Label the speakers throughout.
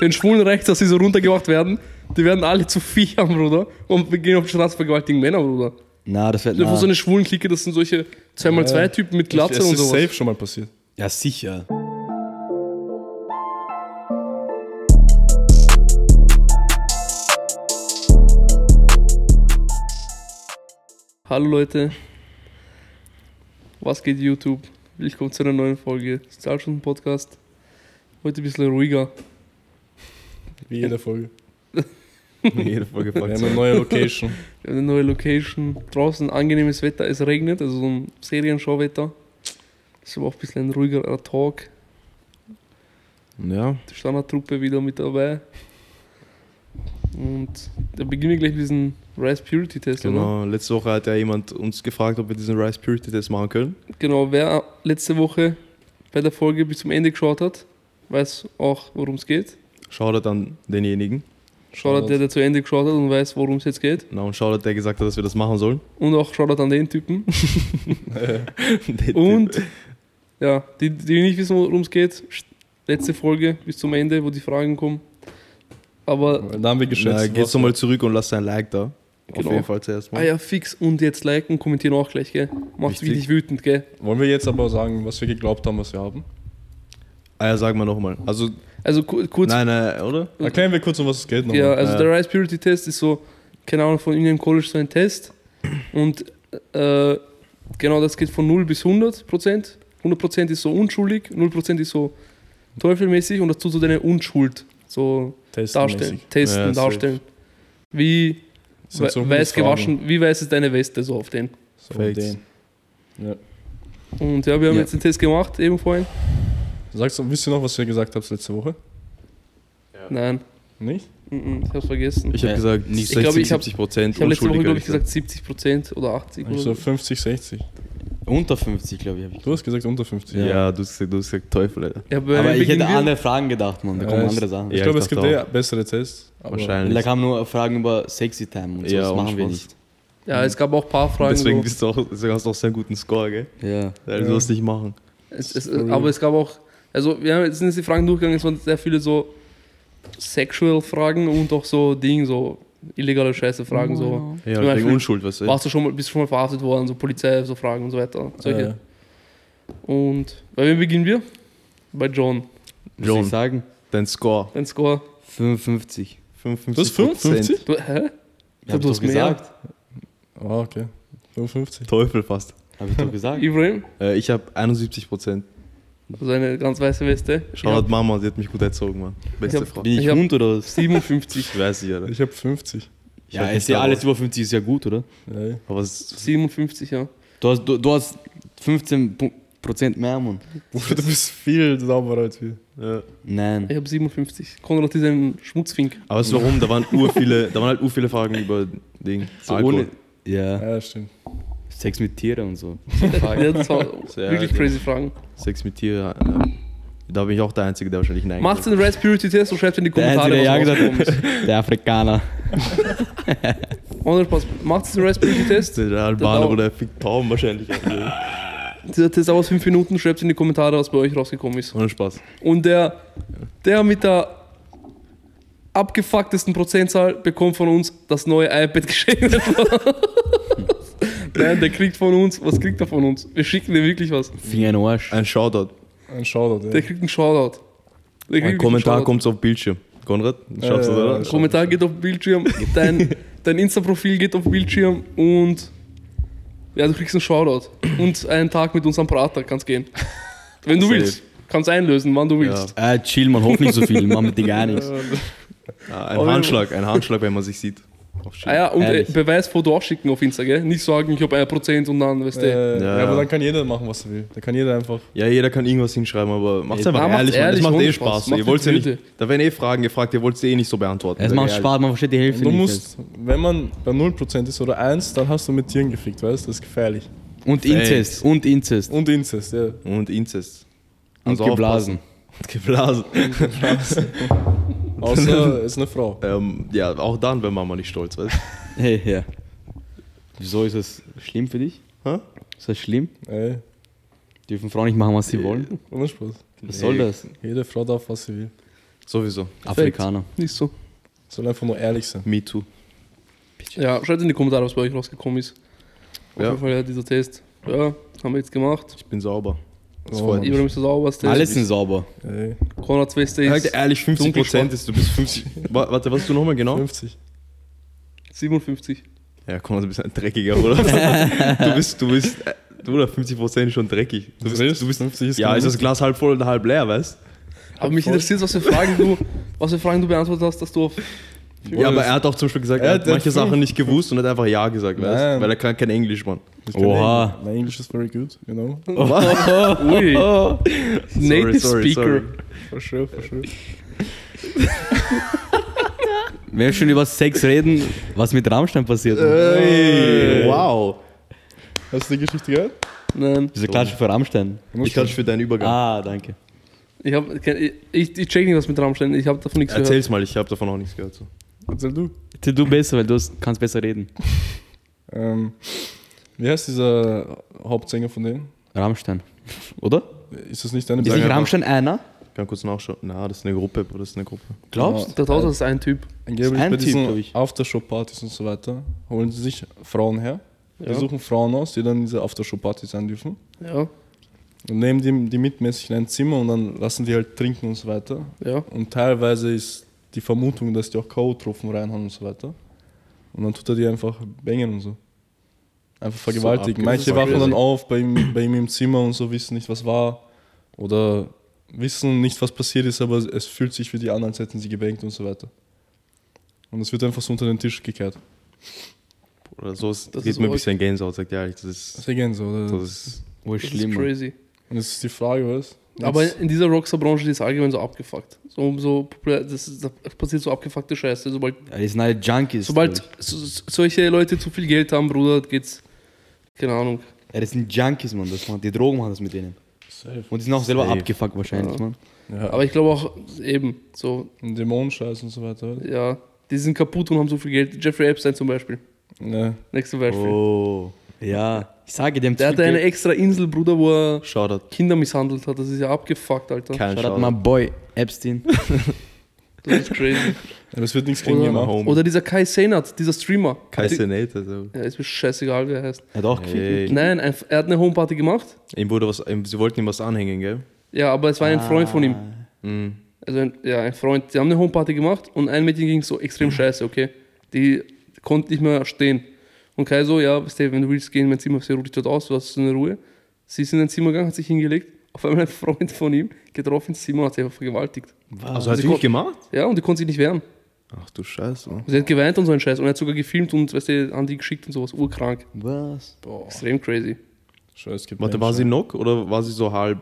Speaker 1: den schwulen rechts, dass sie so runtergemacht werden, die werden alle zu Viechern, Bruder. Und wir gehen auf die Straße vergewaltigen Männer, Bruder.
Speaker 2: Na, das wird.
Speaker 1: Wo
Speaker 2: Na.
Speaker 1: so eine schwulen Clique, das sind solche 2x2-Typen mit Glatze
Speaker 3: es
Speaker 1: und
Speaker 3: ist
Speaker 1: sowas.
Speaker 3: safe schon mal passiert.
Speaker 2: Ja, sicher.
Speaker 1: Hallo Leute. Was geht YouTube? Willkommen zu einer neuen Folge des Zahlstunden Podcast. Heute ein bisschen ruhiger.
Speaker 3: Wie jede Folge.
Speaker 2: Jede Folge
Speaker 3: Wir haben eine neue Location.
Speaker 1: Wir haben eine neue Location. Draußen angenehmes Wetter, es regnet, also so ein Serienschauwetter. Das ist aber auch ein bisschen ein ruhigerer Talk.
Speaker 2: Ja.
Speaker 1: Die Standardtruppe wieder mit dabei. Und da beginnen wir gleich mit diesem Rice Purity Test, oder?
Speaker 4: Genau, letzte Woche hat ja jemand uns gefragt, ob wir diesen Rice Purity Test machen können.
Speaker 1: Genau, wer letzte Woche bei der Folge bis zum Ende geschaut hat, weiß auch, worum es geht.
Speaker 4: Shoutout an denjenigen.
Speaker 1: Shoutout, der, der zu Ende geschaut hat und weiß, worum es jetzt geht.
Speaker 4: Na, und Shoutout, der gesagt hat, dass wir das machen sollen.
Speaker 1: Und auch Shoutout an den Typen.
Speaker 4: Der Typ.
Speaker 1: Und ja, die, die nicht wissen, worum es geht, letzte Folge bis zum Ende, wo die Fragen kommen. Aber
Speaker 3: Da haben wir
Speaker 4: Na,
Speaker 3: geschätzt.
Speaker 4: geht's nochmal zurück und lasst ein Like da.
Speaker 1: Genau.
Speaker 4: Auf jeden Fall zuerst
Speaker 1: ah
Speaker 4: mal.
Speaker 1: ja, fix und jetzt liken, kommentieren auch gleich, gell? Macht
Speaker 4: Wichtig.
Speaker 1: wirklich wütend, gell?
Speaker 4: um-
Speaker 3: Wollen wir jetzt aber sagen, was wir geglaubt haben, was wir haben?
Speaker 4: Ah ja, sagen wir nochmal. Also,
Speaker 1: Also ku- kurz,
Speaker 4: nein, nein, oder?
Speaker 3: Erklären wir kurz, um was es geht nochmal.
Speaker 1: ja, also
Speaker 4: äh.
Speaker 1: der Rice Purity Test ist so, keine Ahnung, von Indian College so ein Test. Und äh, genau das geht von 0 bis 100 Prozent. 100 Prozent ist so unschuldig, 0 Prozent ist so teufelmäßig und dazu so deine Unschuld. So darstellen,
Speaker 3: Testmäßig.
Speaker 1: testen,
Speaker 4: Ja, safe.
Speaker 1: darstellen. Wie
Speaker 3: Das sind
Speaker 1: we
Speaker 3: so hundert
Speaker 1: weiß
Speaker 3: Fragen.
Speaker 1: gewaschen, wie weiß ist deine Weste so auf den?
Speaker 3: So
Speaker 4: Facts.
Speaker 3: den. Ja.
Speaker 1: Und ja, wir haben
Speaker 2: Ja.
Speaker 1: jetzt den Test gemacht, eben vorhin.
Speaker 3: Sagst du, wisst ihr noch, was wir gesagt haben letzte Woche?
Speaker 1: Nein,
Speaker 3: Nicht?
Speaker 1: mhm, ich hab's vergessen. Ich,
Speaker 4: Ich habe
Speaker 2: Ja,
Speaker 4: gesagt,
Speaker 2: nicht-
Speaker 4: Äh, nicht
Speaker 1: Ich glaube,
Speaker 4: 60,
Speaker 1: ich hab-
Speaker 4: 70 Prozent.
Speaker 1: habe letzte Woche, glaube ich, gesagt 70% oder 80% oder
Speaker 3: Ich so 50, 60.
Speaker 2: Unter 50, glaube ich, habe ich.
Speaker 3: Du hast gesagt unter 50.
Speaker 4: Ja, du hast gesagt, du hast gesagt Teufel, Alter.
Speaker 1: Ja,
Speaker 2: Aber ich hätte
Speaker 1: alle.
Speaker 2: andere Fragen gedacht, Mann. Da
Speaker 3: Ja,
Speaker 2: kommen
Speaker 3: ist-
Speaker 2: andere Sachen.
Speaker 3: Ich
Speaker 4: Ja,
Speaker 3: glaube,
Speaker 4: ich
Speaker 3: es gibt
Speaker 4: dachte
Speaker 3: eh bessere Tests. aber-
Speaker 4: Wahrscheinlich.
Speaker 2: Da kamen nur Fragen über Sexy Time und so.
Speaker 4: Ja,
Speaker 2: das
Speaker 4: und
Speaker 2: machen wir
Speaker 4: Spaß.
Speaker 2: nicht.
Speaker 1: Ja, es gab auch ein paar Fragen.
Speaker 4: Deswegen,
Speaker 1: so,
Speaker 4: bist du auch, deswegen hast du auch sehr guten Score, gell?
Speaker 2: Ja.
Speaker 4: Weil
Speaker 3: Ja.
Speaker 4: Du wirst nicht machen.
Speaker 1: es, es, aber es gab auch, also wir haben jetzt sind jetzt die Fragen durchgegangen, es waren sehr viele so sexual Fragen und auch so Ding, so illegale Scheiße Fragen, so
Speaker 4: Ja,
Speaker 1: Zum Beispiel-
Speaker 4: wegen Unschuld, weißt du?
Speaker 1: warst du schon mal, bist du schon mal verhaftet worden, so Polizei, so Fragen und so weiter. Solche.
Speaker 3: Äh,
Speaker 1: Und bei wem beginnen wir? Bei John.
Speaker 2: Muss
Speaker 4: John.
Speaker 2: ich sagen?
Speaker 4: Dein Score.
Speaker 1: Dein Score.
Speaker 2: 55.
Speaker 4: 55
Speaker 3: Du hast 55?
Speaker 1: Du, hä?
Speaker 2: Ich hab
Speaker 1: du
Speaker 2: doch
Speaker 1: hast mehr.
Speaker 2: gesagt.
Speaker 3: Ah, okay. 55.
Speaker 4: Teufel fast.
Speaker 2: Hab ich doch gesagt.
Speaker 1: Ibrahim?
Speaker 4: Äh, ich habe 71 Prozent.
Speaker 1: So eine ganz weiße Weste.
Speaker 4: Shoutout Mama, sie hat mich gut erzogen, Mann. Beste
Speaker 1: hab-
Speaker 4: Frau.
Speaker 2: Bin ich,
Speaker 1: Ich hab-
Speaker 2: Hund oder was?
Speaker 1: 57.
Speaker 4: Ich weiß nicht, Alter.
Speaker 3: Ich habe 50.
Speaker 2: Ja,
Speaker 4: hab
Speaker 2: ist
Speaker 4: nicht
Speaker 2: ja
Speaker 4: sauber.
Speaker 2: alles über 50 ist ja gut, oder?
Speaker 3: Ja, ja.
Speaker 4: Aber es ist
Speaker 1: 57, ja.
Speaker 2: Du hast, du, du hast 15 Pu- Prozent mehr, Mann.
Speaker 3: Bruder, du bist viel sauberer als wir.
Speaker 4: ja.
Speaker 2: Nein.
Speaker 1: Ich habe 57. Konrad ist ein Schmutzfink.
Speaker 4: Aber weißt du warum? Da waren ur viele, da waren halt ur viele Fragen über Ding.
Speaker 2: So
Speaker 4: Alkohol.
Speaker 2: ohne, ja,
Speaker 3: Ja, stimmt.
Speaker 2: Sex mit Tieren und so.
Speaker 1: ja, das war
Speaker 4: Sehr
Speaker 1: wirklich
Speaker 4: gut.
Speaker 1: crazy Fragen.
Speaker 4: Sex mit Tier. Ja. Da bin ich auch der Einzige, der wahrscheinlich nein.
Speaker 1: Macht
Speaker 4: gesagt
Speaker 1: den Red Purity Test und schreibt in die
Speaker 2: Der
Speaker 1: Kommentare,
Speaker 2: Einzige, der
Speaker 1: was
Speaker 2: Ja gesagt
Speaker 1: rausgekommen
Speaker 2: Der Afrikaner.
Speaker 1: ist. Ohne Spaß. Macht den Red Purity
Speaker 4: hat.
Speaker 1: Test.
Speaker 4: Der
Speaker 1: Der
Speaker 4: Albaner
Speaker 1: Bau-
Speaker 4: oder der fickt Tauben wahrscheinlich. Alter.
Speaker 1: Dieser Test dauert 5 Minuten. Schreibt in die Kommentare, was bei euch rausgekommen ist.
Speaker 4: Ohne Spaß.
Speaker 1: Und der, der mit der abgefucktesten Prozentzahl bekommt von uns das neue iPad geschenkt. Nein, der kriegt von uns, was kriegt er von uns? Wir schicken dem wirklich was.
Speaker 2: Finger in den Arsch.
Speaker 4: Ein Shoutout.
Speaker 3: Ein Shoutout,
Speaker 1: Der
Speaker 3: ja.
Speaker 1: kriegt einen Shoutout. Der kriegt
Speaker 4: Ein
Speaker 1: einen
Speaker 4: Kommentar
Speaker 1: Shoutout.
Speaker 4: kommt auf Bildschirm. Konrad, schaffst du
Speaker 3: Äh,
Speaker 4: das,
Speaker 1: Der
Speaker 4: oder?
Speaker 1: Kommentar geht auf Bildschirm, dein, dein Insta-Profil geht auf Bildschirm und ja, du kriegst einen Shoutout und einen Tag mit uns am Prater kannst gehen. Wenn du
Speaker 4: Safe.
Speaker 1: willst. Kannst einlösen, wann du willst.
Speaker 2: Äh, chill, man, hoff nicht so viel, mach mit dir gar nichts.
Speaker 4: Ja, ein Handschlag, ein Handschlag, wenn man sich sieht. Auf Schild.
Speaker 1: Oh, Ah ja, und äh,
Speaker 2: Ehrlich.
Speaker 1: Beweisfoto auch schicken auf Insta, gell? Nicht sagen, ich habe 1% und dann, weißt du.
Speaker 3: Äh,
Speaker 4: Ja,
Speaker 3: ja, aber
Speaker 4: ja.
Speaker 3: dann kann jeder machen, was er will. Da kann jeder einfach.
Speaker 4: Ja, jeder kann irgendwas hinschreiben, aber macht's
Speaker 2: Ja,
Speaker 4: einfach
Speaker 1: macht's
Speaker 4: ehrlich, Mann.
Speaker 1: ehrlich,
Speaker 4: Es macht
Speaker 1: ohne
Speaker 4: eh
Speaker 1: Spaß.
Speaker 4: Spaß.
Speaker 1: Macht
Speaker 4: Ihr wollt's ja
Speaker 1: die
Speaker 4: nicht, da werden eh Fragen gefragt, ihr wollt sie eh nicht so beantworten.
Speaker 2: Es
Speaker 4: Sag
Speaker 2: macht
Speaker 4: ehrlich.
Speaker 2: Spaß, man versteht die Hälfte
Speaker 3: Du
Speaker 2: nicht.
Speaker 3: musst, wenn man bei 0% ist oder 1, dann hast du mit Tieren gefickt, weißt du? Das ist gefährlich.
Speaker 2: Und Inzest, und Inzest. Und,
Speaker 3: Und Inzest, ja.
Speaker 4: Und Inzest. Also
Speaker 2: geblasen.
Speaker 4: aufpassen. Und geblasen.
Speaker 3: Außer es ist eine Frau.
Speaker 4: ähm, ja, auch dann wäre Mama nicht stolz, weißt du?
Speaker 2: Hey, ja. Wieso ist das schlimm für dich?
Speaker 4: Hä?
Speaker 2: Ist das schlimm?
Speaker 3: Ey,
Speaker 2: Dürfen Frauen nicht machen, was sie wollen?
Speaker 3: ohne Spaß.
Speaker 2: Was soll das?
Speaker 3: Jede Frau darf, was sie will.
Speaker 4: Sowieso.
Speaker 2: Afrikaner.
Speaker 1: Nicht so.
Speaker 3: Soll einfach nur ehrlich sein.
Speaker 4: Me too.
Speaker 1: Ja, schreibt in die Kommentare, was bei euch rausgekommen ist. Auf
Speaker 4: Ja.
Speaker 1: jeden Fall ja, dieser Test. Ja, haben wir jetzt gemacht.
Speaker 4: Ich bin sauber. Das
Speaker 3: Oh,
Speaker 4: freut mich.
Speaker 1: Ibrahim ist der sauberste.
Speaker 2: Alles sind sauber.
Speaker 3: Ey,
Speaker 1: Konrads Beste
Speaker 4: Halt
Speaker 1: ist
Speaker 4: ehrlich, 50
Speaker 1: Dunkelschwarz.
Speaker 4: Prozent ist, du bist 50. Wa- Warte, was du nochmal genau?
Speaker 3: 50.
Speaker 1: 57.
Speaker 4: Ja, komm, also du bist ein dreckiger, oder? du bist, du bist, äh, Bruder, 50 Prozent ist schon dreckig. Du bist, du bist,
Speaker 3: 50 ist
Speaker 4: ja,
Speaker 3: genug.
Speaker 4: ist das Glas halb voll oder halb leer, weißt
Speaker 1: Aber mich
Speaker 3: Voll.
Speaker 1: interessiert, was für Fragen du, was für Fragen du beantwortet hast, dass du auf.
Speaker 4: du? Ja, aber er hat auch zum Beispiel gesagt,
Speaker 3: Er
Speaker 4: er hat
Speaker 3: hat- er
Speaker 4: manche
Speaker 3: hat
Speaker 4: Sachen
Speaker 3: fünf.
Speaker 4: nicht gewusst und hat einfach Ja gesagt, weißt
Speaker 3: Nein.
Speaker 4: Weil er kann kein Englisch, Mann.
Speaker 3: Ich kann
Speaker 2: Oha.
Speaker 3: Englisch. My English is very good, you know.
Speaker 1: Ui. Native
Speaker 4: sorry,
Speaker 1: Speaker.
Speaker 3: For sure, for sure.
Speaker 2: Wenn wir schon über Sex reden, was mit Rammstein passiert ist.
Speaker 4: Ey, wow.
Speaker 3: Hast du die Geschichte gehört?
Speaker 1: Nein.
Speaker 2: Diese Klatsche für Rammstein.
Speaker 4: Ich kann für deinen Übergang.
Speaker 2: Ah, danke.
Speaker 1: Ich, hab, ich, ich check nicht, was mit Rammstein. Ich habe davon nichts gehört.
Speaker 4: Erzähl's mal, ich habe davon auch nichts gehört. So.
Speaker 3: Erzähl du.
Speaker 2: Erzähl Du besser, weil du hast- kannst besser reden.
Speaker 3: Ähm, wie heißt dieser Hauptsänger von denen?
Speaker 2: Rammstein. Oder?
Speaker 3: Ist das nicht deine
Speaker 2: Ist
Speaker 4: Sag
Speaker 2: nicht
Speaker 4: einfach.
Speaker 2: Rammstein einer?
Speaker 4: Kann kurz nachschauen. Na, das ist eine Gruppe, Bro, das ist eine Gruppe.
Speaker 2: Glaubst
Speaker 1: Da draußen ist ein Typ.
Speaker 3: Angeblich
Speaker 2: Ein
Speaker 3: bei
Speaker 2: Typ, glaub ich.
Speaker 3: diesen Aftershow-Partys und so weiter holen sie sich Frauen her. Die suchen Frauen aus, die dann diese Aftershow-Partys sein dürfen.
Speaker 1: Ja,
Speaker 3: Und nehmen die, die mitmäßig in ein Zimmer und dann lassen die halt trinken und so weiter.
Speaker 1: ja.
Speaker 3: Und teilweise ist die Vermutung, dass die auch K.O.-Tropfen reinhauen und so weiter. Und dann tut er die einfach bängen und so. Einfach vergewaltigen.
Speaker 4: abgefahren.
Speaker 3: Manche
Speaker 4: Das ist
Speaker 3: wachen dann
Speaker 4: crazy.
Speaker 3: auf bei ihm, bei ihm im Zimmer und so, wissen nicht, was war. Oder wissen nicht, was passiert ist, aber es fühlt sich für die an, als hätten sie gebankt und so weiter. Und es wird einfach so unter den Tisch gekehrt.
Speaker 4: Oder so ist,
Speaker 1: Das
Speaker 4: geht
Speaker 1: ist
Speaker 4: mir ein
Speaker 1: arg.
Speaker 4: bisschen Gänsehaut, sagt ja, das ist,
Speaker 3: Das ergänzt, Also, so,
Speaker 4: das
Speaker 3: oder?
Speaker 4: ist
Speaker 2: Wohl
Speaker 1: Das ist
Speaker 2: schlimmer.
Speaker 1: crazy.
Speaker 3: Und das ist die Frage, was?
Speaker 1: Aber in dieser Rockstar-Branche die ist allgemein so abgefuckt. So, so populär, das ist, da passiert so abgefuckte Scheiße. Sobald,
Speaker 2: Ja, Die sind alle Junkies.
Speaker 1: sobald
Speaker 2: glaub
Speaker 1: so, so- solche Leute zu viel Geld haben, Bruder, geht's. Keine Ahnung.
Speaker 2: ich. Ja, das sind Junkies, Mann. Das machen, die Drogen machen das mit denen.
Speaker 3: Safe.
Speaker 2: Und die sind auch selber
Speaker 4: Safe.
Speaker 2: abgefuckt wahrscheinlich,
Speaker 1: Ja.
Speaker 2: Mann.
Speaker 3: Ja.
Speaker 1: Aber ich glaube auch eben, so,
Speaker 3: Ein Dämonenscheiß und so weiter, oder?
Speaker 1: ja, die sind kaputt und haben so viel Geld. Jeffrey Epstein zum Beispiel.
Speaker 3: Ja.
Speaker 1: Nächstes Beispiel.
Speaker 2: Oh. Ja. Ich sage dem
Speaker 1: Der hatte eine extra Insel, Bruder, wo er
Speaker 4: Shoutout.
Speaker 1: Kinder misshandelt hat. Das ist ja abgefuckt, Alter.
Speaker 4: Kein
Speaker 2: Shoutout mal
Speaker 4: Shoutout.
Speaker 2: Boy Epstein.
Speaker 1: Das ist crazy.
Speaker 3: Aber es wird nichts gegen
Speaker 1: Oder-
Speaker 3: gemacht.
Speaker 4: Homie.
Speaker 1: Oder dieser Kai Seinert, dieser Streamer.
Speaker 4: Kai
Speaker 1: Hat die-
Speaker 4: Senate. Also.
Speaker 1: Ja, ist mir scheißegal, wie er heißt.
Speaker 2: Er hat auch gefickt.
Speaker 4: Hey.
Speaker 1: Nein, ein- er hat eine Homeparty gemacht.
Speaker 4: Ihm wurde was, ihm, sie wollten ihm was anhängen, gell?
Speaker 1: Ja, aber es war
Speaker 4: Ah.
Speaker 1: ein Freund von ihm.
Speaker 2: Ah,
Speaker 4: Mhm.
Speaker 1: Also ein, ja, ein Freund. Die haben eine Homeparty gemacht und ein Mädchen ging so
Speaker 4: Mhm.
Speaker 1: extrem scheiße, okay? Die konnte nicht mehr stehen. Und Kai so, ja, weißt du, wenn du willst, geh in mein Zimmer, sie ruht dich dort aus, du hast so eine Ruhe. Sie ist in ein Zimmer gegangen, hat sich hingelegt. Auf einmal ein Freund von ihm geht drauf ins Zimmer und hat sie einfach vergewaltigt.
Speaker 4: Also hat sie nicht gemacht?
Speaker 1: Ja, und die konnte sich nicht wehren.
Speaker 4: Ach du Scheiße, Mann.
Speaker 1: Sie hat geweint und so ein Scheiß. Und er hat sogar gefilmt und, weißt du, an die geschickt und sowas. Urkrank.
Speaker 2: Was?
Speaker 3: Boah,
Speaker 1: Extrem crazy.
Speaker 3: Scheiß gibt
Speaker 4: Warte, war sie knock oder war sie so halb?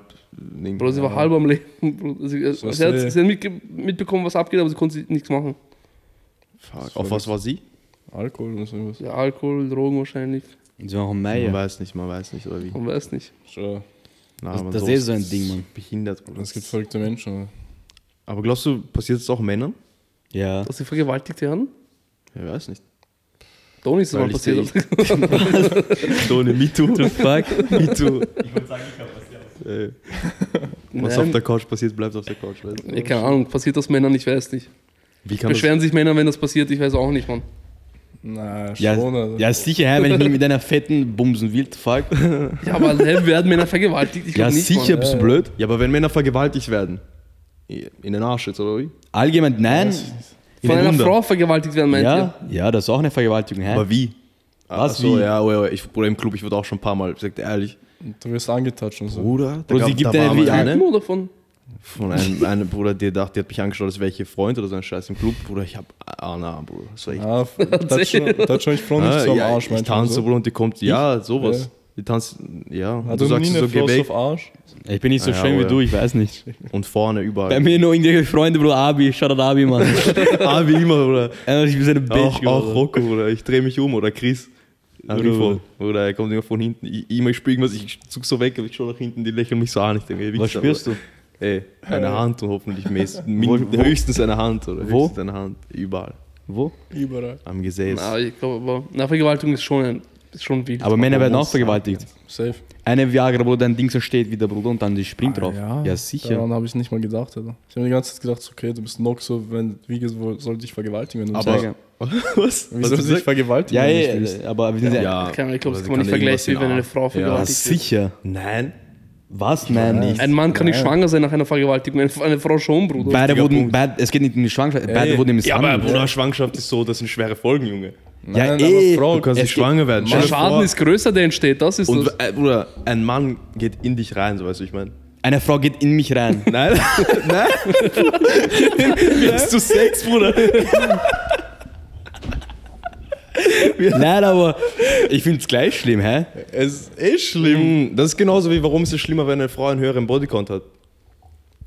Speaker 4: äh,
Speaker 1: Bro, sie war halb am Leben. Bro. Sie, äh,
Speaker 3: So
Speaker 1: sie hat,
Speaker 3: ist sie.
Speaker 1: sie hat mitge mitbekommen, was abgeht, aber sie konnte nichts machen.
Speaker 4: Fuck. Auf was war sie?
Speaker 3: Alkohol oder so irgendwas.
Speaker 1: Ja, Alkohol, Drogen wahrscheinlich.
Speaker 2: Die sind auch ein
Speaker 4: Man
Speaker 2: Meier.
Speaker 4: weiß nicht, man weiß nicht, oder wie.
Speaker 1: Man weiß nicht.
Speaker 3: Sure.
Speaker 4: Na,
Speaker 2: Das-
Speaker 4: aber
Speaker 2: das ist eh so ein Ding, Mann.
Speaker 4: Behindert, Bruder.
Speaker 3: Es gibt verrückte Menschen. oder?
Speaker 4: Aber glaubst du, passiert es auch Männern?
Speaker 2: Ja.
Speaker 1: Dass sie vergewaltigt werden?
Speaker 4: Ich weiß nicht.
Speaker 1: Tony ist das
Speaker 4: Weil
Speaker 1: mal
Speaker 4: ich
Speaker 1: passiert.
Speaker 4: So eine MeToo.
Speaker 2: Fuck.
Speaker 4: MeToo. Äh, Was auf der Couch passiert, bleibt auf der Couch, weißt du?
Speaker 1: Nein, keine Ahnung, passiert das Männern? Ich weiß nicht.
Speaker 4: Wie kann
Speaker 1: Beschweren sich Männer, wenn das passiert? Ich weiß auch nicht, Mann.
Speaker 3: Na,
Speaker 2: Ja,
Speaker 3: schon. oder?
Speaker 2: ja, sicher, hä, wenn ich mich mit einer fetten Bumsen wild fuck.
Speaker 1: Ja, aber hä, werden Männer vergewaltigt? Ich
Speaker 2: Ja,
Speaker 1: glaub nicht,
Speaker 2: sicher
Speaker 1: Mann.
Speaker 2: bist du blöd.
Speaker 4: das? Ja, aber wenn Männer vergewaltigt werden. In den Arsch jetzt, oder wie?
Speaker 2: Allgemein, nein.
Speaker 4: In
Speaker 1: Von
Speaker 4: den
Speaker 1: einer
Speaker 4: Wunder.
Speaker 1: Frau vergewaltigt werden, meint ihr?
Speaker 2: Ja, ja, das ist auch eine Vergewaltigung, hä?
Speaker 4: Aber wie?
Speaker 2: Was,
Speaker 4: Ach so,
Speaker 2: wie?
Speaker 4: ja, oh, ja, ich, Bruder, im Club, ich wurde auch schon ein paar Mal, ich sag dir ehrlich.
Speaker 3: Du wirst angetatscht und so.
Speaker 4: Bruder, da
Speaker 2: Bro, sie
Speaker 4: gab-
Speaker 2: gibt
Speaker 4: da war
Speaker 2: denen
Speaker 4: mal
Speaker 2: wie
Speaker 1: Typen
Speaker 4: eine
Speaker 1: oder von?
Speaker 4: von einem, einem Bruder, der dachte, der hat mich angeschaut, als wäre ich ihr Freund oder so ein Scheiß im Club. Bruder, ich hab, ah, na, Bruder, so echt.
Speaker 3: Ja, f- tatsch schon- tatsch schon ich Frau nicht
Speaker 4: Ah,
Speaker 3: so am
Speaker 4: ja,
Speaker 3: Arsch,
Speaker 4: ich
Speaker 3: manchmal und
Speaker 4: tanze, Bruder, und die kommt, ja, sowas.
Speaker 3: Ja.
Speaker 4: Die tanzt, ja, und
Speaker 3: Hat
Speaker 4: du sagst
Speaker 3: nie
Speaker 4: so,
Speaker 3: eine
Speaker 4: geh
Speaker 3: Frau so auf
Speaker 4: weg.
Speaker 3: Arsch?
Speaker 2: Ich bin nicht so
Speaker 4: Ja,
Speaker 2: schön wie
Speaker 4: aber-
Speaker 2: du, ich weiß nicht.
Speaker 4: Und vorne,
Speaker 2: Bei
Speaker 4: überall.
Speaker 2: mir nur irgendwelche Freunde, Bro, Abi, Shoutout Abi, Mann.
Speaker 4: ah, wie immer, Bruder.
Speaker 2: Äh, Ich bin so eine Bitch,
Speaker 4: Auch, auch
Speaker 2: Bro.
Speaker 4: Rocco, Bruder, ich dreh mich um, oder Chris.
Speaker 2: Bruder.
Speaker 4: Rifo. Oder er kommt immer von hinten. Ich, immer ich spüre irgendwas, ich zug so weg, aber ich schaue nach hinten, die lächeln mich so an. Ich denke, ey,
Speaker 2: Was
Speaker 4: Wichser,
Speaker 2: spürst du?
Speaker 4: Ey, eine Hand und hoffentlich mäß, min,
Speaker 2: wo-
Speaker 4: höchstens eine Hand oder
Speaker 2: Wo?
Speaker 4: höchstens eine Hand. Überall.
Speaker 2: Wo?
Speaker 3: Überall.
Speaker 4: Am Gesäß.
Speaker 1: Na, ich glaube aber. Na, Vergewaltigung ist schon ein Das ist schon wild.
Speaker 2: Aber Männer werden auch vergewaltigt.
Speaker 3: Safe.
Speaker 2: Eine Viagra, Bruder, dein Ding zersteht wieder, Bruder, und dann die springt
Speaker 3: Ah,
Speaker 2: drauf. Ja, sicher.
Speaker 3: Daran habe ich nicht mal gedacht, Alter. Ich habe die ganze Zeit gedacht, so, okay, du bist noch so, wenn wie soll dich vergewaltigen, wenn du
Speaker 4: Aber-
Speaker 3: sagst,
Speaker 2: Zeige.
Speaker 4: Was?
Speaker 3: wie soll dich vergewaltigen,
Speaker 2: ja,
Speaker 3: wenn du nicht
Speaker 2: ja,
Speaker 3: willst?
Speaker 2: ja, aber wir sind ja,
Speaker 1: Keine Ahnung, ich glaube, das kann
Speaker 4: oder
Speaker 1: man
Speaker 4: sie
Speaker 1: nicht vergleichen, wie
Speaker 4: irgendwas
Speaker 1: wenn eine
Speaker 4: in
Speaker 1: Frau
Speaker 2: ja,
Speaker 1: vergewaltigt wird.
Speaker 2: sicher.
Speaker 4: Nein.
Speaker 2: Was? Nein, nicht.
Speaker 1: Ein Mann kann nicht
Speaker 3: Nein.
Speaker 1: schwanger sein nach einer Vergewaltigung, eine eine Frau schon, Bruder.
Speaker 2: Beide
Speaker 4: Richtiger
Speaker 2: wurden,
Speaker 4: Punkt.
Speaker 2: beide, es geht nicht um die Schwangerschaft, beide wurden
Speaker 4: Ja, aber
Speaker 2: misshandelt.
Speaker 4: Bruder, Schwangerschaft ist so, das sind schwere Folgen, Junge.
Speaker 2: Ja,
Speaker 3: Nein,
Speaker 2: eh.
Speaker 3: aber Frau,
Speaker 4: Du kannst
Speaker 2: es
Speaker 4: nicht
Speaker 2: geht-
Speaker 4: schwanger werden.
Speaker 1: Der
Speaker 4: Stell dir
Speaker 1: Schaden
Speaker 4: vor,
Speaker 1: ist größer, der entsteht, das ist das.
Speaker 4: Und, äh, Bruder, ein Mann geht in dich rein, so weißt du, ich meine.
Speaker 2: Eine Frau geht in mich rein.
Speaker 4: Nein, nein. Wie hast du Sex, Bruder?
Speaker 2: Nein, aber ich finde es gleich schlimm, hä?
Speaker 4: Es ist schlimm. Das ist genauso wie, warum ist es schlimmer, wenn eine Frau einen höheren Bodycount hat?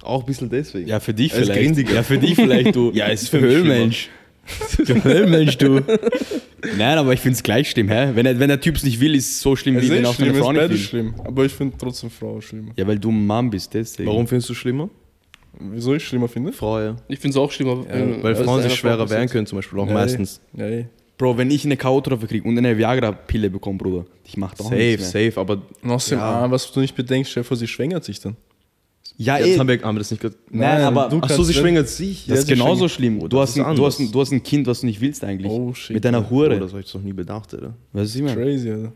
Speaker 4: Auch ein bisschen deswegen.
Speaker 2: Ja, für dich
Speaker 4: Er ist
Speaker 2: vielleicht.
Speaker 4: grindiger.
Speaker 2: Ja, für dich vielleicht, du.
Speaker 4: Ja, ist für mich
Speaker 2: Höhlmensch. Du Höhlmensch, du. Nein, aber ich finde es gleich schlimm, hä? Wenn, der- wenn der Typ es nicht will, ist es so schlimm,
Speaker 3: Es
Speaker 2: wie wenn
Speaker 3: ist
Speaker 2: auch
Speaker 3: schlimm,
Speaker 2: seine
Speaker 3: es
Speaker 2: Frau
Speaker 3: ist
Speaker 2: nicht
Speaker 3: beide
Speaker 2: will.
Speaker 3: schlimm. Aber ich finde trotzdem Frau schlimmer.
Speaker 2: Ja, weil du ein Mann bist, deswegen.
Speaker 4: Warum findest du schlimmer?
Speaker 3: Wieso ich schlimmer finde?
Speaker 4: Frau, ja.
Speaker 1: Ich finde es auch schlimm, aber. wenn-
Speaker 4: Weil
Speaker 1: wenn
Speaker 4: Frauen
Speaker 1: es
Speaker 4: sich
Speaker 1: einer Frau
Speaker 4: schwerer
Speaker 1: passiert.
Speaker 4: wehren können, zum Beispiel auch
Speaker 3: Ja,
Speaker 4: meistens.
Speaker 3: eh. Ja, eh.
Speaker 2: Bro, wenn ich eine K.O.-Trophe kriege und eine Viagra-Pille bekomme, Bruder, ich mach doch
Speaker 4: Safe,
Speaker 2: nichts mehr.
Speaker 4: safe, aber
Speaker 3: Und außerdem,
Speaker 4: Ja.
Speaker 3: ah, was du nicht bedenkst, Stefan, sie schwängert sich dann.
Speaker 2: Ja,
Speaker 4: jetzt
Speaker 2: eh.
Speaker 4: haben wir, haben wir das nicht gerade.
Speaker 2: Nein, aber-
Speaker 3: du
Speaker 4: Ach so,
Speaker 3: kannst
Speaker 4: sie
Speaker 3: nicht-
Speaker 4: schwängert sich.
Speaker 2: das ist genauso schlimm. Du
Speaker 4: das
Speaker 2: hast,
Speaker 4: ist
Speaker 2: ein, du, hast ein,
Speaker 4: anders.
Speaker 2: du hast ein Kind, was du nicht willst eigentlich.
Speaker 3: Oh, shit.
Speaker 2: Mit deiner
Speaker 4: Hure.
Speaker 2: Hure.
Speaker 4: das habe ich noch nie bedacht, Alter.
Speaker 2: Weißt du, was ich meine?
Speaker 3: Crazy, Alter.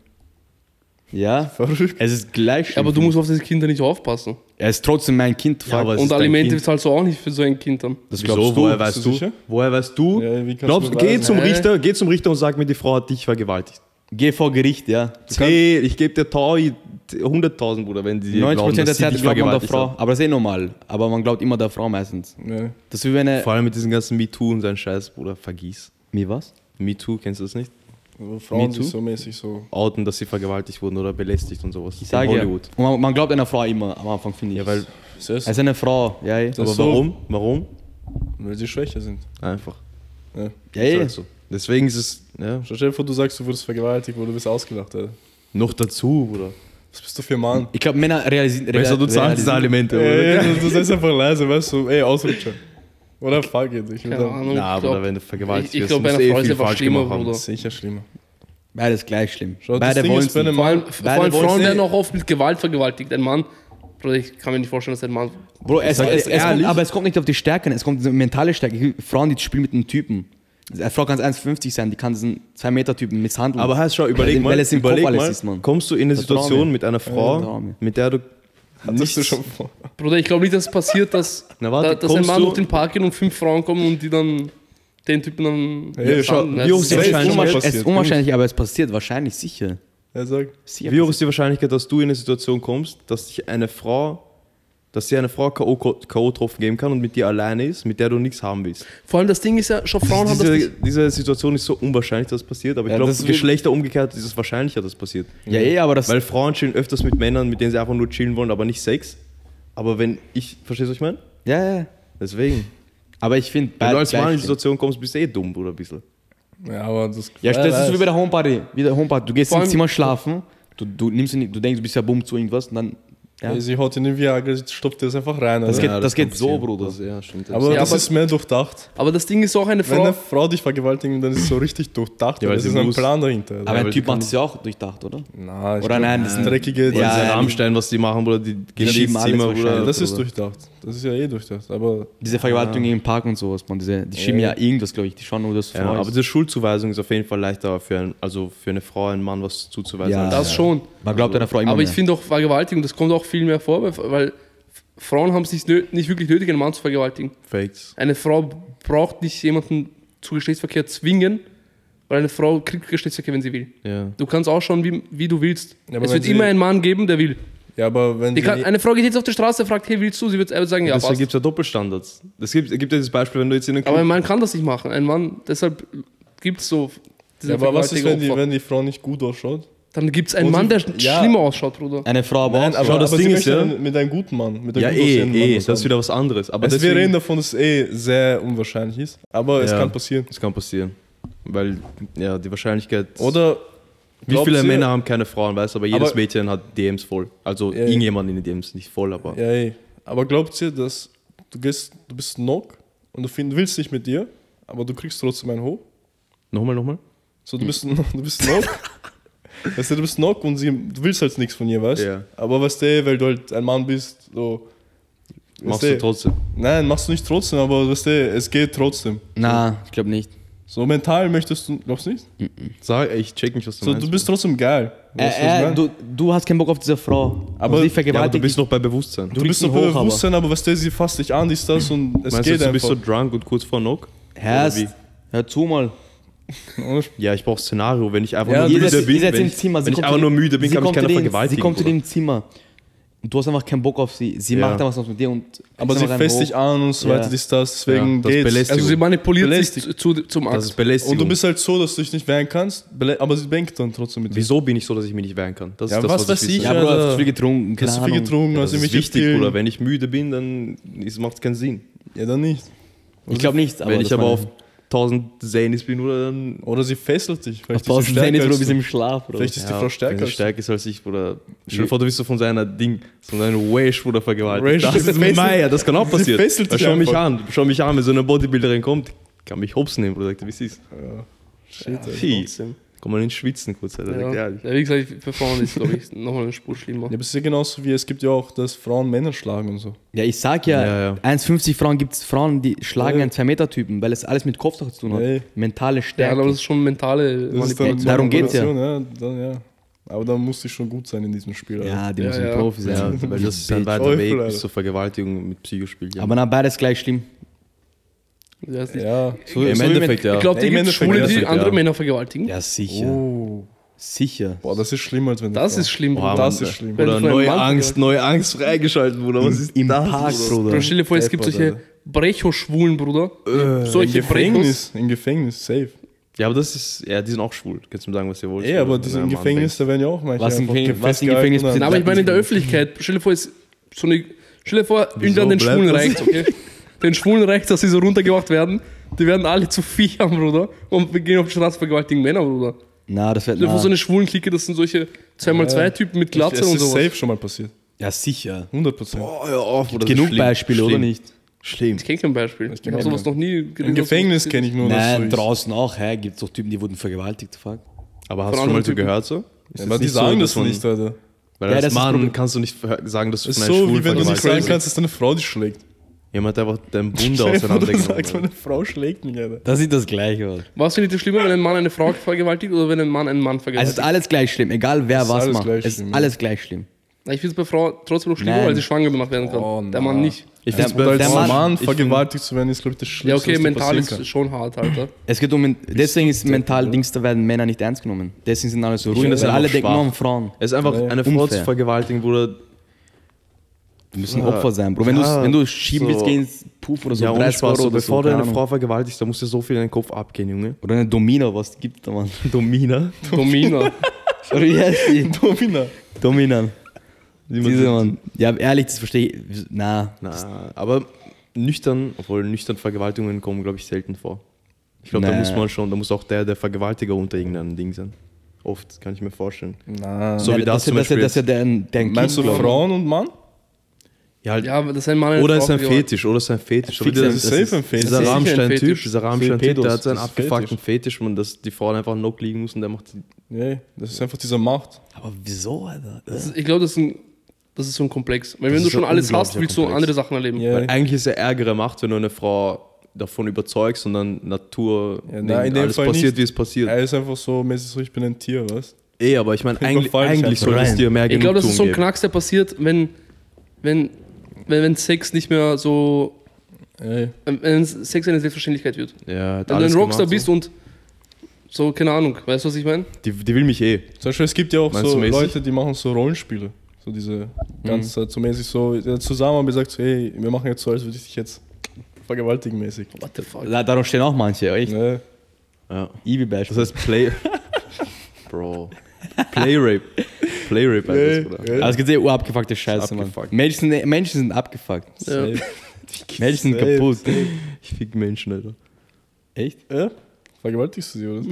Speaker 2: Ja.
Speaker 3: Verrückt.
Speaker 2: Es ist gleich schlimm.
Speaker 1: Aber du musst auf diese Kinder nicht aufpassen.
Speaker 2: Er ist trotzdem mein Kind.
Speaker 4: Ja,
Speaker 2: fuck.
Speaker 4: aber- Das ist
Speaker 1: Und
Speaker 4: dein
Speaker 1: Alimente
Speaker 4: Kind.
Speaker 1: zahlst du auch nicht für so ein Kind dann.
Speaker 2: das
Speaker 4: Wieso?
Speaker 2: glaubst du.
Speaker 4: woher
Speaker 3: Bist
Speaker 4: weißt
Speaker 3: du
Speaker 4: du?
Speaker 3: sicher?
Speaker 4: Woher weißt du?
Speaker 3: Ja, wie kannst
Speaker 4: Glaubst,
Speaker 3: du
Speaker 4: geh
Speaker 3: beweisen?
Speaker 4: zum
Speaker 1: Hä?
Speaker 4: Richter, geh zum Richter und sag mir, die Frau hat dich vergewaltigt.
Speaker 2: Geh vor Gericht, ja.
Speaker 4: C, ich gebe dir Taui 100.000, Bruder, wenn die dir
Speaker 2: 90%
Speaker 4: glauben,
Speaker 2: der
Speaker 4: dass sie
Speaker 2: Zeit
Speaker 4: dich
Speaker 2: glaubt man der
Speaker 4: vergewaltigt
Speaker 2: Frau.
Speaker 4: hat.
Speaker 2: Aber das ist eh normal. Aber man glaubt immer der Frau meistens.
Speaker 3: Ja.
Speaker 2: Das ist wie wenn eine.
Speaker 4: Vor allem mit diesem ganzen MeToo und seinen Scheiß, Bruder, vergiss.
Speaker 2: Mir was?
Speaker 4: MeToo, kennst du das nicht?
Speaker 3: Wo Frauen
Speaker 4: Me
Speaker 3: sich
Speaker 4: too?
Speaker 3: so mäßig so.
Speaker 4: Outen, dass sie vergewaltigt wurden oder belästigt und sowas.
Speaker 2: Ich sage
Speaker 4: In
Speaker 2: ja.
Speaker 4: Hollywood.
Speaker 2: Und man, man glaubt einer Frau immer am Anfang, finde ich.
Speaker 4: Ja, weil,
Speaker 3: Ist
Speaker 2: Also eine Frau, ja, ja.
Speaker 3: Das
Speaker 4: aber
Speaker 3: ist so.
Speaker 4: warum? Warum?
Speaker 3: Weil sie schwächer sind.
Speaker 4: Einfach.
Speaker 3: Ja.
Speaker 2: ja,
Speaker 4: Ist
Speaker 2: ja.
Speaker 4: halt so. Deswegen ist es, ja,
Speaker 3: Stell dir vor, du sagst, du wurdest vergewaltigt, wo du bist ausgelacht, Alter.
Speaker 4: noch dazu, Bruder.
Speaker 3: Was bist du für ein Mann?
Speaker 2: Ich glaube, Männer realisieren.
Speaker 4: Besser du zahlst diese Alimente,
Speaker 3: Ey,
Speaker 4: oder?
Speaker 3: du, du sagst einfach leise, weißt du, ey, Ausrutscher. Oder fuck it, ich will
Speaker 1: Keine
Speaker 3: dann.
Speaker 1: Ahnung.
Speaker 4: Na,
Speaker 1: ich
Speaker 4: Bruder,
Speaker 1: glaub-
Speaker 4: wenn du
Speaker 1: ich-
Speaker 4: vergewaltigt
Speaker 1: ich
Speaker 4: wirst,
Speaker 1: glaub, bei
Speaker 4: musst
Speaker 1: einer
Speaker 4: du eh
Speaker 1: Frau ist es
Speaker 4: viel
Speaker 1: einfach
Speaker 4: falsch
Speaker 1: schlimmer,
Speaker 4: gemacht haben.
Speaker 1: Bruder.
Speaker 3: Sicher schlimmer.
Speaker 2: Beides gleich schlimm.
Speaker 3: Schau, das
Speaker 2: Beide
Speaker 3: Ding
Speaker 2: wollen
Speaker 3: ist, wenn
Speaker 2: es.
Speaker 3: ein
Speaker 1: Vor allem,
Speaker 3: Mann-
Speaker 1: vor allem
Speaker 2: Beide wollen
Speaker 1: Frauen
Speaker 2: sie-
Speaker 1: werden auch oft mit Gewalt vergewaltigt. Ein Mann, Bruder, ich kann mir nicht vorstellen, dass ein Mann.
Speaker 2: Bro, es,
Speaker 4: sag
Speaker 2: es,
Speaker 4: dir
Speaker 2: es kommt,
Speaker 4: ehrlich.
Speaker 2: aber es kommt nicht auf die Stärke, an, es kommt diese mentale Stärke. Ich will Frauen, die spielen mit einem Typen. Eine Frau kann 1,50 sein, die kann diesen 2-Meter-Typen misshandeln.
Speaker 4: Aber halt- heißt schau,
Speaker 2: Weil-
Speaker 4: überleg mal,
Speaker 2: weil es im Kopf
Speaker 4: überleg
Speaker 2: alles
Speaker 4: mal
Speaker 2: ist, Mann.
Speaker 4: kommst du in eine
Speaker 2: Vertrau
Speaker 4: Situation
Speaker 2: mir.
Speaker 4: mit einer
Speaker 2: vertrau
Speaker 4: Frau,
Speaker 2: mir.
Speaker 4: mit der du
Speaker 3: Hattest du
Speaker 4: nichts-
Speaker 3: schon vor.
Speaker 1: Bruder, ich glaube nicht, dass es passiert, dass,
Speaker 4: Na, warte,
Speaker 1: da, dass ein
Speaker 4: kommst
Speaker 1: Mann
Speaker 4: du-
Speaker 1: durch den Park geht und fünf Frauen kommen und die dann den Typen dann.
Speaker 3: Hey,
Speaker 1: Ja,
Speaker 3: schau,
Speaker 1: fanden, ne?
Speaker 4: wie hoch
Speaker 1: Das
Speaker 4: die
Speaker 1: ist-
Speaker 2: es, ist
Speaker 4: Wahrscheinlichkeit- schon mal
Speaker 2: unwahrscheinlich- es ist
Speaker 4: passiert.
Speaker 2: unwahrscheinlich, aber es passiert wahrscheinlich, sicher.
Speaker 3: Er sagt,
Speaker 2: sicher
Speaker 4: Wie hoch ist die Wahrscheinlichkeit, dass du in eine Situation kommst, dass dich eine Frau, dass dir eine Frau K.O. Ko- K.O.-Tropfen geben kann und mit dir alleine ist, mit der du nichts haben willst?
Speaker 1: Vor allem das Ding ist ja, schon Frauen haben das
Speaker 4: diese,
Speaker 1: nicht.
Speaker 4: diese Situation ist so unwahrscheinlich, dass es passiert, aber ich
Speaker 2: Ja,
Speaker 4: glaube,
Speaker 2: das ist wie-
Speaker 4: Geschlechter umgekehrt ist es wahrscheinlicher, dass es passiert.
Speaker 2: Ja, eh, aber das.
Speaker 4: Weil Frauen chillen öfters mit Männern, mit denen sie einfach nur chillen wollen, aber nicht Sex. Aber wenn ich, verstehst du, was ich meine?
Speaker 2: ja, ja.
Speaker 4: Deswegen.
Speaker 2: Aber ich finde,
Speaker 4: Wenn du als Mann in die
Speaker 2: schlimm.
Speaker 4: Situation kommst, bist du eh dumm, Bruder, ein bisschen.
Speaker 3: ja, aber das.
Speaker 2: Ja,
Speaker 3: wer
Speaker 2: das ist wie
Speaker 3: weiß.
Speaker 2: bei der Homeparty. Wie der Homeparty. Du gehst
Speaker 1: Vor
Speaker 2: ins
Speaker 1: allem-
Speaker 2: Zimmer schlafen, du, du, nimmst, ihn nicht- du denkst, du bist ja bumm zu irgendwas und dann. Ja.
Speaker 3: Ey, Sie haut in den Viagra, sie stopft das einfach rein.
Speaker 2: Das
Speaker 3: Alter.
Speaker 2: geht,
Speaker 4: Ja,
Speaker 2: das
Speaker 4: kann
Speaker 2: geht so,
Speaker 4: passieren.
Speaker 2: Bruder.
Speaker 4: Das- ja, stimmt.
Speaker 3: aber
Speaker 1: Ja,
Speaker 3: das
Speaker 1: aber-
Speaker 3: ist mehr durchdacht.
Speaker 1: Aber das Ding ist auch eine
Speaker 3: Wenn eine
Speaker 1: Frau.
Speaker 3: Frau dich vergewaltigt, dann ist es so richtig durchdacht.
Speaker 4: Ja,
Speaker 3: weil
Speaker 4: weil
Speaker 3: das
Speaker 4: sie
Speaker 3: ist ein
Speaker 4: muss.
Speaker 3: Plan dahinter. Alter.
Speaker 2: aber
Speaker 4: weil
Speaker 2: ein
Speaker 4: die
Speaker 2: Typ
Speaker 4: kann-
Speaker 2: macht es ja auch durchdacht, oder?
Speaker 3: Na, ich
Speaker 2: Oder
Speaker 3: glaub,
Speaker 2: nein,
Speaker 3: das
Speaker 2: das-
Speaker 3: ist dreckige.
Speaker 2: Ja,
Speaker 4: Ja,
Speaker 2: ja,
Speaker 4: diese
Speaker 2: die-
Speaker 4: Rammstein, was die machen, Bruder, die gehen
Speaker 2: schieben
Speaker 4: ins
Speaker 2: alles
Speaker 4: Zimmer, Bruder.
Speaker 2: wahrscheinlich.
Speaker 3: das ist
Speaker 4: Äh, Bruder.
Speaker 3: durchdacht. Das ist ja eh durchdacht. Aber
Speaker 2: Diese Vergewaltigung im Park und sowas, man. Diese, die schieben ja irgendwas, glaube ich. Die schauen nur, dass du
Speaker 4: Ah. Ja,
Speaker 2: Frau
Speaker 4: aber
Speaker 2: ist.
Speaker 4: diese Schuldzuweisung ist auf jeden Fall leichter für, ein, also für eine Frau, einen Mann was zuzuweisen.
Speaker 2: Ja.
Speaker 4: als-
Speaker 1: Das schon.
Speaker 2: Man glaubt einer Frau immer.
Speaker 1: Aber ich
Speaker 2: mehr.
Speaker 1: finde auch Vergewaltigung, das kommt auch viel mehr vor, weil, weil Frauen haben es nicht, nö- nicht wirklich nötig, einen Mann zu vergewaltigen.
Speaker 4: Fakes.
Speaker 1: Eine Frau braucht nicht jemanden zu Geschlechtsverkehr zwingen, weil eine Frau kriegt Geschlechtsverkehr, wenn sie will.
Speaker 4: Ja.
Speaker 1: Du kannst auch schauen, wie, wie du willst.
Speaker 3: Ja, aber
Speaker 1: es
Speaker 3: wenn
Speaker 1: wird
Speaker 3: sie-
Speaker 1: immer einen Mann geben, der will.
Speaker 3: ja, aber wenn
Speaker 1: Die
Speaker 3: sie.
Speaker 1: kann, eine Frau geht jetzt auf die Straße, fragt, hey, willst du? Sie wird einfach sagen, ja,
Speaker 4: Deswegen
Speaker 1: passt.
Speaker 4: gibt es ja Doppelstandards. Es gibt, gibt ja das Beispiel, wenn du jetzt in den
Speaker 1: Aber ein
Speaker 4: Club...
Speaker 1: Mann kann das nicht machen. Ein Mann, deshalb gibt es so diese
Speaker 3: ja, aber was ist, wenn die,
Speaker 1: Vergewaltigung.
Speaker 3: wenn die Frau nicht gut ausschaut?
Speaker 1: Dann gibt es einen
Speaker 3: Und
Speaker 1: Mann, der
Speaker 3: die- ja.
Speaker 1: schlimmer ausschaut, Bruder.
Speaker 2: Eine Frau aber auch.
Speaker 3: aber,
Speaker 4: schau, das
Speaker 3: aber sie
Speaker 4: Ding ist
Speaker 3: möchte
Speaker 4: ja-
Speaker 3: einen- mit einem guten Mann. Mit einem
Speaker 4: Ja,
Speaker 3: gut
Speaker 4: eh,
Speaker 3: aussehenden Mann
Speaker 4: eh,
Speaker 3: was
Speaker 4: das ist
Speaker 3: haben.
Speaker 4: wieder was anderes. Aber
Speaker 3: Also
Speaker 4: deswegen,
Speaker 3: wir reden davon, dass es eh sehr unwahrscheinlich ist. Aber es
Speaker 4: Ja.
Speaker 3: kann passieren.
Speaker 4: das kann passieren. Weil, ja, die Wahrscheinlichkeit...
Speaker 3: Oder
Speaker 4: wie viele
Speaker 3: glaubt ihr-
Speaker 4: Männer haben keine Frauen, weißt du, aber jedes
Speaker 3: Aber-
Speaker 4: Mädchen hat DMs voll. Also
Speaker 3: Ja, ja.
Speaker 4: irgendjemand in den DMs, nicht voll, aber...
Speaker 3: Ja, ey. Aber glaubt ihr, dass du gehst, du bist knock und du find, willst nicht mit dir, aber du kriegst trotzdem einen hoch?
Speaker 4: Nochmal, nochmal?
Speaker 3: So, du bist, du bist knock Weißt du, du bist knock und sie, du willst halt nichts von ihr, weißt du?
Speaker 4: Ja.
Speaker 3: Aber weißt du, weil du halt ein Mann bist, so. weißt
Speaker 4: Machst du
Speaker 3: eh.
Speaker 4: trotzdem.
Speaker 3: Nein, machst du nicht trotzdem, aber weißt du, es geht trotzdem.
Speaker 2: Na, ich glaube nicht.
Speaker 3: So mental möchtest du, glaubst du nicht?
Speaker 4: Sag, ey, ich check nicht, was du
Speaker 3: So,
Speaker 4: meinst.
Speaker 3: du bist trotzdem geil. Weißt du, was ich
Speaker 2: Äh, äh,
Speaker 3: mein?
Speaker 2: du, du hast keinen Bock auf diese Frau.
Speaker 3: Aber-
Speaker 2: Und sie
Speaker 4: ja, aber
Speaker 2: vergewaltigt
Speaker 4: du bist
Speaker 2: dich.
Speaker 4: noch bei Bewusstsein.
Speaker 3: Du bist
Speaker 2: kriegst ihn
Speaker 3: noch bei
Speaker 2: hoch, aber-
Speaker 3: Bewusstsein, aber was der sie fasst dich an, ist
Speaker 2: Hm.
Speaker 3: das und es
Speaker 4: meinst
Speaker 3: geht
Speaker 4: du, du
Speaker 3: einfach.
Speaker 4: bist so drunk und kurz vor Knock?
Speaker 2: Herrst,
Speaker 4: Oder
Speaker 2: hör zu mal.
Speaker 3: Ohne Sp-
Speaker 4: Ja, ich brauche Szenario, wenn ich einfach
Speaker 1: Ja,
Speaker 4: nur
Speaker 1: ihr
Speaker 4: müde
Speaker 2: seid-
Speaker 4: bin.
Speaker 2: ihr seid
Speaker 4: wenn
Speaker 2: im
Speaker 4: ich,
Speaker 2: Zimmer. sie
Speaker 4: wenn ich
Speaker 2: kommt
Speaker 4: einfach
Speaker 2: zu
Speaker 4: nur
Speaker 2: dir-
Speaker 4: müde bin,
Speaker 2: sie
Speaker 4: kann mich
Speaker 2: kommt zu
Speaker 4: keiner
Speaker 2: dir-
Speaker 4: vergewaltigen.
Speaker 2: Sie kommt zu
Speaker 4: Bruder.
Speaker 2: dem Zimmer. Und du hast einfach keinen Bock auf sie. Sie
Speaker 4: Ja.
Speaker 2: macht da was mit dir und.
Speaker 3: aber sie fässt dich an und so weiter,
Speaker 2: Ja.
Speaker 3: dies, das, deswegen
Speaker 4: Ja, das
Speaker 3: geht's.
Speaker 4: belästigt.
Speaker 1: Also sie manipuliert
Speaker 3: Belästigt.
Speaker 1: dich zu, zum
Speaker 4: Das ist
Speaker 1: Akt.
Speaker 4: Belästigung.
Speaker 3: und du bist halt so, dass du dich nicht wehren kannst, belä- aber sie denkt dann trotzdem mit dir.
Speaker 4: Wieso bin ich so, dass ich mich nicht wehren kann? Das
Speaker 3: Ja,
Speaker 4: ist das,
Speaker 3: was
Speaker 4: was,
Speaker 3: weiß
Speaker 4: ich wissen
Speaker 3: ich,
Speaker 2: Ja,
Speaker 4: will.
Speaker 3: Ja,
Speaker 2: Bro,
Speaker 3: da-
Speaker 2: hast du viel getrunken.
Speaker 3: Hast du viel getrunken,
Speaker 4: Ja, das
Speaker 3: also
Speaker 4: ist
Speaker 3: mich
Speaker 4: wichtig,
Speaker 3: erzählen.
Speaker 4: Bruder. Wenn ich müde bin, dann macht es keinen Sinn.
Speaker 3: Ja, dann nicht.
Speaker 2: Ich glaube nicht.
Speaker 4: wenn ich
Speaker 2: das
Speaker 4: aber
Speaker 2: meine
Speaker 4: auf 1000 Zanis bin, Bruder, dann...
Speaker 3: Oder sie fesselt dich.
Speaker 2: Auf
Speaker 3: Vielleicht ist sie
Speaker 2: tausend
Speaker 3: stärker
Speaker 2: Zähne, du
Speaker 3: als
Speaker 2: bist
Speaker 3: du.
Speaker 2: im Schlaf, Bruder.
Speaker 3: Vielleicht ist die Frau stärker
Speaker 4: Wenn
Speaker 3: als
Speaker 4: sie
Speaker 3: du.
Speaker 4: stärker ist als ich, Bruder. Stell
Speaker 2: Nee.
Speaker 4: dir vor, du bist so von seiner Ding, von seiner Wash, Bruder,
Speaker 3: Wash.
Speaker 4: vergewaltigt. Das ist
Speaker 3: Fesselt-
Speaker 4: Meier, das kann auch passieren.
Speaker 3: Sie fesselt
Speaker 4: Weil
Speaker 3: dich
Speaker 4: Schau mich
Speaker 3: einfach.
Speaker 4: an, schau mich an, wenn so eine Bodybuilderin kommt, kann mich hops nehmen, Bruder, sagt er, wie es ist.
Speaker 3: Shit, also. Alter.
Speaker 4: Vieh. Kann man nicht schwitzen, kurz, Alter, sagt er
Speaker 1: Ja.
Speaker 4: ehrlich.
Speaker 1: Ja, wie gesagt, ich- für Frauen ist, glaube ich, nochmal eine Spur schlimmer.
Speaker 3: Ja, aber es ist ja genauso wie es gibt ja auch, dass Frauen Männer schlagen und so.
Speaker 2: Ja, ich sag ja,
Speaker 4: Ja, ja.
Speaker 2: 1,50 Frauen gibt es Frauen, die schlagen
Speaker 3: Ja.
Speaker 2: einen 2-Meter-Typen, weil es alles mit Kopfsache zu tun hat.
Speaker 3: Ja.
Speaker 2: Mentale
Speaker 1: Ja,
Speaker 2: Stärke.
Speaker 1: aber das ist schon mentale
Speaker 3: Das ist dann
Speaker 1: Manipulation.
Speaker 2: Darum geht's ja.
Speaker 3: Manipulation, ja, dann, ja. Aber da musste ich schon gut sein in diesem Spiel. also. Alter.
Speaker 2: Ja, die
Speaker 1: Ja,
Speaker 2: müssen
Speaker 1: ja.
Speaker 2: Profis sein.
Speaker 4: Ja, weil das ist ein
Speaker 3: Teufel,
Speaker 4: weiter Weg
Speaker 3: Alter.
Speaker 4: bis zur Vergewaltigung mit Psychospiel. Ja.
Speaker 2: Aber na, beides gleich schlimm.
Speaker 1: Ja, ist nicht-
Speaker 3: Ja.
Speaker 1: so
Speaker 4: im
Speaker 1: wie
Speaker 4: Endeffekt, ja.
Speaker 1: Ich glaube,
Speaker 3: Ja,
Speaker 1: die
Speaker 3: im
Speaker 1: gibt
Speaker 3: Endeffekt,
Speaker 1: Schwule,
Speaker 3: ja,
Speaker 1: die
Speaker 4: sicher,
Speaker 1: andere
Speaker 4: ja.
Speaker 1: Männer vergewaltigen.
Speaker 2: Ja, sicher.
Speaker 3: Oh.
Speaker 2: Sicher.
Speaker 3: Boah, das ist schlimmer als wenn die
Speaker 1: Das
Speaker 3: Frau-
Speaker 1: ist schlimm,
Speaker 4: Boah,
Speaker 1: Bruder.
Speaker 3: das
Speaker 4: Mann,
Speaker 3: ist schlimm.
Speaker 1: Wenn
Speaker 4: Oder
Speaker 1: du von einem
Speaker 4: neue
Speaker 1: Mann
Speaker 4: Angst, neue Angst freigeschaltet, Bruder. Was ist
Speaker 2: Im
Speaker 4: das?
Speaker 2: Park,
Speaker 4: Bruder?
Speaker 2: Bruder.
Speaker 1: Bruder, stell dir vor, es gibt
Speaker 3: Deppert,
Speaker 1: solche Brecho-Schwulen, Bruder.
Speaker 3: Äh, Im
Speaker 1: solche Brechos.
Speaker 3: Gefängnis, im Gefängnis, safe.
Speaker 4: Ja, aber das ist, ja, die sind auch schwul. Kannst du mir sagen, was ihr wollt.
Speaker 3: Ey, aber die sind im Gefängnis, da werden ja auch manche
Speaker 2: Was im
Speaker 3: einfach
Speaker 2: Gefängnis- was im
Speaker 3: festgehalten
Speaker 2: Gefängnis
Speaker 3: und dann-
Speaker 2: passiert?
Speaker 1: Nein, aber ich meine in der Öffentlichkeit. Stell dir vor, es so eine, stell dir vor irgendwann den
Speaker 4: bleibt
Speaker 1: Schwulen
Speaker 4: das?
Speaker 1: reicht, okay? Den Schwulen reicht, dass sie so runtergemacht werden. Die werden alle zu Viechern, Bruder. Und wir gehen auf die Straße vergewaltigen Männer, Bruder.
Speaker 2: Na, das wird.
Speaker 1: Stell dir
Speaker 2: Na.
Speaker 1: vor, so eine Schwulenklicke, das sind solche 2x2-Typen mit
Speaker 3: Es
Speaker 1: Glatze und
Speaker 3: ist
Speaker 1: sowas.
Speaker 3: safe schon mal passiert.
Speaker 2: Ja, sicher.
Speaker 3: 100 Prozent.
Speaker 4: Oh, hör auf, Bruder. das ist
Speaker 2: Genug
Speaker 4: schlimm.
Speaker 2: Beispiele,
Speaker 4: schlimm.
Speaker 2: oder nicht?
Speaker 4: Schlimm.
Speaker 1: Ich kenne kein Beispiel. Ich
Speaker 3: kenn
Speaker 1: habe
Speaker 3: keinen.
Speaker 1: sowas noch nie
Speaker 3: Im Gefängnis kenne ich nur
Speaker 2: Nein,
Speaker 3: das.
Speaker 2: draußen auch, hä? Gibt's doch Typen, die wurden vergewaltigt, fuck.
Speaker 1: Von
Speaker 4: Aber hast du schon
Speaker 1: anderen
Speaker 4: mal so
Speaker 1: Typen.
Speaker 4: gehört so? Ist
Speaker 3: Ja,
Speaker 4: es
Speaker 3: aber die
Speaker 4: nicht so,
Speaker 3: sagen
Speaker 4: dass
Speaker 3: das
Speaker 4: man-
Speaker 3: nicht, Alter.
Speaker 4: Weil
Speaker 2: Ja, das
Speaker 4: als
Speaker 2: ist
Speaker 4: Mann
Speaker 2: Problem.
Speaker 4: kannst du nicht ver- sagen, dass du
Speaker 3: Das
Speaker 4: von
Speaker 3: ist
Speaker 4: einem
Speaker 3: so,
Speaker 4: Schwulen
Speaker 3: wie wenn du nicht sagen
Speaker 4: vergewaltigt
Speaker 3: kannst, dass deine Frau dich schlägt.
Speaker 4: wirst. Jemand hat einfach deinen Bunde
Speaker 3: Stell dir vor, du
Speaker 4: auseinandergenommen.
Speaker 3: sagst, meine Frau schlägt mich, Alter.
Speaker 2: Das ist das Gleiche, was.
Speaker 1: Was findet ihr schlimmer, wenn ein Mann eine Frau vergewaltigt oder wenn ein Mann einen Mann
Speaker 2: Also es
Speaker 1: vergewaltigt?
Speaker 2: ist alles gleich schlimm, egal wer
Speaker 3: ist
Speaker 2: was
Speaker 3: alles
Speaker 2: macht.
Speaker 3: gleich
Speaker 2: Es
Speaker 3: schlimm,
Speaker 2: ist
Speaker 3: ja.
Speaker 2: alles gleich schlimm.
Speaker 1: ich finde es bei Frau trotzdem noch schlimmer,
Speaker 2: Nein.
Speaker 1: weil sie schwanger gemacht werden kann.
Speaker 3: Oh,
Speaker 1: der
Speaker 3: na.
Speaker 1: Mann nicht.
Speaker 4: Ich
Speaker 2: Ja,
Speaker 4: find's blöd.
Speaker 2: weil
Speaker 3: Als
Speaker 2: der
Speaker 3: Mann,
Speaker 2: Mann-
Speaker 3: vergewaltigt zu werden, ist, glaube ich, das
Speaker 1: Ja,
Speaker 3: Schlimmste,
Speaker 1: okay,
Speaker 3: was dir
Speaker 1: mental
Speaker 3: passieren
Speaker 1: ist schon hart, Alter.
Speaker 2: Es geht um, deswegen ist mental Dings, da werden Männer nicht ernst genommen. Deswegen sind alle so ruhig,
Speaker 4: finde das
Speaker 2: weil
Speaker 4: einfach
Speaker 2: alle denken
Speaker 4: schwach.
Speaker 2: nur an Frauen.
Speaker 4: Es ist einfach,
Speaker 3: Ja,
Speaker 4: eine Frau zu
Speaker 2: unfair.
Speaker 4: vergewaltigen, Bruder.
Speaker 2: Du musst ein
Speaker 4: Ja.
Speaker 2: Opfer sein, Bro. Wenn,
Speaker 4: Ja,
Speaker 2: du, wenn du schieben willst,
Speaker 4: so.
Speaker 2: geh ins Puff oder so.
Speaker 4: ja, ohne
Speaker 2: 30
Speaker 4: Spaß,
Speaker 2: Euro
Speaker 4: so,
Speaker 2: oder
Speaker 4: bevor du
Speaker 2: keine
Speaker 4: eine
Speaker 2: Ahnung.
Speaker 4: Frau vergewaltigst, da muss dir so viel in den Kopf abgehen, Junge.
Speaker 2: Oder eine Domina, was gibt da, Mann?
Speaker 4: Domina.
Speaker 1: Domina.
Speaker 2: Oder wie heißt die?
Speaker 3: Domina.
Speaker 2: Domina. Diese,
Speaker 4: man-
Speaker 2: Mann. Ja, ehrlich, das verstehe ich. Na.
Speaker 4: Na, aber nüchtern, obwohl nüchtern Vergewaltigungen kommen, glaube ich, selten vor. Ich glaube, da
Speaker 2: Nee.
Speaker 4: muss man schon, da muss auch der, der Vergewaltiger unter irgendeinem Ding sein. Oft, kann ich mir vorstellen.
Speaker 3: Nein.
Speaker 4: So wie
Speaker 2: das,
Speaker 4: das zum
Speaker 2: das, das,
Speaker 4: Beispiel
Speaker 2: das ist ja
Speaker 4: jetzt.
Speaker 2: deren, deren
Speaker 3: Meinst du
Speaker 2: Kind, glaub ich.
Speaker 3: Frauen und Mann?
Speaker 4: Ja, halt,
Speaker 1: ja, aber das ist ein Mann eine
Speaker 4: oder
Speaker 1: Frau
Speaker 4: ist ein
Speaker 1: vergewaltigt.
Speaker 4: Fetisch, oder ist ein Fetisch. Aber
Speaker 2: Fix,
Speaker 4: dieser-
Speaker 2: das
Speaker 3: ist
Speaker 2: ist-
Speaker 3: safe ein
Speaker 1: das
Speaker 3: Fetisch.
Speaker 1: ist
Speaker 4: dieser
Speaker 1: sicher ein
Speaker 4: Rammstein-Typ,
Speaker 1: Fetisch.
Speaker 4: dieser Rammstein-Typ, der
Speaker 3: Pedos,
Speaker 4: hat so einen
Speaker 3: das ist
Speaker 4: abgefuckten Fetisch, man, dass die Frauen einfach knock liegen müssen, der macht die
Speaker 3: Nee, das ist einfach dieser Macht.
Speaker 2: Aber wieso, Alter?
Speaker 1: Das ist- Also, Ich glaube, das, ist ein- das ist so ein Komplex. Weil wenn
Speaker 4: ist
Speaker 1: du schon
Speaker 4: ein
Speaker 1: alles hast,
Speaker 4: unglaublicher
Speaker 1: willst du
Speaker 4: Komplex.
Speaker 1: andere Sachen erleben.
Speaker 3: Ja.
Speaker 4: Weil eigentlich ist ja ärgere Macht, wenn du eine Frau davon überzeugst und dann Natur
Speaker 3: Ja,
Speaker 4: nimmt,
Speaker 3: nein, in dem
Speaker 4: alles
Speaker 3: Fall
Speaker 4: passiert,
Speaker 3: nicht.
Speaker 4: wie es passiert.
Speaker 3: Er ist einfach so mäßig so, ich bin ein Tier, weißt
Speaker 4: Eh, aber ich meine, eigentlich,
Speaker 3: überfall dich
Speaker 4: eigentlich
Speaker 3: einfach
Speaker 4: soll es
Speaker 2: rein.
Speaker 4: dir mehr
Speaker 1: Ich glaube, das ist so
Speaker 4: Genugtuung
Speaker 1: ein
Speaker 4: geben.
Speaker 1: Knacks, der passiert, wenn, wenn, wenn, wenn Sex nicht mehr so.
Speaker 3: Ey.
Speaker 1: Wenn Sex eine Selbstverständlichkeit wird.
Speaker 4: Ja, hat
Speaker 1: Wenn du
Speaker 4: alles
Speaker 1: ein Rockstar
Speaker 4: gemacht,
Speaker 1: bist und so, keine Ahnung, weißt du, was ich meine?
Speaker 4: so. Die, die will mich eh.
Speaker 3: Zum Beispiel, es gibt ja auch
Speaker 4: Meinst
Speaker 3: so
Speaker 4: du mäßig?
Speaker 3: Leute, die machen so Rollenspiele. So diese ganz Zeit so mäßig so ja, zusammen haben gesagt, so, hey, wir machen jetzt so, als würde ich dich jetzt vergewaltigen mäßig.
Speaker 1: What the fuck?
Speaker 2: Da, darum stehen auch manche, echt.
Speaker 3: Ne?
Speaker 4: Ja.
Speaker 2: Ibi
Speaker 4: Das heißt Play... Bro. Playrape. Playrape heißt das, Bruder.
Speaker 2: Aber es gibt sehr urabgefuckte Scheiße, Mann.
Speaker 4: Abgefuckt.
Speaker 2: Menschen, sind- Menschen sind abgefuckt.
Speaker 1: Ja.
Speaker 2: Menschen sind kaputt.
Speaker 4: Ich fick Menschen, Alter.
Speaker 2: Echt?
Speaker 3: Ja? Vergewaltigst du sie, oder?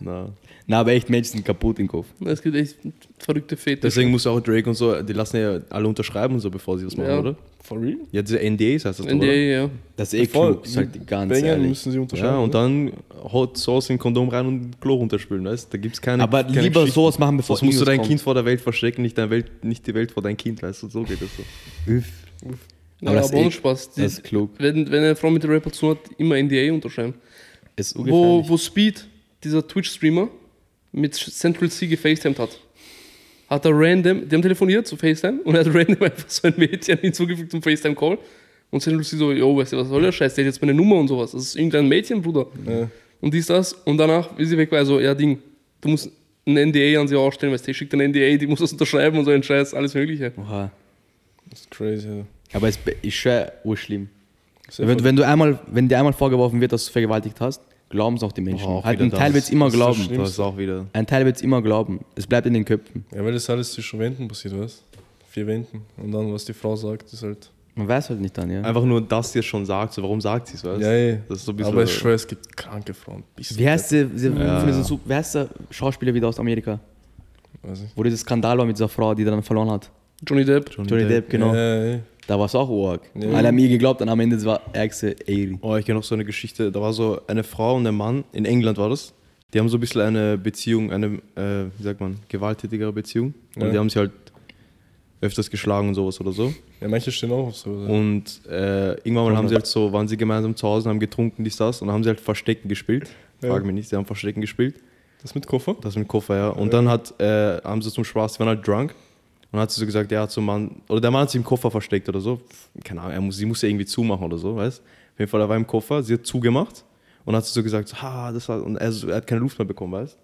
Speaker 4: Na.
Speaker 2: Na, aber echt, Menschen sind kaputt im Kopf.
Speaker 1: Es gibt echt verrückte Väter.
Speaker 4: Deswegen muss auch Drake und so, die lassen ja alle unterschreiben und so, bevor sie das machen,
Speaker 1: Ja.
Speaker 4: oder?
Speaker 3: For real?
Speaker 4: Ja, diese NDAs heißt das,
Speaker 1: In
Speaker 4: oder?
Speaker 1: die, ja.
Speaker 2: Das ist eh
Speaker 3: Voll.
Speaker 2: klug, sag ich ganz
Speaker 3: Bängern
Speaker 2: ehrlich.
Speaker 3: müssen sie unterscheiden.
Speaker 4: Ja, und dann Hot Sauce in Kondom rein und Klo runterspülen, weißt du? Da gibt's keine.
Speaker 2: Aber
Speaker 4: keine
Speaker 2: lieber
Speaker 4: Geschichte.
Speaker 2: sowas machen, bevor
Speaker 4: Sonst musst du
Speaker 2: Minus
Speaker 4: dein
Speaker 2: kommt.
Speaker 4: Kind vor der Welt verstecken, nicht, dein Welt, nicht die Welt vor dein Kind, weißt du? So geht das so.
Speaker 1: Aber,
Speaker 2: das
Speaker 1: aber
Speaker 2: ist eh-
Speaker 1: ohne Spaß. Die,
Speaker 2: Das ist klug.
Speaker 1: wenn, wenn eine Frau mit der Rapper zu hat, immer NDA unterschreiben.
Speaker 2: Das ist
Speaker 1: Wo,
Speaker 2: ungefährlich.
Speaker 1: wo Speed, dieser Twitch-Streamer, mit Central C gefacetimed hat, hat er random, die haben telefoniert zu FaceTime und er hat random einfach so ein Mädchen hinzugefügt zum FaceTime-Call. Und Central C so, yo, weißt du, was soll der Scheiß? Der hat jetzt meine Nummer und sowas. Das ist irgendein Mädchen, Bruder.
Speaker 3: Ja.
Speaker 1: Und dies, das. Und danach, wie sie weg war, so, ja, Ding, du musst ein NDA an sie ausstellen, weißt du, ich schicke ein NDA, die muss das unterschreiben und so ein Scheiß, alles Mögliche.
Speaker 2: Oha.
Speaker 3: Das ist crazy. Alter.
Speaker 2: Aber es be- ist schwer urschlimm.
Speaker 3: Sehr
Speaker 2: Wenn, wenn, du einmal, wenn dir einmal vorgeworfen wird, dass du vergewaltigt hast, glauben es auch die Menschen.
Speaker 4: Boah, auch
Speaker 2: halt,
Speaker 4: wieder
Speaker 2: ein Teil
Speaker 4: das.
Speaker 2: wird es immer
Speaker 3: ist das
Speaker 2: glauben.
Speaker 3: Schlimmste.
Speaker 4: Das ist auch wieder.
Speaker 2: Ein Teil wird es immer glauben. Es bleibt in den Köpfen.
Speaker 3: Ja, weil das alles zwischen Wänden passiert, weißt Vier Wänden. Und dann, was die Frau sagt, ist halt.
Speaker 2: Man weiß halt nicht dann, ja.
Speaker 4: Einfach nur, dass sie es schon sagt, so warum sagt sie es, weißt
Speaker 3: Ja, ja.
Speaker 4: Das ist so ein bisschen.
Speaker 3: Aber ich schwöre, es gibt kranke Frauen. Bisschen.
Speaker 2: Wie heißt der, der,
Speaker 4: Ja.
Speaker 2: von diesem Sup- wer heißt der Schauspieler wieder aus Amerika?
Speaker 3: Weiß ich.
Speaker 2: Wo dieser Skandal war mit dieser Frau, die dann verloren hat.
Speaker 1: Johnny Depp.
Speaker 2: Johnny Depp, genau.
Speaker 3: Ja, ja, ja.
Speaker 2: Da war es auch arg.
Speaker 3: Ja.
Speaker 2: Alle haben ihr geglaubt und am Ende war Ärgste Eri.
Speaker 4: Oh, ich kenne noch so eine Geschichte. Da war so eine Frau und ein Mann, in England war das. Die haben so ein bisschen eine Beziehung, eine, äh, wie sagt man, gewalttätigere Beziehung. Und
Speaker 3: Ja.
Speaker 4: die haben sich halt öfters geschlagen und sowas oder so.
Speaker 3: ja, manche stehen auch auf sowas. ja.
Speaker 4: Und äh, irgendwann mal haben sie halt so, waren sie gemeinsam zu Hause und haben getrunken, dies, das. Und dann haben sie halt Verstecken gespielt.
Speaker 3: Ja.
Speaker 4: Frag mich nicht, sie haben Verstecken gespielt.
Speaker 3: Das mit Koffer?
Speaker 4: Das mit dem Koffer, ja. Und dann hat, äh, haben sie zum Spaß, die waren halt drunk. Und hat sie so gesagt, er hat so einen Mann, oder der Mann hat sie im Koffer versteckt oder so. Keine Ahnung, er muss, sie muss ja irgendwie zumachen oder so, weißt Auf jeden Fall, er war im Koffer, sie hat zugemacht und hat sie so gesagt, so, ha, das hat, und er, so, er hat keine Luft mehr bekommen, weißt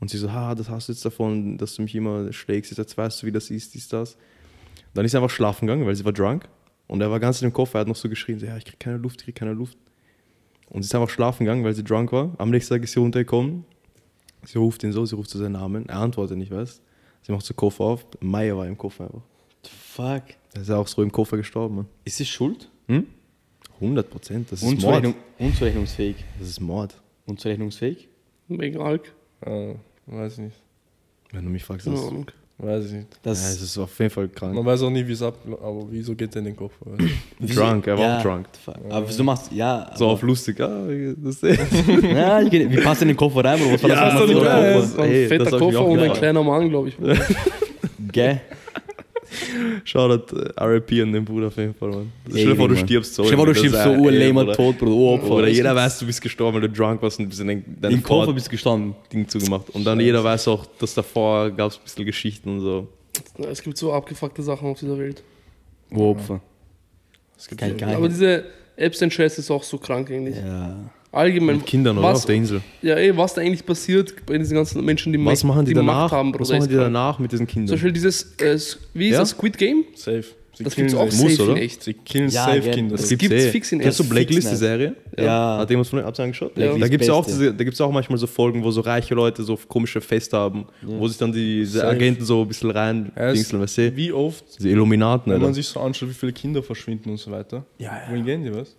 Speaker 4: Und sie so, ha, das hast du jetzt davon, dass du mich immer schlägst, jetzt weißt du, wie das ist, dies, das. Dann ist er einfach schlafen gegangen, weil sie war drunk. Und er war ganz in dem Koffer, er hat noch so geschrien, so, ja, ich krieg keine Luft, ich krieg keine Luft. Und sie ist einfach schlafen gegangen, weil sie drunk war. Am nächsten Tag ist sie runtergekommen. Sie ruft ihn so, sie ruft so seinen Namen. Er antwortet nicht, weißt Sie macht so Koffer auf. Meier war im Koffer einfach.
Speaker 2: Fuck.
Speaker 4: Er ist ja auch so im Koffer gestorben, Mann.
Speaker 2: Ist sie schuld?
Speaker 4: 100 Prozent. Das ist
Speaker 2: Unzurechnung,
Speaker 4: Mord.
Speaker 2: unzurechnungsfähig.
Speaker 4: Das ist Mord.
Speaker 2: Unzurechnungsfähig?
Speaker 1: Wegen Alk.
Speaker 3: Äh, weiß ich nicht.
Speaker 4: Wenn du mich fragst,
Speaker 1: Keine
Speaker 4: das ja,
Speaker 1: Ahnung.
Speaker 3: Weiß ich nicht.
Speaker 2: Das
Speaker 4: es ist auf jeden Fall krank.
Speaker 3: Man weiß auch nie, wie es abläuft, aber wieso geht der in den Koffer? weißt du?
Speaker 4: Drunk, er war
Speaker 2: ja,
Speaker 4: auch drunk.
Speaker 2: fuck. Aber wieso machst du, ja.
Speaker 4: So
Speaker 2: aber-
Speaker 4: auf lustig. Ah, das ist
Speaker 2: Ja, ich geh- wie passt denn in den Koffer rein, Bro? Was war
Speaker 4: Ja,
Speaker 2: das
Speaker 4: ist doch
Speaker 2: für ein
Speaker 4: geil.
Speaker 2: Koffer?
Speaker 1: Das war ein
Speaker 4: Ey, das
Speaker 1: fetter
Speaker 4: hab ich mir
Speaker 1: Koffer
Speaker 4: auch
Speaker 1: und ein
Speaker 4: gedacht.
Speaker 1: kleiner Magen, glaube ich. Bruder.
Speaker 2: Gell?
Speaker 4: Shoutout äh, RIP an den Bruder auf jeden Fall, Mann.
Speaker 2: Ey,
Speaker 4: Stell dir vor, du
Speaker 2: Mann.
Speaker 4: stirbst so.
Speaker 2: Stell dir vor, du stirbst so urlamer tot, Bruder. Uropfer.
Speaker 4: Oder jeder weiß, du bist gestorben, weil du drunk warst und bist in den, deine
Speaker 2: Im
Speaker 4: Frau hat
Speaker 2: Koffer bist du gestanden.
Speaker 4: Ding zugemacht. Und dann jeder weiß auch, dass davor gab es ein bisschen Geschichten und so.
Speaker 1: Es gibt so abgefuckte Sachen auf dieser Welt.
Speaker 2: Uropfer.
Speaker 3: Es gibt
Speaker 2: Kann ich
Speaker 3: so-
Speaker 2: gar nicht.
Speaker 1: Aber diese Abstinence ist auch so krank eigentlich.
Speaker 2: Ja.
Speaker 1: Allgemein.
Speaker 4: Mit Kindern, oder?
Speaker 1: was,
Speaker 4: Auf der Insel.
Speaker 1: Ja, ey, was da eigentlich passiert bei diesen ganzen Menschen, die,
Speaker 4: Was
Speaker 1: Macht-
Speaker 4: machen die, danach?
Speaker 1: Macht haben, Bruder,
Speaker 4: was machen
Speaker 1: ist
Speaker 4: die
Speaker 1: krank.
Speaker 4: danach mit diesen
Speaker 1: Zum
Speaker 4: Kindern?
Speaker 1: Beispiel dieses, äh, wie ist
Speaker 4: Ja?
Speaker 1: das, Squid Game?
Speaker 3: Safe. Sie
Speaker 1: Das
Speaker 3: killen
Speaker 1: gibt's auch
Speaker 3: safe.
Speaker 4: Muss,
Speaker 1: safe
Speaker 4: oder?
Speaker 1: in echt.
Speaker 3: Sie killen
Speaker 2: Ja,
Speaker 3: safe
Speaker 2: gell.
Speaker 3: Kinder.
Speaker 1: Das
Speaker 3: Das
Speaker 1: gibt's
Speaker 4: eh.
Speaker 1: fix in
Speaker 4: Kennst du
Speaker 1: echt.
Speaker 4: Blacklist, die
Speaker 2: Fix,
Speaker 4: Serie?
Speaker 2: Ja.
Speaker 4: Hat jemand von euch, habt ihr angeschaut?
Speaker 1: Ja.
Speaker 4: Da gibt es ja auch,
Speaker 2: Beste.
Speaker 4: diese, da gibt's auch manchmal so Folgen, wo so reiche Leute so komische Feste haben, wo sich dann die, diese
Speaker 3: Safe.
Speaker 4: Agenten so ein bisschen rein
Speaker 3: Ja,
Speaker 4: dingseln, weißt du?
Speaker 3: Wie oft,
Speaker 4: Diese Illuminaten,
Speaker 3: wenn man
Speaker 4: Alter.
Speaker 3: sich so anschaut, wie viele Kinder verschwinden und so weiter.
Speaker 2: Ja, ja.
Speaker 3: Wohin gehen die, was?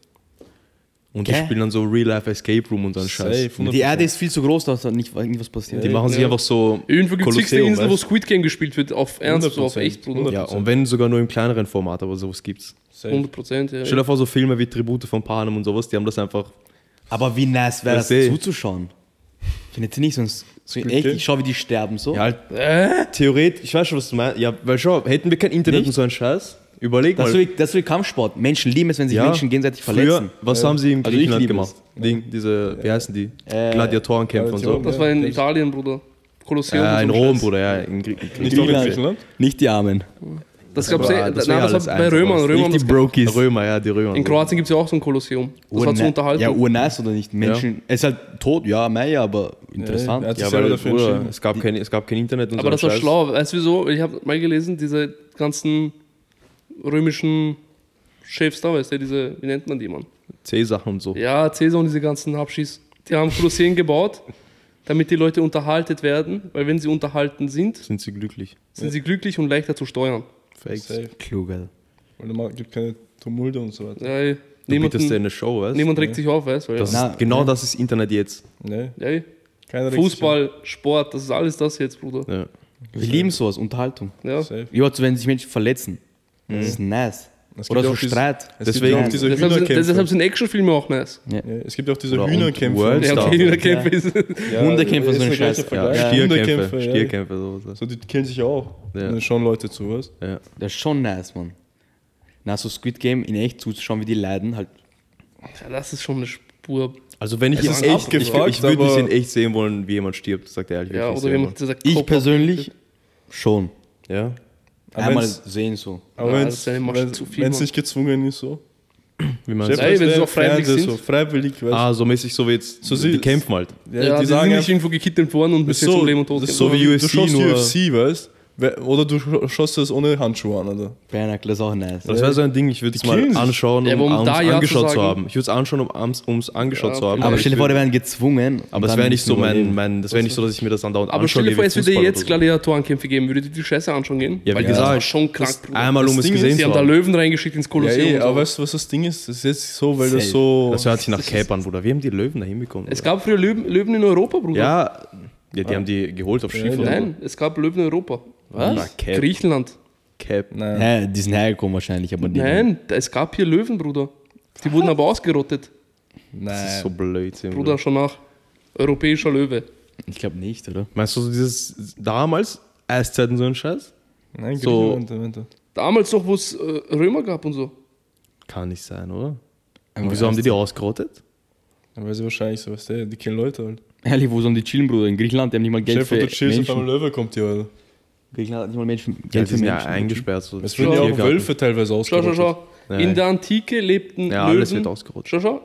Speaker 4: Und die
Speaker 2: Gell?
Speaker 4: spielen dann so Real-Life Escape Room und so einen Scheiß.
Speaker 2: Die Erde ist viel zu groß, dass da nicht irgendwas passiert.
Speaker 4: Die machen sich
Speaker 1: Ja.
Speaker 4: einfach so
Speaker 1: Irgendwo gibt es fix eine
Speaker 4: Kolosseum,
Speaker 1: Insel, wo
Speaker 4: weißt
Speaker 1: Squid Game gespielt wird, auf Ernst, so auf
Speaker 3: 100%.
Speaker 1: echt, Bruder.
Speaker 4: du? Ja, und wenn sogar nur im kleineren Format, aber sowas gibt's.
Speaker 3: safe.
Speaker 1: 100 Prozent, ja.
Speaker 4: Stell dir vor, so Filme wie Tribute von Panem und sowas, die haben das einfach
Speaker 2: Aber wie nice wäre das
Speaker 4: Verstehe.
Speaker 2: zuzuschauen? Ich finde jetzt nicht sonst. So in echt,
Speaker 3: Game?
Speaker 2: ich schau, wie die sterben so.
Speaker 4: Ja, halt, theoretisch, ich weiß schon, was du meinst. Ja, weil schau, hätten wir kein Internet
Speaker 2: Nicht?
Speaker 4: und so einen Scheiß, überleg
Speaker 2: Das,
Speaker 4: mal.
Speaker 2: ist wie, das ist wie Kampfsport. Menschen lieben es, wenn sich
Speaker 4: ja,
Speaker 2: Menschen gegenseitig verletzen.
Speaker 4: Früher, was haben sie im
Speaker 2: Also ich
Speaker 4: Griechenland
Speaker 2: liebe
Speaker 4: gemacht? Ding, diese, wie heißen die?
Speaker 2: Äh,
Speaker 4: Gladiatorenkämpfe und so.
Speaker 1: das war in Italien, Bruder. Kolosseum.
Speaker 4: Ja,
Speaker 1: und
Speaker 4: in
Speaker 1: so ein
Speaker 4: Rom,
Speaker 1: Scheiß.
Speaker 4: Bruder, ja. In Grie- Griechenland.
Speaker 3: Nicht auch in
Speaker 2: Griechenland.
Speaker 1: ne?
Speaker 3: Griechenland?
Speaker 2: Nicht die Armen.
Speaker 1: Das gab's
Speaker 4: Aber
Speaker 1: eh,
Speaker 4: das wär
Speaker 1: nein, das
Speaker 4: alles
Speaker 1: war bei
Speaker 4: eins,
Speaker 1: Römern.
Speaker 4: aber
Speaker 1: Römer haben
Speaker 2: Nicht
Speaker 1: das
Speaker 2: die Brokies.
Speaker 4: Römer, ja, die Römer.
Speaker 1: In Kroatien gibt es ja auch so ein Kolosseum. Das war zur
Speaker 2: Urni-
Speaker 1: Unterhaltung.
Speaker 2: Ja, urnice oder nicht? Menschen. Es ist halt tot, ja, Maya, aber interessant.
Speaker 3: Ja, er hat
Speaker 4: Ja,
Speaker 3: sich
Speaker 4: weil
Speaker 3: selber dafür
Speaker 4: Bruder,
Speaker 3: entschieden.
Speaker 4: es, gab kein, es gab kein Internet und so
Speaker 1: Aber das
Speaker 4: einen
Speaker 1: war
Speaker 4: Scheiß.
Speaker 1: schlau. Weißt du wieso? Ich habe mal gelesen, diese ganzen römischen Chefs da, weißt du, diese, wie nennt man die, Mann?
Speaker 4: C-Sachen und so.
Speaker 1: Ja, Cäsar und diese ganzen Abschieß. Die haben Kolosseum gebaut, damit die Leute unterhaltet werden, weil wenn sie unterhalten sind,
Speaker 4: Sind sie glücklich.
Speaker 1: sind sie glücklich und leichter zu steuern.
Speaker 4: Fakes.
Speaker 3: Safe.
Speaker 2: Klug, Alter.
Speaker 3: Weil da gibt keine Tumulte und so weiter.
Speaker 1: Ja,
Speaker 4: Du bietest dir
Speaker 1: niemand,
Speaker 4: eine Show, weißt
Speaker 1: niemand regt sich auf, weißt du? weil-
Speaker 4: Das
Speaker 2: Na,
Speaker 4: ist, genau
Speaker 2: ja.
Speaker 4: das ist Internet jetzt.
Speaker 3: Nee,
Speaker 1: Ey,
Speaker 3: keine
Speaker 1: Fußball, Sport, das ist alles das jetzt, Bruder.
Speaker 4: Ja.
Speaker 2: Wir lieben sowas, Unterhaltung.
Speaker 1: Ja.
Speaker 3: Reaktion. Safe.
Speaker 2: Ja, also wenn sich Menschen verletzen, das ist nice.
Speaker 3: Mhm. Es gibt
Speaker 2: Oder
Speaker 3: ja
Speaker 2: so
Speaker 3: auch dieses-
Speaker 2: Streit.
Speaker 3: Es gibt
Speaker 4: Deswegen-
Speaker 3: ja auch diese
Speaker 1: Deshalb, sind-
Speaker 3: Hühnerkämpfe.
Speaker 1: deshalb sind Actionfilme auch nice.
Speaker 3: ja, es gibt ja auch diese
Speaker 4: Oder und
Speaker 3: Hühnerkämpfe.
Speaker 4: World
Speaker 1: Ja,
Speaker 4: Star.
Speaker 1: okay, Hühnerkämpfe ist.
Speaker 3: Ja,
Speaker 2: Hundekämpfe,
Speaker 3: ist
Speaker 2: so ein
Speaker 3: der gleiche
Speaker 2: Scheiß.
Speaker 3: Vergleich.
Speaker 2: Ja.
Speaker 4: Stierkämpfe,
Speaker 3: Hundekämpfe, ja.
Speaker 4: Stierkämpfe, sowas.
Speaker 3: So, die killen sich auch.
Speaker 4: Ja.
Speaker 3: Und dann schauen Leute zu, was?
Speaker 4: Ja.
Speaker 2: Das ist schon nice, Mann. Na, so Squid Game in echt zuzuschauen, wie die leiden, halt.
Speaker 1: Ja, das ist schon eine Spur.
Speaker 4: Also wenn ich
Speaker 3: Es
Speaker 4: in
Speaker 3: ist
Speaker 4: echt, ich,
Speaker 3: abgefuckt,
Speaker 4: ich würde nicht
Speaker 3: aber-
Speaker 4: in echt sehen wollen, wie jemand stirbt, sagt er ehrlich. würd
Speaker 1: Ja,
Speaker 4: ich
Speaker 1: oder
Speaker 4: nicht
Speaker 1: jemand, der sagt,
Speaker 2: Ich
Speaker 1: Kopf-
Speaker 2: persönlich schon.
Speaker 4: sehen wollen.
Speaker 3: Aber
Speaker 2: Einmal
Speaker 3: wenn's-
Speaker 2: sehen so.
Speaker 3: Aber
Speaker 1: Ja, das
Speaker 3: wenn's-
Speaker 1: ist ja immer schon zu viel,
Speaker 3: wenn es
Speaker 1: Mann.
Speaker 3: nicht gezwungen ist, so.
Speaker 4: Ja, wie man
Speaker 3: Selbst
Speaker 1: Ey, wenn sie auch freiwillig
Speaker 3: Fernsehen
Speaker 1: sind.
Speaker 3: So, freiwillig, weißt
Speaker 4: Ah, so mäßig, so wie jetzt,
Speaker 3: So
Speaker 4: so die
Speaker 3: sie-
Speaker 4: kämpfen halt.
Speaker 3: du.
Speaker 1: Ja, die, sagen sind nicht irgendwo gekidnappt worden und
Speaker 3: Das
Speaker 1: bis
Speaker 3: ist
Speaker 1: jetzt
Speaker 3: so,
Speaker 1: um Leben und Tod.
Speaker 3: das ist so
Speaker 1: gekämpft
Speaker 3: wie
Speaker 4: Oder
Speaker 3: UFC. Du
Speaker 4: UFC
Speaker 3: schaust UFC,
Speaker 4: nur-
Speaker 3: weißt We- Oder du sch- schaust das ohne Handschuhe an, oder?
Speaker 2: Bernacle ist auch nice.
Speaker 4: Das wäre so ein Ding, ich würde es
Speaker 3: Die
Speaker 4: mal
Speaker 3: killen sich.
Speaker 4: anschauen,
Speaker 1: Ja,
Speaker 4: um,
Speaker 1: aber um
Speaker 4: um
Speaker 1: da
Speaker 4: es
Speaker 1: Ja zu
Speaker 4: angeschaut zu
Speaker 1: sagen-
Speaker 4: haben. Ich würde es anschauen, um es angeschaut
Speaker 1: Ja,
Speaker 4: zu haben.
Speaker 1: okay.
Speaker 2: Aber
Speaker 4: ich
Speaker 2: stell dir
Speaker 4: würd-
Speaker 2: vor, die werden gezwungen.
Speaker 4: Aber es wäre nicht so mein, mein das wäre nicht so, dass ich mir das dann dauernd
Speaker 1: Aber stell dir
Speaker 4: wie
Speaker 1: vor, es würde
Speaker 4: Fußball
Speaker 1: jetzt
Speaker 4: oder
Speaker 1: Gladiatorenkämpfe geben, würde die die Scheiße anschauen gehen.
Speaker 4: Ja, wie
Speaker 1: Weil das war
Speaker 4: gesagt,
Speaker 1: schon krank,
Speaker 4: so.
Speaker 1: Bruder.
Speaker 4: Einmal um
Speaker 3: Das
Speaker 4: es
Speaker 3: Ding ist,
Speaker 4: gesehen
Speaker 1: Sie
Speaker 4: zu
Speaker 1: haben da
Speaker 4: haben.
Speaker 1: Löwen reingeschickt ins
Speaker 3: Ja,
Speaker 1: Kolosseum.
Speaker 3: ey,
Speaker 1: und so.
Speaker 3: aber weißt du, was das Ding ist? Das ist jetzt so, weil das
Speaker 2: Safe.
Speaker 3: so.
Speaker 4: Das hört sich nach Cape an, Bruder. Wir haben die Löwen da hinbekommen.
Speaker 1: es
Speaker 4: Bruder.
Speaker 1: gab früher Löwen, Löwen in Europa, Bruder.
Speaker 4: Ja, ja, die haben die geholt auf Skifahrt.
Speaker 1: Nein, es gab Löwen in Europa.
Speaker 4: Na, Cap.
Speaker 1: Griechenland.
Speaker 4: Cape.
Speaker 3: Nein.
Speaker 2: Hä, die sind hergekommen wahrscheinlich, aber die.
Speaker 1: Nein, es gab hier Löwen, Bruder. Die wurden aber ausgerottet.
Speaker 4: Das ist
Speaker 3: Nein.
Speaker 4: so blöd.
Speaker 1: Äh, Bruder, schon nach. Europäischer Löwe.
Speaker 2: Ich glaube nicht, oder?
Speaker 4: Meinst du, so dieses damals, Eiszeiten so ein Scheiß?
Speaker 3: Nein,
Speaker 4: so-
Speaker 3: Griechenland, Alter.
Speaker 1: Damals noch, wo es äh, Römer gab und so.
Speaker 4: Kann nicht sein, oder? Und wieso haben die die ausgerottet?
Speaker 3: Dann weiß ich wahrscheinlich so, was der, die kennen Leute halt.
Speaker 2: Ehrlich, wo sollen die chillen, Bruder? In Griechenland, die haben nicht mal Geld
Speaker 3: Chef,
Speaker 2: für
Speaker 3: du chillst auf einmal
Speaker 2: Menschen.
Speaker 3: Löwe kommt hier, Alter.
Speaker 2: Griechenland hat nicht mal Menschen, Geld
Speaker 4: Ja,
Speaker 2: für
Speaker 4: die sind ja
Speaker 2: Menschen.
Speaker 4: eingesperrt. So.
Speaker 3: Es wurden ja auch
Speaker 4: Tiergarten.
Speaker 3: Wölfe teilweise
Speaker 1: Schau, schau,
Speaker 3: ausgerottet.
Speaker 1: schau.
Speaker 4: Ja,
Speaker 1: in
Speaker 4: ja.
Speaker 1: der Antike lebten
Speaker 4: Ja,
Speaker 1: Löwen.
Speaker 4: alles wird ausgerottet.
Speaker 1: Schau, schau.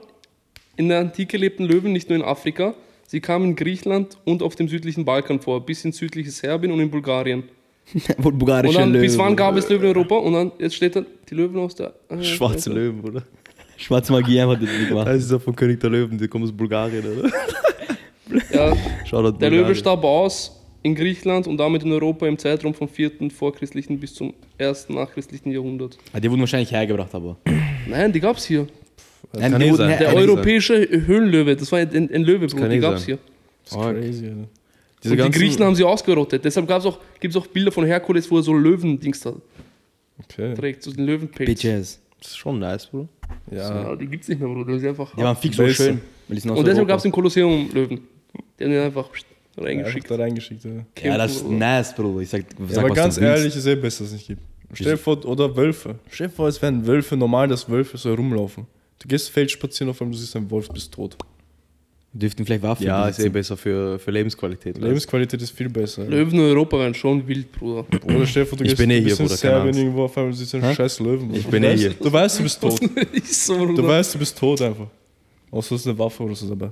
Speaker 1: In der Antike lebten Löwen nicht nur in Afrika. Sie kamen in Griechenland und auf dem südlichen Balkan vor, bis ins südliche Serbien und in Bulgarien.
Speaker 2: Wo
Speaker 1: Und
Speaker 2: bulgarische
Speaker 1: dann, bis wann
Speaker 2: Löwen.
Speaker 1: gab es Löwen in Europa? Und dann, jetzt steht da, die Löwen aus der. äh,
Speaker 4: Schwarze Löwen, Bruder.
Speaker 2: Schwarze Magie einfach das nicht gemacht.
Speaker 4: Das ist ja von König der Löwen, die kommen aus Bulgarien, oder?
Speaker 1: Ja,
Speaker 4: Schau da
Speaker 1: der Löwe starb aus in Griechenland und damit in Europa im Zeitraum vom 4. vorchristlichen bis zum 1. nachchristlichen Jahrhundert.
Speaker 2: Ah, die wurden wahrscheinlich hergebracht, aber.
Speaker 1: Nein, die gab's hier.
Speaker 2: Nein,
Speaker 4: kann
Speaker 2: die
Speaker 4: eh
Speaker 2: wurden
Speaker 4: sein.
Speaker 2: her-
Speaker 1: Der
Speaker 4: Kann nicht
Speaker 1: europäische Höhlenlöwe, das war ein, ein, ein Löwe, Bruder,
Speaker 4: kann
Speaker 1: die
Speaker 4: nicht
Speaker 1: gab's
Speaker 4: sein.
Speaker 1: hier.
Speaker 3: Das ist crazy, Alter.
Speaker 4: Diese
Speaker 1: und die
Speaker 4: ganzen-
Speaker 1: Griechen haben sie ausgerottet. Deshalb gibt's auch, gibt's auch Bilder von Herkules, wo er so Löwendings da
Speaker 3: Okay.
Speaker 1: trägt, so den Löwenpelz.
Speaker 2: Bitches.
Speaker 4: Das ist schon nice, Bruder.
Speaker 3: Ja.
Speaker 4: halt
Speaker 1: Ja, die gibt's nicht mehr, Bruder. Die sind einfach
Speaker 2: Die waren fix so
Speaker 3: Besser.
Speaker 2: schön. Weil die sind aus
Speaker 1: und deshalb
Speaker 2: Europa.
Speaker 1: gab's im Kolosseum Löwen. Die haben den einfach pst,
Speaker 3: Einfach
Speaker 1: reingeschickt.
Speaker 3: da reingeschickt, Alter.
Speaker 2: Ja, das ist
Speaker 1: Kämpfen,
Speaker 2: nice, Bruder. Ich sag, sag
Speaker 3: Ja, aber
Speaker 2: was
Speaker 3: ganz
Speaker 2: du willst.
Speaker 3: ehrlich, ist eh besser, dass es nicht gibt. Stell dir vor, oder Wölfe. Stell dir vor, es wären Wölfe, normal, dass Wölfe so herumlaufen. Du gehst Feld spazieren, auf einmal du siehst einen Wolf, bist tot.
Speaker 2: Dürften vielleicht Waffen
Speaker 4: Ja, ist eh
Speaker 2: besitzen.
Speaker 4: besser für, für Lebensqualität. oder?
Speaker 3: Lebensqualität ist viel besser. Alter.
Speaker 1: Löwen in Europa wären schon wild, Bruder.
Speaker 3: Oder stell dir vor, du
Speaker 4: Ich
Speaker 3: gehst
Speaker 4: bin eh
Speaker 3: du
Speaker 4: hier,
Speaker 3: bist in
Speaker 4: Bruder, keine
Speaker 3: Serbien
Speaker 4: Angst.
Speaker 3: irgendwo, auf einmal siehst du einen scheiß Löwen.
Speaker 4: Ich
Speaker 3: Du
Speaker 4: bin eh
Speaker 3: weißt-
Speaker 4: hier.
Speaker 3: Du weißt, du bist tot.
Speaker 1: ist so, Bruder.
Speaker 3: Du weißt, du bist tot einfach. Außer du hast eine Waffe oder so dabei.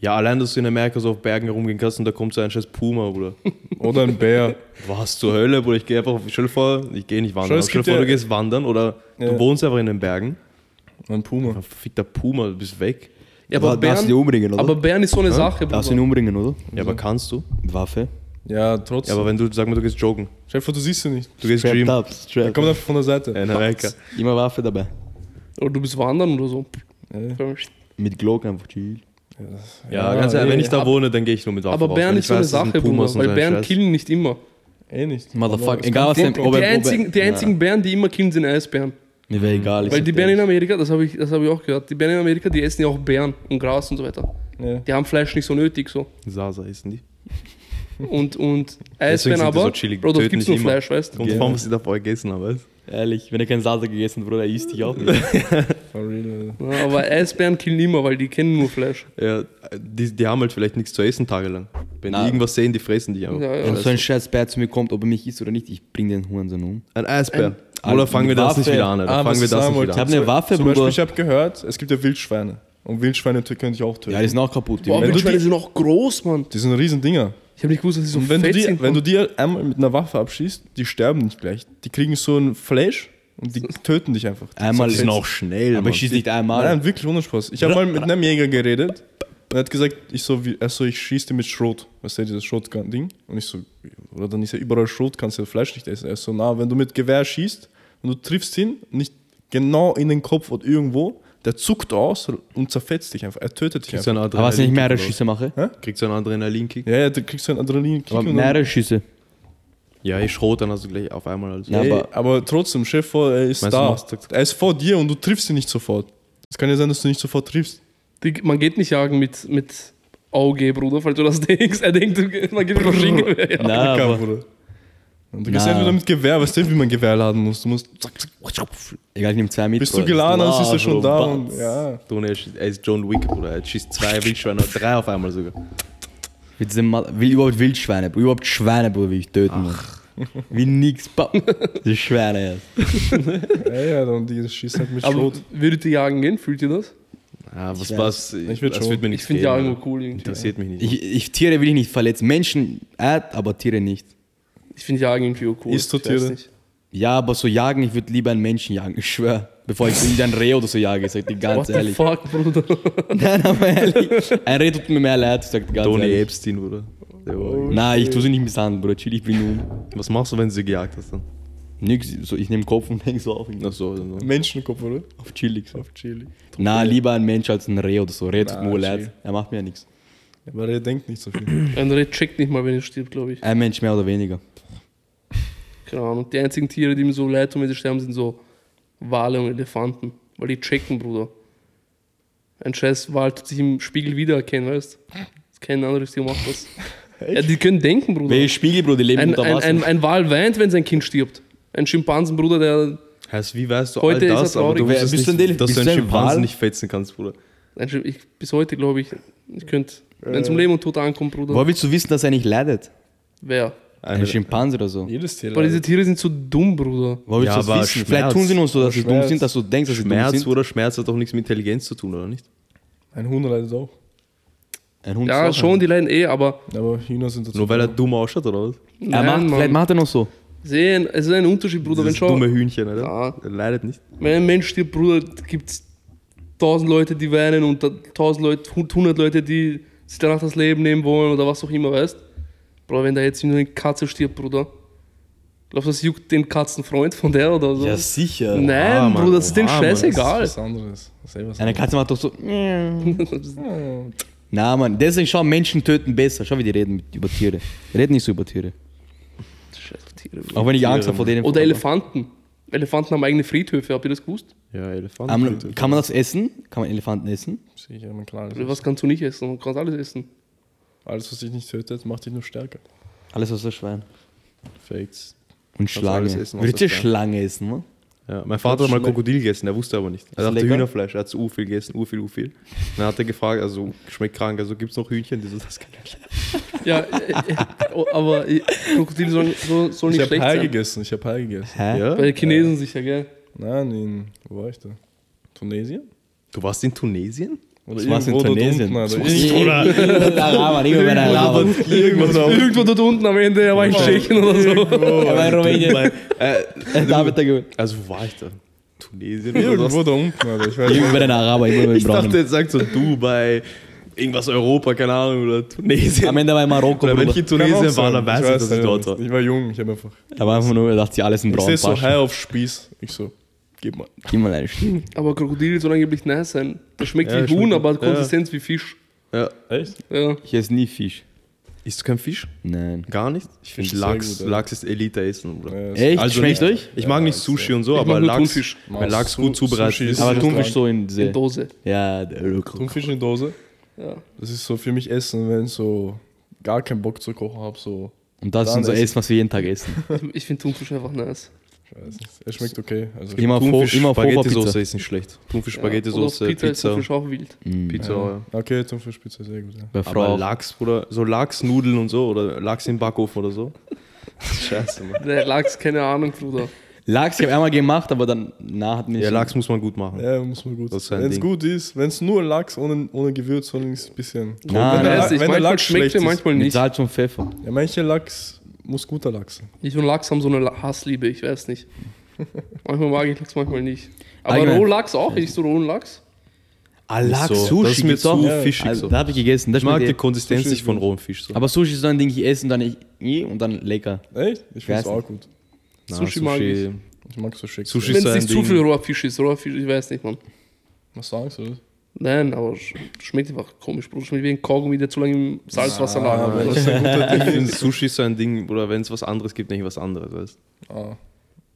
Speaker 4: Ja, allein, dass du in Amerika so auf Bergen rumgehen kannst und da kommt so ein scheiß Puma, Bruder.
Speaker 3: Oder ein Bär.
Speaker 4: Was zur Hölle, Bruder? Ich gehe einfach, auf- stell dir vor, ich gehe nicht
Speaker 3: Schau,
Speaker 4: wandern.
Speaker 3: es
Speaker 4: aber Stell
Speaker 3: gibt
Speaker 4: dir vor,
Speaker 3: ja-
Speaker 4: du gehst wandern oder du
Speaker 3: Ja.
Speaker 4: wohnst einfach in den Bergen.
Speaker 3: Ein Puma.
Speaker 4: Dann fickt der Puma, du bist weg.
Speaker 1: ja, aber
Speaker 2: Darfst du die
Speaker 1: Bern,
Speaker 2: umbringen, oder?
Speaker 1: aber Bern ist so eine Sache,
Speaker 2: Darfst du ihn
Speaker 1: Bruder.
Speaker 2: umbringen, oder?
Speaker 4: Ja, aber kannst du?
Speaker 2: Mit Waffe.
Speaker 3: Ja, trotzdem.
Speaker 4: Ja, aber wenn du, sag mal, du gehst joggen,
Speaker 3: stell dir vor, du siehst sie nicht.
Speaker 4: du gehst
Speaker 2: Strapped
Speaker 4: Dream.
Speaker 2: up,
Speaker 3: Er
Speaker 2: strapped
Speaker 3: kommt
Speaker 2: up.
Speaker 3: einfach von der Seite.
Speaker 4: In Amerika.
Speaker 2: Immer Waffe dabei.
Speaker 1: Oder du bist wandern oder so.
Speaker 3: Ja.
Speaker 2: Mit Glock einfach chill.
Speaker 4: Ja, ganz ehrlich, wenn ich da wohne, dann gehe ich nur mit Waffe
Speaker 1: Aber
Speaker 4: raus.
Speaker 1: Bern
Speaker 4: Wenn
Speaker 1: ist
Speaker 4: ich
Speaker 1: so eine
Speaker 4: weiß, das sind
Speaker 1: Sache,
Speaker 4: Pumas
Speaker 1: Bruder.
Speaker 4: und so
Speaker 1: Weil
Speaker 4: ein
Speaker 1: Bären
Speaker 4: Scheiß.
Speaker 1: killen nicht immer.
Speaker 3: Eh nicht.
Speaker 2: Motherfucker,
Speaker 3: Aber-
Speaker 2: egal was denn.
Speaker 1: Die einzigen, die einzigen Bären, die immer killen, sind Eisbären.
Speaker 2: Mir wäre egal. ich
Speaker 1: Weil
Speaker 2: sag
Speaker 1: die
Speaker 2: dir
Speaker 1: Bären in
Speaker 2: ehrlich.
Speaker 1: Amerika, das habe ich, das hab ich auch gehört, die Bären in Amerika, die essen ja auch Bären und Gras und so weiter.
Speaker 3: Ja.
Speaker 1: Die haben Fleisch nicht so nötig so.
Speaker 4: Sasa essen die.
Speaker 1: Und, und
Speaker 4: Deswegen
Speaker 1: Eisbären
Speaker 4: sind die
Speaker 1: Äh, aber,
Speaker 4: so chillig,
Speaker 1: Bro, dort
Speaker 4: töten
Speaker 1: gibt's
Speaker 4: nicht
Speaker 1: nur
Speaker 4: immer.
Speaker 1: Fleisch, weißt du?
Speaker 4: Und warum sie da vorher gegessen haben, weißt
Speaker 2: Ehrlich, wenn er keinen Salsa gegessen hat, Bruder, er isst dich auch nicht.
Speaker 3: For real. Ah,
Speaker 1: Ja, aber Eisbären killen immer, weil die kennen nur Fleisch.
Speaker 4: du? Ja, die, die haben halt vielleicht nichts zu essen tagelang. Wenn
Speaker 2: Na.
Speaker 4: die irgendwas sehen, die fressen die einfach.
Speaker 1: Ja, ja.
Speaker 2: Wenn so ein scheiß Bär zu mir kommt, ob er mich isst oder nicht, ich bring den Hurensohn um.
Speaker 4: Ein Eisbär.
Speaker 2: Ein-
Speaker 4: Oder fangen wir das nicht
Speaker 2: Waffe.
Speaker 4: wieder an, Alter.
Speaker 3: Ah, was
Speaker 4: fangen wir
Speaker 3: ich
Speaker 4: das
Speaker 3: sagen
Speaker 4: nicht
Speaker 3: wollte.
Speaker 4: wieder
Speaker 2: Ich
Speaker 4: an.
Speaker 2: habe eine Waffe,
Speaker 3: Zum
Speaker 2: Bruder.
Speaker 3: Beispiel, ich habe gehört, es gibt ja Wildschweine. Und Wildschweine tö- können dich auch töten.
Speaker 2: Ja, die sind auch kaputt. Die
Speaker 1: Boah,
Speaker 3: Wenn
Speaker 1: aber
Speaker 3: du
Speaker 1: die Schweine
Speaker 3: die-
Speaker 1: sind auch groß, Mann.
Speaker 3: die sind riesen Dinger.
Speaker 1: Ich habe nicht gewusst, dass die so
Speaker 3: Und wenn du,
Speaker 1: fett
Speaker 3: die,
Speaker 1: sind.
Speaker 3: wenn du die einmal mit einer Waffe abschießt, die sterben nicht gleich. Die kriegen so einen Flash und die töten dich einfach.
Speaker 2: einmal
Speaker 4: Die sind auch schnell,
Speaker 2: Aber
Speaker 4: Mann.
Speaker 2: ich schieße nicht einmal.
Speaker 3: Nein, wirklich ohne Spaß. Ich habe mal mit einem Jäger geredet und er hat gesagt, ich so, wie, also ich schieße die mit Schrot. Weißt du, dieses Schrotgun-Ding? Und ich so, oder dann ist ja überall Schrot, kannst ja Fleisch nicht essen. Er so, na, wenn du mit Gewehr schießt und du triffst ihn, nicht genau in den Kopf oder irgendwo, der zuckt aus und zerfetzt dich einfach. Er tötet dich
Speaker 4: Kriegst du
Speaker 3: einfach.
Speaker 4: einen
Speaker 2: Aber was, wenn ich
Speaker 4: Adrenalinkick?
Speaker 2: mehrere
Speaker 4: oder was?
Speaker 2: Schüsse mache?
Speaker 4: Kriegst du einen Adrenalinkick?
Speaker 3: Ja, ja, du kriegst so einen Adrenalinkick.
Speaker 2: Aber
Speaker 3: und dann-
Speaker 2: mehrere Schüsse.
Speaker 4: Ja, ich schrot, dann hast du gleich auf einmal alles.
Speaker 2: Ja,
Speaker 3: Ey,
Speaker 2: aber-
Speaker 3: aber, trotzdem, Chef, vor, er ist
Speaker 4: Meinst du,
Speaker 3: da.
Speaker 4: machst du-
Speaker 3: Er ist vor dir und du triffst ihn nicht sofort. Es kann ja sein, dass du nicht sofort triffst.
Speaker 1: Die, man geht nicht jagen mit, mit Auge, Bruder, falls du das denkst. Er denkt, du- man geht mit Maschinengewehr. jagen.
Speaker 2: Na,
Speaker 3: Acker,
Speaker 2: aber,
Speaker 3: Bruder. Und du gehst
Speaker 2: Na.
Speaker 3: entweder mit Gewehr, weißt du, wie man Gewehr laden muss. Du musst. Zack, zack,
Speaker 2: egal, ich nehme zwei mit.
Speaker 3: bist
Speaker 2: Bro.
Speaker 3: du geladen,
Speaker 2: Das
Speaker 3: hast, ist er
Speaker 2: war's,
Speaker 3: schon
Speaker 2: Bro.
Speaker 3: da.
Speaker 2: Bam.
Speaker 3: Und, ja.
Speaker 4: Tony, er schießt- er ist John Wick, Bruder. Er schießt zwei Wildschweine, drei auf einmal sogar.
Speaker 2: Mit diesem Mal- will überhaupt Wildschweine, Bro. Überhaupt Schweine, Bro, will ich töten. Mann. Wie nix, Bam. Die Schweine, ja.
Speaker 3: ja, ja, dann die schießen halt mit
Speaker 1: Aber
Speaker 3: Schrot.
Speaker 1: würdet ihr jagen gehen? Fühlt ihr das?
Speaker 4: Ah, was,
Speaker 2: weiß.
Speaker 4: was?
Speaker 3: Ich würd
Speaker 4: das
Speaker 3: schon.
Speaker 4: wird mir
Speaker 1: Ich
Speaker 4: nichts
Speaker 1: finde
Speaker 4: geben,
Speaker 1: Jagen
Speaker 4: Alter.
Speaker 1: nur cool irgendwie.
Speaker 4: Interessiert mich nicht.
Speaker 2: Ich, ich, Tiere will ich nicht verletzen. Menschen, äh, aber Tiere nicht.
Speaker 1: Ich finde Jagen irgendwie auch cool.
Speaker 3: Isst du
Speaker 1: Ich weiß
Speaker 3: Tiere?
Speaker 1: nicht.
Speaker 2: Ja, aber so jagen, ich würde lieber einen Menschen jagen, ich schwöre. Bevor ich wieder ein Reh oder so jage, ich sag dir
Speaker 1: What
Speaker 2: ganz
Speaker 1: the
Speaker 2: ehrlich.
Speaker 1: fuck, Bruder?
Speaker 2: Nein, aber ehrlich. Ein Reh tut mir mehr leid, ich sag dir ganz
Speaker 4: Tony
Speaker 2: ehrlich.
Speaker 4: Epstein, Bruder. Der war-
Speaker 2: Nein, ich tu sie nicht misshandeln, Bruder. Chill, ich bin um.
Speaker 4: Was machst du, wenn du sie gejagt hast dann?
Speaker 2: Nix, so, ich nehme Kopf und häng so auf ihn.
Speaker 4: Achso, also.
Speaker 3: Menschenkopf, oder?
Speaker 2: Auf chillig. So.
Speaker 3: Auf Chili.
Speaker 2: Na, lieber ein Mensch als ein Reh oder so. Reh tut
Speaker 3: Na,
Speaker 2: mir leid.
Speaker 3: chill.
Speaker 2: Er macht mir ja nichts.
Speaker 3: Aber er denkt nicht so viel.
Speaker 1: Ein Red checkt nicht mal, wenn er stirbt, glaube ich.
Speaker 2: Ein Mensch mehr oder weniger.
Speaker 1: Keine Ahnung. Die einzigen Tiere, die mir so leid tun, wenn sie sterben, sind so Wale und Elefanten. Weil die checken, Bruder. Ein scheiß Wal tut sich im Spiegel wiedererkennen, weißt du? Kein anderes Tier macht das. Ja, die können denken, Bruder.
Speaker 2: Welche Spiegel, Bruder, die leben
Speaker 1: Ein,
Speaker 2: unter
Speaker 1: ein,
Speaker 2: Wasser.
Speaker 1: ein, ein Wal weint, wenn sein Kind stirbt. Ein Schimpansenbruder, der.
Speaker 4: Heißt, also wie weißt du
Speaker 1: Heute ist er
Speaker 4: all das, aber
Speaker 1: traurig.
Speaker 4: du
Speaker 2: Wer-
Speaker 4: weißt
Speaker 2: bist
Speaker 4: nicht,
Speaker 2: du denn-
Speaker 4: dass
Speaker 2: bist
Speaker 4: du
Speaker 2: du
Speaker 4: einen
Speaker 2: ein Wal?
Speaker 4: Schimpansen nicht fetzen kannst, Bruder.
Speaker 1: Ein Schim- ich, bis heute glaube ich, ich könnte. Wenn es
Speaker 2: Äh,
Speaker 1: um Leben und Tod ankommt, Bruder.
Speaker 2: Woher willst du wissen, dass er nicht leidet?
Speaker 1: Wer?
Speaker 2: Ein Schimpanse oder so.
Speaker 3: Jedes Tier.
Speaker 1: Aber diese
Speaker 3: leidet.
Speaker 1: Tiere sind so dumm, Bruder.
Speaker 2: Woher willst du
Speaker 4: Ja,
Speaker 2: das
Speaker 4: aber
Speaker 2: wissen?
Speaker 4: Schmerz.
Speaker 2: Vielleicht tun sie nur so, dass sie dumm
Speaker 3: Schmerz.
Speaker 2: sind, dass du denkst, dass sie dumm
Speaker 4: Schmerz,
Speaker 2: sind.
Speaker 4: Bruder, Schmerz hat doch nichts mit Intelligenz zu tun, oder nicht?
Speaker 3: Ein Huhn leidet auch.
Speaker 2: Ein Hund
Speaker 1: Ja,
Speaker 2: ist auch
Speaker 1: schon, die leiden eh, aber
Speaker 3: Aber Hühner sind dazu.
Speaker 4: Nur weil er dumm ausschaut, oder was?
Speaker 2: ein- Er macht,
Speaker 1: Mann.
Speaker 2: vielleicht macht er noch so.
Speaker 1: sehen, es ist ein Unterschied, Bruder. Wenn
Speaker 4: Dieses
Speaker 1: schon,
Speaker 4: dumme Hühnchen, oder?
Speaker 1: Ja.
Speaker 4: Er leidet nicht.
Speaker 1: wenn ein Mensch stirbt, Bruder, gibt es tausend Leute, die weinen und da- tausend Leute, hund- hundert Leute, die sich danach das Leben nehmen wollen oder was auch immer, weißt Bruder, wenn da jetzt nur eine Katze stirbt, Bruder, glaubst du, das juckt den Katzenfreund von der oder so?
Speaker 2: sicher.
Speaker 1: Nein,
Speaker 4: Oha, Mann,
Speaker 1: Bruder, das ist denen
Speaker 4: oha, Mann, das ist
Speaker 1: scheißegal.
Speaker 3: Was anderes. Das ist eh was
Speaker 2: Eine
Speaker 3: anderes.
Speaker 2: Katze macht doch so. Na, Mann, deswegen schau, Menschen töten besser. Schau, wie die reden mit, über Tiere. Die reden nicht so über Tiere.
Speaker 1: Scheiß Tiere, Bruder.
Speaker 2: Auch wenn ich Angst habe vor denen.
Speaker 1: Oder Elefanten. Elefanten haben eigene Friedhöfe, habt ihr das gewusst?
Speaker 4: Ja, Elefant.
Speaker 2: Ähm, kann man das essen? Kann man Elefanten essen?
Speaker 3: Sicher, mein Klar.
Speaker 1: Oder Also was kannst du nicht essen? Du kannst alles essen.
Speaker 3: Alles, was dich nicht tötet, macht dich nur stärker.
Speaker 2: Alles außer Schwein.
Speaker 4: Fakes.
Speaker 2: Und
Speaker 4: du
Speaker 2: Schlange.
Speaker 4: alles essen außer
Speaker 2: Würdet ihr
Speaker 4: Schwein?
Speaker 2: Schlange essen, ne?
Speaker 4: Ja, mein Vater hat mal
Speaker 3: schmeckt-
Speaker 4: Krokodil gegessen, er wusste aber nicht. Er dachte
Speaker 2: lecker?
Speaker 4: Hühnerfleisch, er hat so u viel gegessen, u viel, u viel. Dann hat er gefragt, also schmeckt krank, also gibt es noch Hühnchen? Die so, das kann ich
Speaker 1: Ja, äh, äh, oh, aber äh, Krokodile sollen so, sollen
Speaker 3: Ich
Speaker 1: nicht
Speaker 3: habe
Speaker 1: schlecht
Speaker 3: Hai
Speaker 1: sein.
Speaker 3: gegessen. Ich habe Hai gegessen.
Speaker 2: Hä?
Speaker 4: ne? Ja?
Speaker 1: Bei den Chinesen sicher, gell?
Speaker 3: Nein, in, wo war ich da? Tunesien?
Speaker 4: Du warst in Tunesien?
Speaker 3: Oder
Speaker 2: Das war's in
Speaker 3: irgendwo dort
Speaker 2: Tunesien.
Speaker 3: unten, Alter.
Speaker 2: Das war's-
Speaker 3: Irgendwo-
Speaker 2: Da labern, immer wenn er labert.
Speaker 4: Irgendwas
Speaker 1: Irgendwo dort unten am Ende, er war in Tschechien oder so.
Speaker 2: Er war in Rumänien. Äh, Da wird er gewöhnt.
Speaker 4: Also wo war ich da? Tunesien oder
Speaker 3: Irgendwo
Speaker 4: was?
Speaker 3: da unten, Alter. Ich weiß
Speaker 2: Immer
Speaker 3: nicht.
Speaker 2: wenn ein Araber, immer wenn
Speaker 4: Ich
Speaker 2: ein
Speaker 4: dachte,
Speaker 2: Braunen.
Speaker 4: jetzt sagt so Dubai, irgendwas Europa, keine Ahnung, oder Tunesien.
Speaker 2: Am Ende war er in Marokko,
Speaker 4: oder wenn ich
Speaker 2: Bruder.
Speaker 4: in Tunesien war,
Speaker 3: Kann auch
Speaker 4: dann
Speaker 3: sein.
Speaker 4: weiß ich, dass ich
Speaker 3: ja
Speaker 4: dort
Speaker 3: nicht.
Speaker 4: war.
Speaker 3: Ich war jung, ich habe einfach.
Speaker 2: Da war einfach nur, er dachte, sie alles in
Speaker 3: Ich
Speaker 2: Braun.
Speaker 3: sehe so
Speaker 2: Paschen.
Speaker 3: Hai auf Spieß. Ich so, gib mal.
Speaker 2: Gib mal einen Stück.
Speaker 1: Aber Krokodile sollen angeblich nice sein. Das schmeckt
Speaker 4: Ja,
Speaker 1: wie Huhn,
Speaker 4: schmeckt-
Speaker 1: aber
Speaker 4: ja.
Speaker 1: Konsistenz wie Fisch.
Speaker 4: Ja.
Speaker 3: Echt?
Speaker 1: Ja.
Speaker 2: Ich esse nie Fisch.
Speaker 4: Isst du keinen Fisch?
Speaker 2: Nein.
Speaker 4: Gar nicht? Ich finde
Speaker 3: Fisch ist sehr
Speaker 4: Lachs,
Speaker 3: gut, ja.
Speaker 4: Lachs ist Elite-Essen, Bruder.
Speaker 3: Ja,
Speaker 2: Echt? Schmeckt
Speaker 4: nicht-
Speaker 2: euch?
Speaker 4: Ich mag nicht
Speaker 3: Ja,
Speaker 4: Sushi und so,
Speaker 1: Ich mag
Speaker 4: aber
Speaker 1: nur
Speaker 4: Lachs,
Speaker 1: Thunfisch.
Speaker 4: wenn Lachs gut
Speaker 3: Su-
Speaker 4: zubereitet
Speaker 3: Sushi
Speaker 4: ist.
Speaker 3: ist-
Speaker 2: Aber
Speaker 3: Restaurant.
Speaker 2: Thunfisch so in
Speaker 1: In
Speaker 2: See.
Speaker 1: Dose.
Speaker 2: Ja, der
Speaker 3: Thunfisch in Dose.
Speaker 1: Ja.
Speaker 3: Das ist so für mich Essen, wenn ich so gar keinen Bock zu kochen habe. So,
Speaker 2: Und das ist
Speaker 3: Dann
Speaker 2: unser
Speaker 3: essen.
Speaker 2: Essen, was wir jeden Tag essen.
Speaker 1: Ich finde Thunfisch einfach nice.
Speaker 3: ich weiß nicht. Es schmeckt okay. Also,
Speaker 2: Immer auf
Speaker 4: Thunfisch,
Speaker 2: immer auf Pizza.
Speaker 4: Spaghetti-Soße ist nicht schlecht. Thunfisch,
Speaker 1: Ja.
Speaker 4: Spaghetti-Soße,
Speaker 1: Oder auf Pizza ist
Speaker 4: Pizza,
Speaker 1: Thunfisch auch wild.
Speaker 4: Pizza, ja.
Speaker 3: okay, Thunfischpizza, sehr gut. Ja.
Speaker 2: Mhm. Bei
Speaker 4: Aber
Speaker 2: Frau.
Speaker 4: Lachs, Bruder, so Lachsnudeln und so oder Lachs im Backofen oder so. Scheiße, Mann.
Speaker 1: Der Lachs, keine Ahnung, Bruder.
Speaker 2: Lachs, ich habe einmal gemacht, aber dann na hat mir nicht
Speaker 4: Ja,
Speaker 2: so-
Speaker 4: Lachs muss man gut machen.
Speaker 3: Ja, muss man gut.
Speaker 4: Das ist ein
Speaker 3: Wenn es
Speaker 4: Ding.
Speaker 3: gut ist, wenn es nur Lachs ohne, ohne Gewürz, sondern ist ein bisschen.
Speaker 2: Nein,
Speaker 1: ich
Speaker 2: wenn der
Speaker 1: weiß nicht,
Speaker 3: Ah, wenn der
Speaker 1: manchmal schmeckt
Speaker 3: Lachs schlecht
Speaker 1: er,
Speaker 3: ist.
Speaker 1: manchmal
Speaker 2: mit
Speaker 1: nicht.
Speaker 2: Salz und Pfeffer.
Speaker 3: Ja, manche Lachs muss guter Lachs sein.
Speaker 1: Ich und Lachs haben so eine La- Hassliebe, ich weiß nicht. Manchmal mag ich Lachs, manchmal nicht. Aber
Speaker 2: Allgemein-
Speaker 1: Rohlachs auch, ich so rohen Lachs.
Speaker 2: Ah,
Speaker 4: Nicht so. Das ist mir
Speaker 2: gibt's auch.
Speaker 4: zu fischig
Speaker 2: Also,
Speaker 4: so.
Speaker 2: Da habe ich gegessen. Das
Speaker 4: Ich mag die
Speaker 2: schmeckt eh.
Speaker 4: Konsistenz
Speaker 3: Sushi
Speaker 4: nicht
Speaker 3: ist
Speaker 4: von
Speaker 3: gut.
Speaker 4: rohem Fisch. So.
Speaker 2: Aber Sushi ist so ein Ding, ich esse und dann ich eh, und dann lecker.
Speaker 3: Echt? Ich finde
Speaker 2: Weiß
Speaker 3: es auch gut.
Speaker 4: Na,
Speaker 1: Sushi mag ich.
Speaker 3: Ich mag so schick.
Speaker 4: Sushi
Speaker 1: Wenn
Speaker 4: ist so
Speaker 1: es
Speaker 4: ein
Speaker 1: nicht zu
Speaker 4: Ding.
Speaker 1: viel roher Fisch ist, roher Fisch, ich weiß nicht, Mann.
Speaker 3: Was sagst du?
Speaker 1: Nein, aber sch- schmeckt einfach komisch, Bruder. Schmeckt wie ein Kaugummi, der zu lange im Salzwasser lag.
Speaker 3: aber
Speaker 1: Bruder.
Speaker 3: das ist ein guter
Speaker 4: Ich
Speaker 3: Ding.
Speaker 4: finde Sushi ist so ein Ding, oder wenn es was anderes gibt, nicht was anderes, weißt du?
Speaker 3: Ah,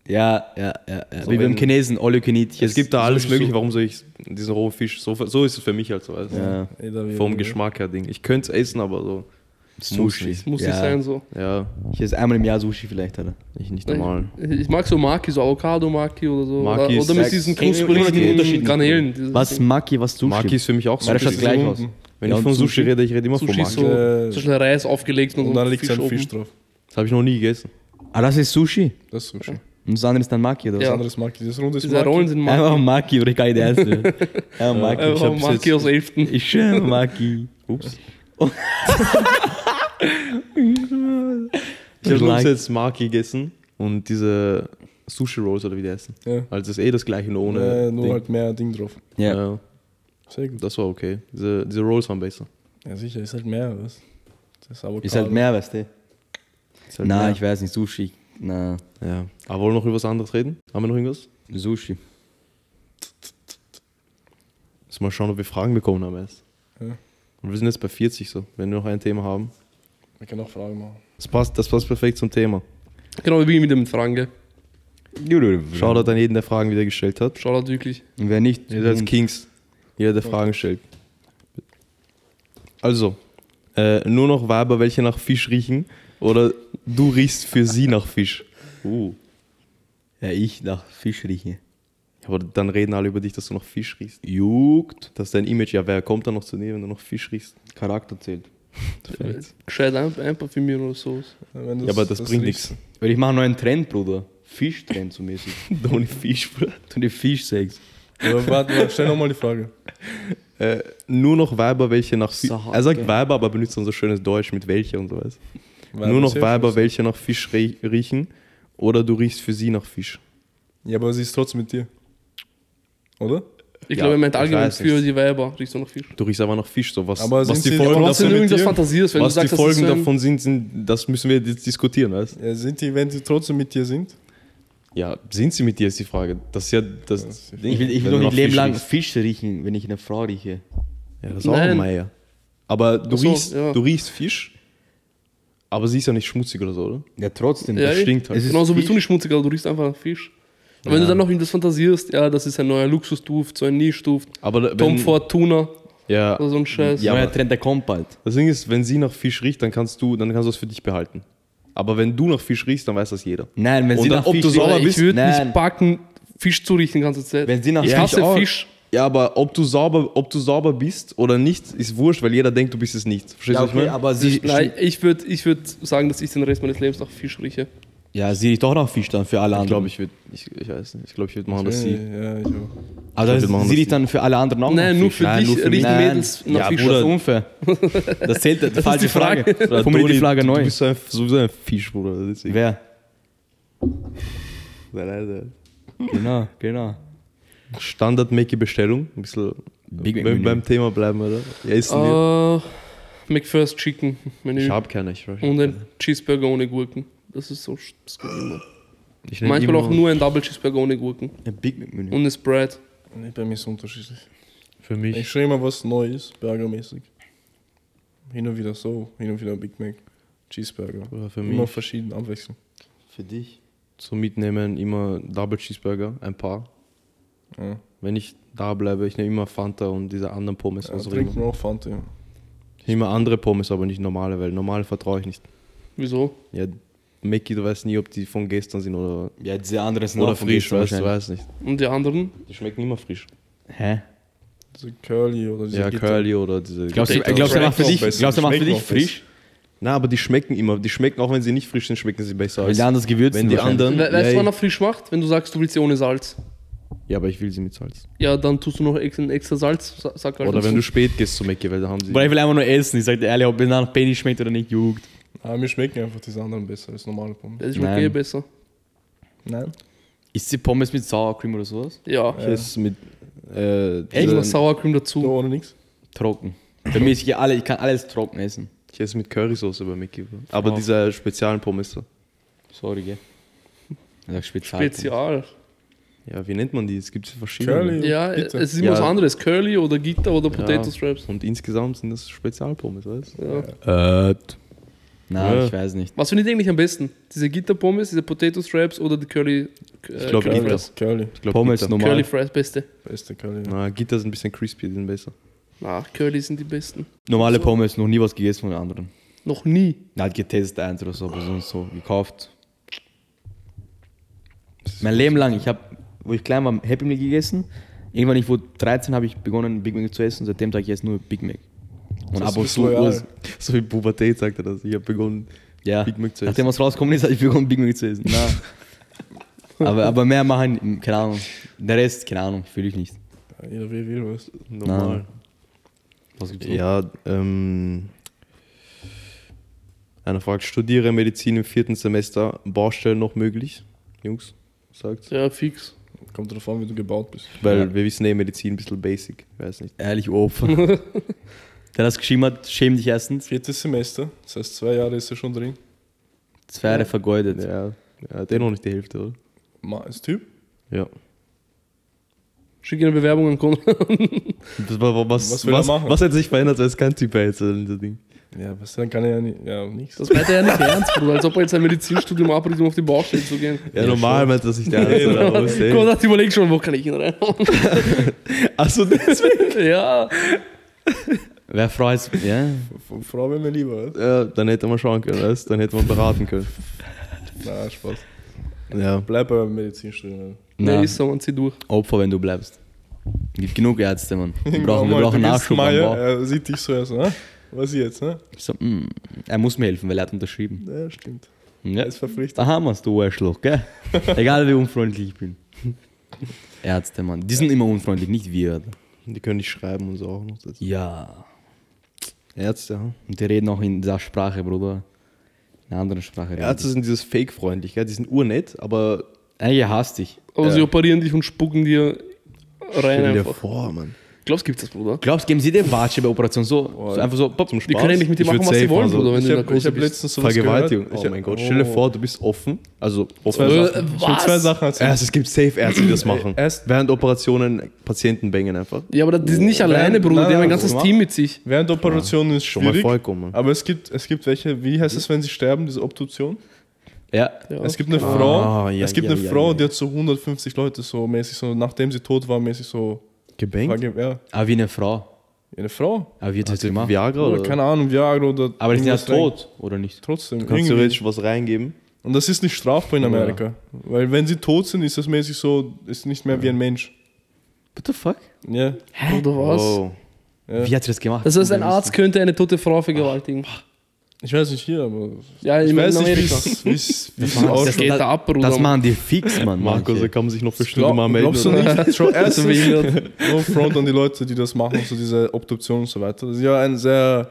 Speaker 2: Ja, ja, ja. ja. Wie beim
Speaker 4: wenn-
Speaker 2: Chinesen, all you can eat.
Speaker 4: Es gibt da
Speaker 2: So-
Speaker 4: alles
Speaker 2: so-
Speaker 4: Mögliche, warum soll ich diesen rohen Fisch, so, so ist es für mich halt so, weißt du?
Speaker 2: Ja,
Speaker 3: jeder wie-
Speaker 4: Vom Geschmack her Ding. Ich könnte es essen, aber so,
Speaker 2: das
Speaker 4: Sushi.
Speaker 1: Das muss nicht sein so.
Speaker 4: ja,
Speaker 2: Ich esse einmal im Jahr Sushi vielleicht, Alter.
Speaker 4: nicht, nicht normal.
Speaker 1: Ich, ich mag so Maki, so Avocado-Maki oder so.
Speaker 4: Maki
Speaker 1: oder,
Speaker 4: ist
Speaker 1: oder mit
Speaker 4: sex-
Speaker 1: diesen
Speaker 2: Ey, ich will nur den Unterschied
Speaker 1: knusprigen
Speaker 2: nicht.
Speaker 1: Garnelen. dieses
Speaker 2: Was
Speaker 1: Ding.
Speaker 2: Maki, was Sushi?
Speaker 4: Maki ist für mich auch
Speaker 2: Ja, das schaut
Speaker 4: Sushi.
Speaker 2: gleich
Speaker 3: Unten.
Speaker 2: aus. Ja,
Speaker 4: Wenn ich
Speaker 2: und
Speaker 4: von Sushi
Speaker 2: Sushi.
Speaker 4: rede, ich rede immer von
Speaker 1: Sushi
Speaker 4: Maki.
Speaker 1: so,
Speaker 3: Äh,
Speaker 1: zwischen Reis aufgelegt und,
Speaker 3: Und dann liegt so ein
Speaker 1: oben.
Speaker 3: Fisch drauf.
Speaker 4: Das habe ich noch nie gegessen.
Speaker 2: Ah, das ist Sushi.
Speaker 3: Das ist Sushi.
Speaker 2: Und das andere ist dann Maki, oder?
Speaker 3: Das
Speaker 1: Ja.
Speaker 3: andere ist Maki. Das runde ist
Speaker 1: Diese Rollen sind
Speaker 2: was? Einfach
Speaker 1: Maki.
Speaker 2: Maki, oder gar nicht der erste. Ja, Maki.
Speaker 1: Einfach
Speaker 4: hab's
Speaker 1: Maki
Speaker 4: jetzt-
Speaker 1: aus 11.
Speaker 2: Ich schwöre, Maki.
Speaker 4: Ups. ich habe
Speaker 2: Like.
Speaker 4: uns jetzt Maki gegessen und diese Sushi Rolls oder wie die heißen.
Speaker 3: Ja.
Speaker 4: Also das ist eh das gleiche, nur ohne.
Speaker 3: Äh, nur
Speaker 4: Ding.
Speaker 3: halt mehr Ding drauf.
Speaker 2: Ja.
Speaker 4: Ja.
Speaker 3: Sehr gut.
Speaker 4: Das war okay. Diese, diese Rolls waren besser.
Speaker 3: Ja, sicher, ist halt mehr, was? Das ist Avocado.
Speaker 2: Ist halt mehr, weißt du?
Speaker 4: Ist halt
Speaker 2: Nein,
Speaker 4: mehr.
Speaker 2: ich weiß nicht, Sushi. Na,
Speaker 4: Ja. Aber wollen wir noch über was anderes reden? Haben wir noch irgendwas?
Speaker 2: Sushi.
Speaker 4: Müssen wir mal schauen, ob wir Fragen bekommen haben erst.
Speaker 3: Ja.
Speaker 4: Und wir sind jetzt bei 40 so, wenn wir noch ein Thema haben.
Speaker 3: Wir können auch Fragen machen.
Speaker 4: Das passt, das passt perfekt zum Thema.
Speaker 1: Genau, wir beginnen wieder mit Fragen, gell?
Speaker 4: Schaut halt an jeden, der Fragen wieder gestellt hat.
Speaker 1: Shoutout halt wirklich.
Speaker 2: Und wer nicht,
Speaker 4: Jeder als
Speaker 2: und-
Speaker 4: Kings. Jeder, der Fragen stellt. Also, äh, nur noch Weiber, welche nach Fisch riechen. Oder du riechst für sie nach Fisch. Uh.
Speaker 2: Ja, ich nach Fisch rieche.
Speaker 4: Aber dann reden alle über dich, dass du nach Fisch riechst.
Speaker 2: Juckt.
Speaker 4: Das ist dein Image. Ja, wer kommt dann noch zu dir, wenn du noch Fisch riechst?
Speaker 2: Charakter zählt.
Speaker 1: Gescheit ein, einparfümieren oder so.
Speaker 3: Wenn
Speaker 4: ja, aber das, bringt
Speaker 3: riechst.
Speaker 4: nichts.
Speaker 2: Weil ich mache einen neuen Trend, Bruder. Fischtrend so mäßig.
Speaker 4: Ohne Fisch, Bruder.
Speaker 2: Du den Fischsex.
Speaker 3: Aber warte, warte, stell nochmal die Frage.
Speaker 4: Äh, nur noch Weiber, welche nach Fisch.
Speaker 2: Sag,
Speaker 4: Er sagt
Speaker 2: gell.
Speaker 4: Weiber, aber benutzt dann so schönes Deutsch mit welche und so was.
Speaker 3: Weil
Speaker 4: Nur
Speaker 3: das
Speaker 4: noch
Speaker 3: hilft
Speaker 4: Weiber,
Speaker 3: uns.
Speaker 4: welche nach Fisch rie- riechen. Oder du riechst für sie nach Fisch.
Speaker 3: Ja, aber sie ist trotzdem mit dir. Oder?
Speaker 1: Ich
Speaker 4: Ja,
Speaker 1: glaube, er meint
Speaker 4: ich
Speaker 1: allgemein
Speaker 4: weiß
Speaker 1: für
Speaker 4: nicht.
Speaker 1: die Weiber riecht so noch Fisch.
Speaker 4: Du riechst aber nach Fisch, so was,
Speaker 3: Aber
Speaker 4: was
Speaker 3: sind
Speaker 4: die
Speaker 3: sie-
Speaker 4: Folgen
Speaker 3: aber
Speaker 1: Aber
Speaker 3: Was
Speaker 1: was
Speaker 4: davon
Speaker 1: denn
Speaker 3: denn
Speaker 1: irgendwas
Speaker 3: mit dir?
Speaker 1: fantasierst, wenn du
Speaker 4: was
Speaker 1: sagst,
Speaker 4: die
Speaker 1: dass das ähm,
Speaker 4: Folgen
Speaker 1: so ein-
Speaker 4: davon sind, sind, das müssen wir jetzt diskutieren, weißt
Speaker 3: Ja, sind die, wenn sie trotzdem mit dir sind?
Speaker 4: Ja, sind sie mit dir, ist die Frage. Das ist ja
Speaker 3: Das
Speaker 4: das,
Speaker 3: ist-
Speaker 2: Ich will, ich will
Speaker 4: Wenn
Speaker 2: doch
Speaker 4: du
Speaker 2: nicht
Speaker 4: nach
Speaker 2: leben
Speaker 4: Fisch
Speaker 2: lang
Speaker 4: riechst.
Speaker 2: Fisch riechen, wenn ich eine Frau rieche.
Speaker 4: Ja, das ist auch
Speaker 1: Nein.
Speaker 4: ein Meier. Aber du,
Speaker 1: Ach so,
Speaker 4: riechst,
Speaker 1: ja.
Speaker 4: du riechst Fisch, aber sie ist ja nicht schmutzig oder so, oder?
Speaker 2: Ja, trotzdem.
Speaker 1: Ja,
Speaker 4: das
Speaker 1: eh.
Speaker 4: stinkt halt.
Speaker 2: Es ist
Speaker 1: Genau so bist
Speaker 2: Fisch.
Speaker 1: du nicht schmutzig, aber du riechst einfach nach Fisch. Und wenn du dann noch irgendwas fantasierst, ja, das ist ein neuer Luxusduft, so ein Nischduft,
Speaker 4: Aber wenn,
Speaker 1: Tom Ford Tuna
Speaker 4: Ja,
Speaker 1: oder so ein Scheiß.
Speaker 2: Ja,
Speaker 4: Ja,
Speaker 2: neuer
Speaker 4: aber-
Speaker 2: Trend, der kommt bald.
Speaker 4: das Ding ist, wenn sie nach Fisch riecht, dann kannst du, dann kannst du das für dich behalten. Aber wenn du nach Fisch riechst, dann weiß das jeder.
Speaker 2: Nein, wenn
Speaker 4: Und
Speaker 2: sie
Speaker 4: dann,
Speaker 2: nach
Speaker 4: ob
Speaker 2: Fisch
Speaker 4: du
Speaker 2: riecht-
Speaker 4: sauber
Speaker 1: aber ich
Speaker 4: bist-
Speaker 1: würde
Speaker 2: Nein.
Speaker 1: nicht packen, Fisch zu riechen die ganze Zeit.
Speaker 2: Wenn sie nach
Speaker 1: ich
Speaker 2: Ja, ich
Speaker 1: hasse
Speaker 4: auch.
Speaker 1: Fisch.
Speaker 4: Ja, aber ob du sauber, ob du sauber bist oder nicht, ist wurscht, weil jeder denkt, du bist es nicht. Verstehst du,
Speaker 2: Ja,
Speaker 4: was ich
Speaker 2: okay,
Speaker 4: meine?
Speaker 2: aber sie,
Speaker 1: Nein, ich würde ich würd sagen, dass ich den Rest meines Lebens nach Fisch rieche.
Speaker 2: ja, sie riecht doch nach Fisch dann für alle
Speaker 4: Ich
Speaker 2: anderen.
Speaker 4: glaube, ich würde, ich, ich weiß nicht, ich glaube, ich würde machen, dass sie.
Speaker 3: Ja, ich auch.
Speaker 2: Also
Speaker 4: ich würd machen,
Speaker 2: sie
Speaker 4: dass
Speaker 2: riecht dann für alle anderen auch
Speaker 1: Nein,
Speaker 2: nach
Speaker 1: nur
Speaker 2: Fisch.
Speaker 1: für dich
Speaker 2: mich.
Speaker 1: riechen
Speaker 2: Nein.
Speaker 1: Mädels nach
Speaker 4: Ja,
Speaker 1: Fisch.
Speaker 2: Bruder, das
Speaker 4: Bruder.
Speaker 2: ist unfair. Das zählt, das, das falsche
Speaker 1: die Frage.
Speaker 2: Frage. Frage. Formulier die
Speaker 4: Toni,
Speaker 2: Frage
Speaker 4: du,
Speaker 2: neu.
Speaker 4: Du bist so ein, sowieso ein Fisch, Bruder. Deswegen.
Speaker 2: Wer?
Speaker 4: Nein, nein,
Speaker 2: Genau, genau.
Speaker 4: nein. Standard Mackie Bestellung. Ein bisschen
Speaker 2: Big Mac
Speaker 4: beim,
Speaker 2: Menü.
Speaker 4: beim Thema bleiben, oder? Ja, ist
Speaker 1: Äh,
Speaker 4: nicht.
Speaker 1: McFirst Chicken Menü
Speaker 4: Ich hab keine, ich weiß.
Speaker 1: und ein Cheeseburger ohne Gurken. Das ist so. sch- Das geht immer.
Speaker 4: Ich nehm
Speaker 1: Manchmal
Speaker 4: immer-
Speaker 1: auch nur ein Double Cheeseburger ohne Gurken
Speaker 2: Ein Big Mac Menü.
Speaker 1: und eine Spread.
Speaker 3: Nee, bei mir ist es unterschiedlich.
Speaker 4: Für
Speaker 3: Ich
Speaker 4: mich.
Speaker 3: schreibe immer was Neues, burgermäßig. Hin und wieder so, hin und wieder Big Mac, Cheeseburger.
Speaker 4: Oder für
Speaker 3: Immer
Speaker 4: mich.
Speaker 3: verschieden, abwechseln.
Speaker 2: Für dich.
Speaker 4: Zum Mitnehmen immer Double Cheeseburger, ein paar.
Speaker 3: Ja.
Speaker 4: Wenn ich da bleibe, ich nehme immer Fanta und diese anderen Pommes.
Speaker 3: Ja,
Speaker 4: also
Speaker 3: trinkt man auch Fanta. ja.
Speaker 4: ich nehme andere Pommes, aber nicht normale, weil normale vertraue ich nicht.
Speaker 1: Wieso?
Speaker 4: Ja, Mackie, du weißt nie, ob die von gestern sind oder,
Speaker 2: Ja, diese anderen sind
Speaker 4: oder
Speaker 2: auch von
Speaker 4: frisch,
Speaker 2: gestern
Speaker 4: weißt du,
Speaker 2: wahrscheinlich.
Speaker 4: weißt nicht.
Speaker 1: Und die anderen?
Speaker 4: Die schmecken immer frisch.
Speaker 2: Hä?
Speaker 3: Diese Curly oder diese
Speaker 4: Ja,
Speaker 3: Gitter.
Speaker 4: Curly oder diese.
Speaker 2: Glaubst du,
Speaker 4: Potato
Speaker 2: glaubst du, er macht für
Speaker 3: Fries
Speaker 2: dich,
Speaker 3: auch besser.
Speaker 2: glaubst du, er macht für
Speaker 3: Schmecken
Speaker 2: dich
Speaker 3: auch besser.
Speaker 2: frisch?
Speaker 4: Na, aber die schmecken immer. Die schmecken, auch wenn sie nicht frisch sind, schmecken sie besser
Speaker 2: Weil
Speaker 4: als.
Speaker 2: die anders gewürzt
Speaker 4: Wenn die
Speaker 2: wahrscheinlich.
Speaker 4: anderen.
Speaker 1: We weißt du,
Speaker 4: ja,
Speaker 1: wann er frisch macht? Wenn du sagst, du willst sie ohne Salz.
Speaker 4: ja, aber ich will sie mit Salz.
Speaker 1: Ja, dann tust du noch ex- ein extra Salz. sa- Sag halt
Speaker 4: Oder wenn
Speaker 1: dazu.
Speaker 4: du spät gehst zu Mecke, weil da haben sie.
Speaker 2: Weil ich will einfach nur essen. Ich sag dir ehrlich, ob es nach Penny schmeckt oder nicht, juckt.
Speaker 3: Ah, mir schmecken einfach diese anderen besser als normale Pommes.
Speaker 1: Das schmeckt
Speaker 2: Nein.
Speaker 1: eh besser.
Speaker 3: Nein.
Speaker 2: Ist die Pommes mit Sour Cream oder sowas?
Speaker 1: Ja.
Speaker 4: Ich esse mit. Äh,
Speaker 1: Echt
Speaker 4: dieser-
Speaker 1: mal Sour Cream
Speaker 3: So
Speaker 1: dazu.
Speaker 3: ohne nichts.
Speaker 2: Trocken. Für mich ist ja alle, ich kann alles trocken essen.
Speaker 4: ich esse mit Currysoße bei Mecke. Aber
Speaker 2: Oh.
Speaker 4: dieser speziellen Pommes. da.
Speaker 2: Also Sorry, gell? Ich sag Spezial.
Speaker 1: Spezial.
Speaker 4: Ja, wie nennt man die? Es gibt verschiedene.
Speaker 3: Curly.
Speaker 1: Ja,
Speaker 3: Bitte.
Speaker 1: es ist immer
Speaker 4: Ja.
Speaker 1: was anderes. Curly oder Gitter oder
Speaker 4: Ja.
Speaker 1: Potato Straps.
Speaker 4: Und insgesamt sind das Spezialpommes, weißt du?
Speaker 1: Ja.
Speaker 2: Äh. Nein,
Speaker 4: Ja.
Speaker 2: ich weiß nicht.
Speaker 1: Was findet ihr eigentlich am besten? Diese Gitter-Pommes, diese Potato Straps oder die Curly, äh,
Speaker 4: glaub,
Speaker 1: Curly
Speaker 4: Gitter.
Speaker 1: Fries?
Speaker 3: Curly.
Speaker 4: Ich glaub,
Speaker 2: Pommes
Speaker 4: Gitter.
Speaker 2: normal.
Speaker 1: Curly Fries, beste.
Speaker 3: Beste Curly. Ja.
Speaker 4: Na, Gitter sind ein bisschen crispy, die sind besser.
Speaker 1: Na, Curly sind die besten.
Speaker 2: Normale Pommes, noch nie was gegessen von den anderen.
Speaker 1: Noch nie.
Speaker 2: Na, hat getestet eins oder so, aber sonst so gekauft. Mein Leben lang, ich habe, wo ich klein war, Happy Meal gegessen. Irgendwann, ich wurde 13, habe ich begonnen, Big Mac zu essen. Seitdem Tag ich jetzt nur Big Mac. Und
Speaker 3: Das
Speaker 2: ab und
Speaker 3: ist
Speaker 2: zu
Speaker 3: loyal.
Speaker 2: Urs-
Speaker 4: So wie Pubertät sagt er das. Ich habe begonnen,
Speaker 2: Ja.
Speaker 4: Big Mac zu
Speaker 2: Nachdem
Speaker 4: essen.
Speaker 2: was rausgekommen ist, habe ich begonnen, Big Mac zu essen. Na. aber, aber mehr machen, keine Ahnung. Der Rest, keine Ahnung, fühle ich nicht.
Speaker 3: Jeder wie er will, weißt du.
Speaker 4: Normal.
Speaker 2: Was gibt's noch?
Speaker 4: Ja, ähm. Einer fragt, studiere Medizin im vierten Semester, Baustellen noch möglich? Jungs, sagt
Speaker 1: Ja, fix.
Speaker 3: Kommt drauf an, wie du gebaut bist.
Speaker 4: Weil
Speaker 2: Ja.
Speaker 4: wir wissen eh, Medizin ein bisschen basic, weiß nicht.
Speaker 2: Ehrlich, Opfer. Der das geschrieben hat, schäm dich erstens.
Speaker 3: Viertes Semester, das heißt, zwei Jahre ist er schon drin.
Speaker 2: Zwei Jahre vergeudet.
Speaker 4: Ja, er hat eh noch nicht die Hälfte, oder?
Speaker 3: Ma, ist Typ.
Speaker 4: Ja.
Speaker 1: Schick eine Bewerbung an Konrad.
Speaker 4: Das war, was,
Speaker 3: Was
Speaker 4: was,
Speaker 3: will er
Speaker 4: was,
Speaker 3: machen?
Speaker 4: was hat sich verändert, als kein Typ mehr jetzt in diesem Ding?
Speaker 3: Ja, was dann kann er ja nicht. Ja, nichts.
Speaker 1: Das meint er ja nicht ernst, Bruder. Als ob er jetzt ein Medizinstudium abbricht, um auf die Baustelle zu gehen.
Speaker 4: Ja, Genau. normal meint er sich der Arzt oder was, ey.
Speaker 1: Konrad überlegt schon, wo kann ich ihn rein?
Speaker 4: Achso, deswegen.
Speaker 1: ja.
Speaker 2: Wer freut sich? Ja.
Speaker 3: F- Frau wäre mir lieber, oder?
Speaker 4: Ja, dann hätte man schauen können, weißt? dann hätte man beraten können.
Speaker 3: Na, Spaß.
Speaker 4: Ja.
Speaker 3: Bleib beim Medizinstudium.
Speaker 1: Nee,
Speaker 2: Na,
Speaker 1: ist so, man zieht durch.
Speaker 2: Opfer, wenn du bleibst. Gibt genug Ärzte, Mann. Wir brauchen, wir
Speaker 3: Irgendwann mal,
Speaker 2: brauchen
Speaker 3: du bist
Speaker 2: Nachschub am
Speaker 3: Meier,
Speaker 2: Bau.
Speaker 3: er sieht dich so erst, ne? Was jetzt, ne?
Speaker 2: Ich so, mm, er muss mir helfen, weil er hat unterschrieben.
Speaker 3: Ja, stimmt.
Speaker 2: Ja.
Speaker 3: Er ist verpflichtet.
Speaker 2: Da haben wir's, du Arschloch, gell? Egal, wie unfreundlich ich bin. Ärzte, Mann. Die sind immer unfreundlich, nicht wir. Alter.
Speaker 4: Die können nicht schreiben und so auch noch. dazu.
Speaker 2: Ja.
Speaker 4: Ärzte, ja.
Speaker 2: Und die reden auch in dieser Sprache, Bruder. In einer anderen Sprache. reden
Speaker 4: Ärzte sind dieses Fake-freundlich, gell? die sind urnett, aber
Speaker 2: die. Eigentlich hasst dich.
Speaker 1: Aber sie operieren dich und spucken dir rein
Speaker 4: stell dir
Speaker 1: einfach.
Speaker 4: vor, Mann.
Speaker 1: Glaubst, gibt's das, Bruder?
Speaker 2: Glaubst du, geben sie dir Watsche bei Operationen so? so einfach so, pop,
Speaker 1: Die können nicht mit dir
Speaker 4: Ich würd
Speaker 1: machen, was sie
Speaker 4: safe
Speaker 1: wollen,
Speaker 4: machen,
Speaker 1: Bruder, wenn
Speaker 3: also Ich
Speaker 1: du
Speaker 3: habe
Speaker 1: Narkose
Speaker 3: hab
Speaker 1: bist.
Speaker 3: letztens sowas
Speaker 4: Vergewaltigung.
Speaker 3: gehört.
Speaker 4: Oh
Speaker 3: Ich hab-
Speaker 4: mein Gott, stell dir
Speaker 3: Oh.
Speaker 4: vor, du bist offen. Also
Speaker 3: Zwei
Speaker 4: offen.
Speaker 1: Äh,
Speaker 3: Sachen. Ich will
Speaker 1: was?
Speaker 3: zwei Sachen erzählen.
Speaker 4: Erst, also es gibt safe Ärzte, die das machen.
Speaker 3: Erst-
Speaker 4: Äh, Während Operationen Patienten bängen einfach.
Speaker 1: Ja, aber die sind nicht alleine,
Speaker 3: Nein,
Speaker 1: Bruder.
Speaker 3: nein,
Speaker 1: die haben ein
Speaker 3: nein,
Speaker 1: ganzes
Speaker 3: Bruder.
Speaker 1: Team mit sich.
Speaker 3: Während der Operation ist
Speaker 4: Schon mal
Speaker 3: schwierig.
Speaker 4: vollkommen.
Speaker 3: Aber es gibt, es gibt welche, wie heißt es, wenn sie sterben, diese Obduktion?
Speaker 2: Ja.
Speaker 1: Ja.
Speaker 3: Es gibt eine Frau,
Speaker 4: Ah, ja,
Speaker 3: es gibt
Speaker 4: ja,
Speaker 3: eine
Speaker 4: ja,
Speaker 3: Frau,
Speaker 4: ja.
Speaker 3: die hat so 150 Leute so mäßig, so nachdem sie tot war, mäßig so.
Speaker 4: Gebängt?
Speaker 3: Frage- Ja,
Speaker 2: Aber Ah, wie eine Frau.
Speaker 3: eine Frau?
Speaker 2: Aber wie hat sie das gemacht?
Speaker 4: Viagra
Speaker 3: Oder
Speaker 4: oder?
Speaker 3: keine Ahnung, Viagra oder.
Speaker 2: Aber die sind ja
Speaker 3: irgendwas rein-
Speaker 2: tot, oder nicht?
Speaker 3: Trotzdem.
Speaker 4: Kannst du
Speaker 3: irgendwie.
Speaker 4: theoretisch was reingeben?
Speaker 3: Und das ist nicht strafbar in
Speaker 4: Ja.
Speaker 3: Amerika. Weil wenn sie tot sind, ist das mäßig so, ist nicht mehr wie ein Mensch.
Speaker 2: What the fuck?
Speaker 3: Ja.
Speaker 1: Oder was?
Speaker 4: Oh.
Speaker 3: Ja.
Speaker 2: Wie hat sie das gemacht?
Speaker 1: Das heißt, ein Arzt könnte eine tote Frau vergewaltigen.
Speaker 3: Ich weiß nicht hier, aber.
Speaker 1: Ja,
Speaker 3: Ich
Speaker 1: in
Speaker 3: weiß nicht,
Speaker 1: Amerika.
Speaker 3: wie's- wie's- wie es
Speaker 2: machen- das
Speaker 3: ausschaut.
Speaker 1: geht da ab, Bruder.
Speaker 2: Das machen die fix, Mann.
Speaker 4: Marco, so
Speaker 2: manche.
Speaker 4: kann man sich noch für Stunde
Speaker 3: Glaub,
Speaker 4: mal melden.
Speaker 3: glaubst du
Speaker 4: oder?
Speaker 3: nicht? Schon erstens,
Speaker 1: behindert.
Speaker 3: no front an die Leute, die das machen, so diese Obduktion und so weiter. Das ist ja ein sehr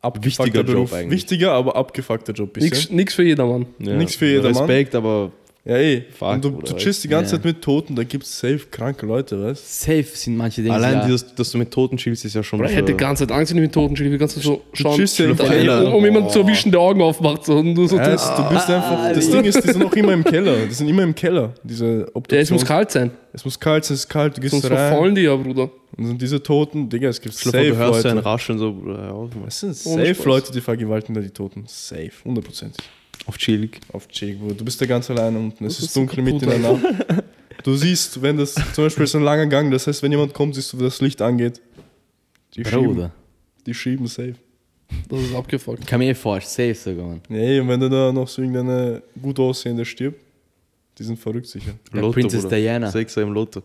Speaker 3: abgefuckter
Speaker 4: Wichtiger Job
Speaker 3: Beruf.
Speaker 4: eigentlich.
Speaker 3: Wichtiger, aber abgefuckter Job.
Speaker 1: Nix,
Speaker 3: Bisschen.
Speaker 1: nix für jedermann.
Speaker 4: Ja.
Speaker 3: Nichts für jedermann.
Speaker 4: Respekt, aber
Speaker 3: Ja, eh.
Speaker 4: Fuck,
Speaker 3: und du,
Speaker 4: Bruder,
Speaker 3: du
Speaker 4: weißt
Speaker 3: chillst die ganze
Speaker 2: Ja.
Speaker 3: Zeit mit Toten, da gibt's safe kranke Leute, weißt
Speaker 2: Safe sind manche Dinge.
Speaker 4: allein
Speaker 2: ja.
Speaker 4: dieses, dass du mit Toten chillst, ist ja schon.
Speaker 1: Bro, ich hätte die
Speaker 4: für-
Speaker 1: ganze Zeit Angst, wenn ich mit Toten stehe. Ich will die ganze Zeit so schauen,
Speaker 3: chillst ja im
Speaker 1: da-
Speaker 3: Keller.
Speaker 1: um, um jemanden zu erwischen, der Augen aufmacht. So, und du so
Speaker 3: du? Weißt, du bist einfach. Das Ding ist, die sind auch immer im Keller. Die sind immer im Keller, diese Obduktion.
Speaker 1: ja, es muss kalt sein,
Speaker 3: Es muss kalt sein, es ist kalt, du gehst
Speaker 1: sonst
Speaker 3: da rein.
Speaker 1: verfaulen die ja, Bruder.
Speaker 3: Und sind diese Toten, Digga, es gibt
Speaker 4: Stell
Speaker 3: safe
Speaker 4: dir vor, Du hörst so ein
Speaker 3: Leute.
Speaker 4: Rascheln so. Bruder, hör auf, Mann.
Speaker 3: Es sind
Speaker 1: Ohne
Speaker 3: safe
Speaker 1: Spaß.
Speaker 3: Leute, die vergewaltigen da die Toten. Safe, hundertprozentig.
Speaker 4: Auf chillig.
Speaker 3: Auf Cheek, Bruder. Du bist da ganz allein unten. Es ist
Speaker 1: so
Speaker 3: dunkel
Speaker 1: kaputt,
Speaker 3: mitten in der Nacht. Du siehst, wenn das zum Beispiel ist ein langer Gang, das heißt, wenn jemand kommt, siehst du, wie das Licht angeht. Die schieben,
Speaker 2: Bruder.
Speaker 3: die schieben safe.
Speaker 1: Das ist abgefuckt.
Speaker 2: Kann mir eh vorstellen, safe sogar, Mann.
Speaker 3: Nee, und wenn du da noch so irgendeine gut aussehende stirbt, die sind verrückt sicher.
Speaker 2: Ja, Princess
Speaker 4: Bruder.
Speaker 2: Diana.
Speaker 4: Sechser im Lotto.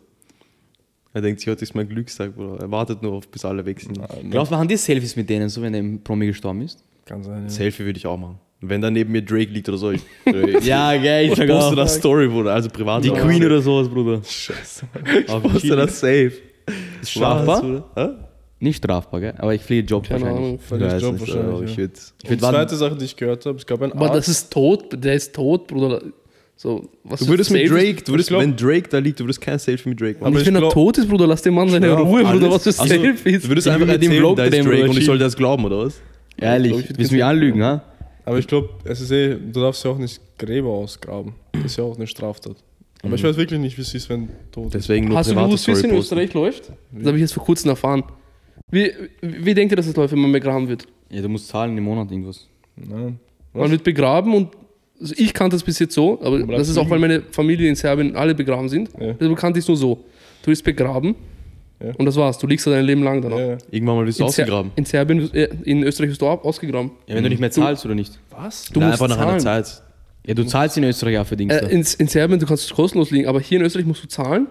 Speaker 4: Er denkt sich, heute ist mein Glückstag, Bruder. Er wartet nur auf, bis alle weg sind.
Speaker 3: Ah,
Speaker 2: Glaubst du, machen die Selfies mit denen, so wenn der im Promi gestorben ist?
Speaker 3: Kann sein, ja.
Speaker 4: Selfie würde ich auch machen. Und Wenn dann neben mir Drake liegt oder so, ich, ich
Speaker 2: Ja, geil, ich
Speaker 4: poste das Story, Bruder. Also privat.
Speaker 2: Die Queen oder sowas, Bruder.
Speaker 3: Scheiße.
Speaker 4: Ich poste das safe. Ist
Speaker 2: strafbar?
Speaker 4: Bruder.
Speaker 2: Nicht strafbar, gell? Aber ich fliege Job
Speaker 1: Keine
Speaker 2: wahrscheinlich.
Speaker 1: Ahnung.
Speaker 4: Hä? Ich weiß
Speaker 3: Verlierst Job
Speaker 4: nicht, aber
Speaker 3: wahrscheinlich.
Speaker 4: ich
Speaker 3: Ja.
Speaker 4: würde.
Speaker 2: äh, Ich
Speaker 3: Und
Speaker 2: würd
Speaker 3: zweite
Speaker 2: warten.
Speaker 3: Sache, die ich gehört habe, es gab einen
Speaker 1: Aber das
Speaker 3: Arzt.
Speaker 1: ist tot, der ist tot, Bruder. So, was
Speaker 4: Du würdest mit
Speaker 1: safe-
Speaker 4: Drake, du
Speaker 3: Ich
Speaker 4: würdest,
Speaker 3: glaub-
Speaker 4: wenn Drake da liegt, du würdest kein Selfie mit Drake
Speaker 1: Und
Speaker 4: machen.
Speaker 3: aber
Speaker 1: nicht,
Speaker 3: ich
Speaker 1: wenn er
Speaker 3: glaub-
Speaker 1: tot ist, Bruder, lass den Mann seine
Speaker 3: Ja, auf
Speaker 1: Ruhe, Bruder, was
Speaker 4: alles.
Speaker 1: für
Speaker 4: Also,
Speaker 1: Selfies.
Speaker 4: Du würdest
Speaker 2: Ich
Speaker 4: einfach
Speaker 2: würd den
Speaker 4: erzählen,
Speaker 2: Vlog
Speaker 4: da ist
Speaker 2: drehen,
Speaker 4: Drake
Speaker 2: Bruder,
Speaker 4: und ich soll das glauben, oder was?
Speaker 1: glaub, ich
Speaker 2: Ehrlich,
Speaker 1: würd
Speaker 2: willst du mich anlügen, ha?
Speaker 3: Aber ich glaube, es ist eh, du darfst ja auch nicht Gräber ausgraben. Das ist ja auch eine Straftat. Aber
Speaker 1: Mhm.
Speaker 3: ich weiß wirklich nicht, wie es ist, wenn tot ist.
Speaker 4: Deswegen nur
Speaker 1: Hast du
Speaker 4: private
Speaker 1: gewusst, wie es in
Speaker 4: Story posten.
Speaker 1: Österreich läuft? Das habe ich jetzt vor kurzem erfahren. Wie, wie denkt ihr, dass es läuft, wenn man begraben wird?
Speaker 2: Ja, du musst zahlen im Monat irgendwas.
Speaker 3: Nein.
Speaker 1: Man wird begraben und also ich kannte das bis jetzt so, aber
Speaker 3: bleibt
Speaker 1: das ist auch, weil meine Familie in Serbien alle begraben sind.
Speaker 3: Ja.
Speaker 1: Also kannte ich es nur so. Du wirst begraben
Speaker 3: Ja.
Speaker 1: und das war's. Du liegst da dein Leben lang danach.
Speaker 3: Ja, ja.
Speaker 4: Irgendwann mal bist du
Speaker 1: In, Ser-
Speaker 4: ausgegraben.
Speaker 1: in Serbien, äh, in Österreich wirst du ab- ausgegraben.
Speaker 2: Ja, wenn du nicht mehr zahlst oder nicht?
Speaker 3: Was?
Speaker 1: Du
Speaker 4: Nein,
Speaker 1: musst
Speaker 4: einfach nach einer
Speaker 1: zahlen.
Speaker 4: Zeit.
Speaker 2: Ja, du zahlst in Österreich auch für Dings. da.
Speaker 1: Äh, in, in Serbien, du kannst es kostenlos liegen, aber hier in Österreich musst du zahlen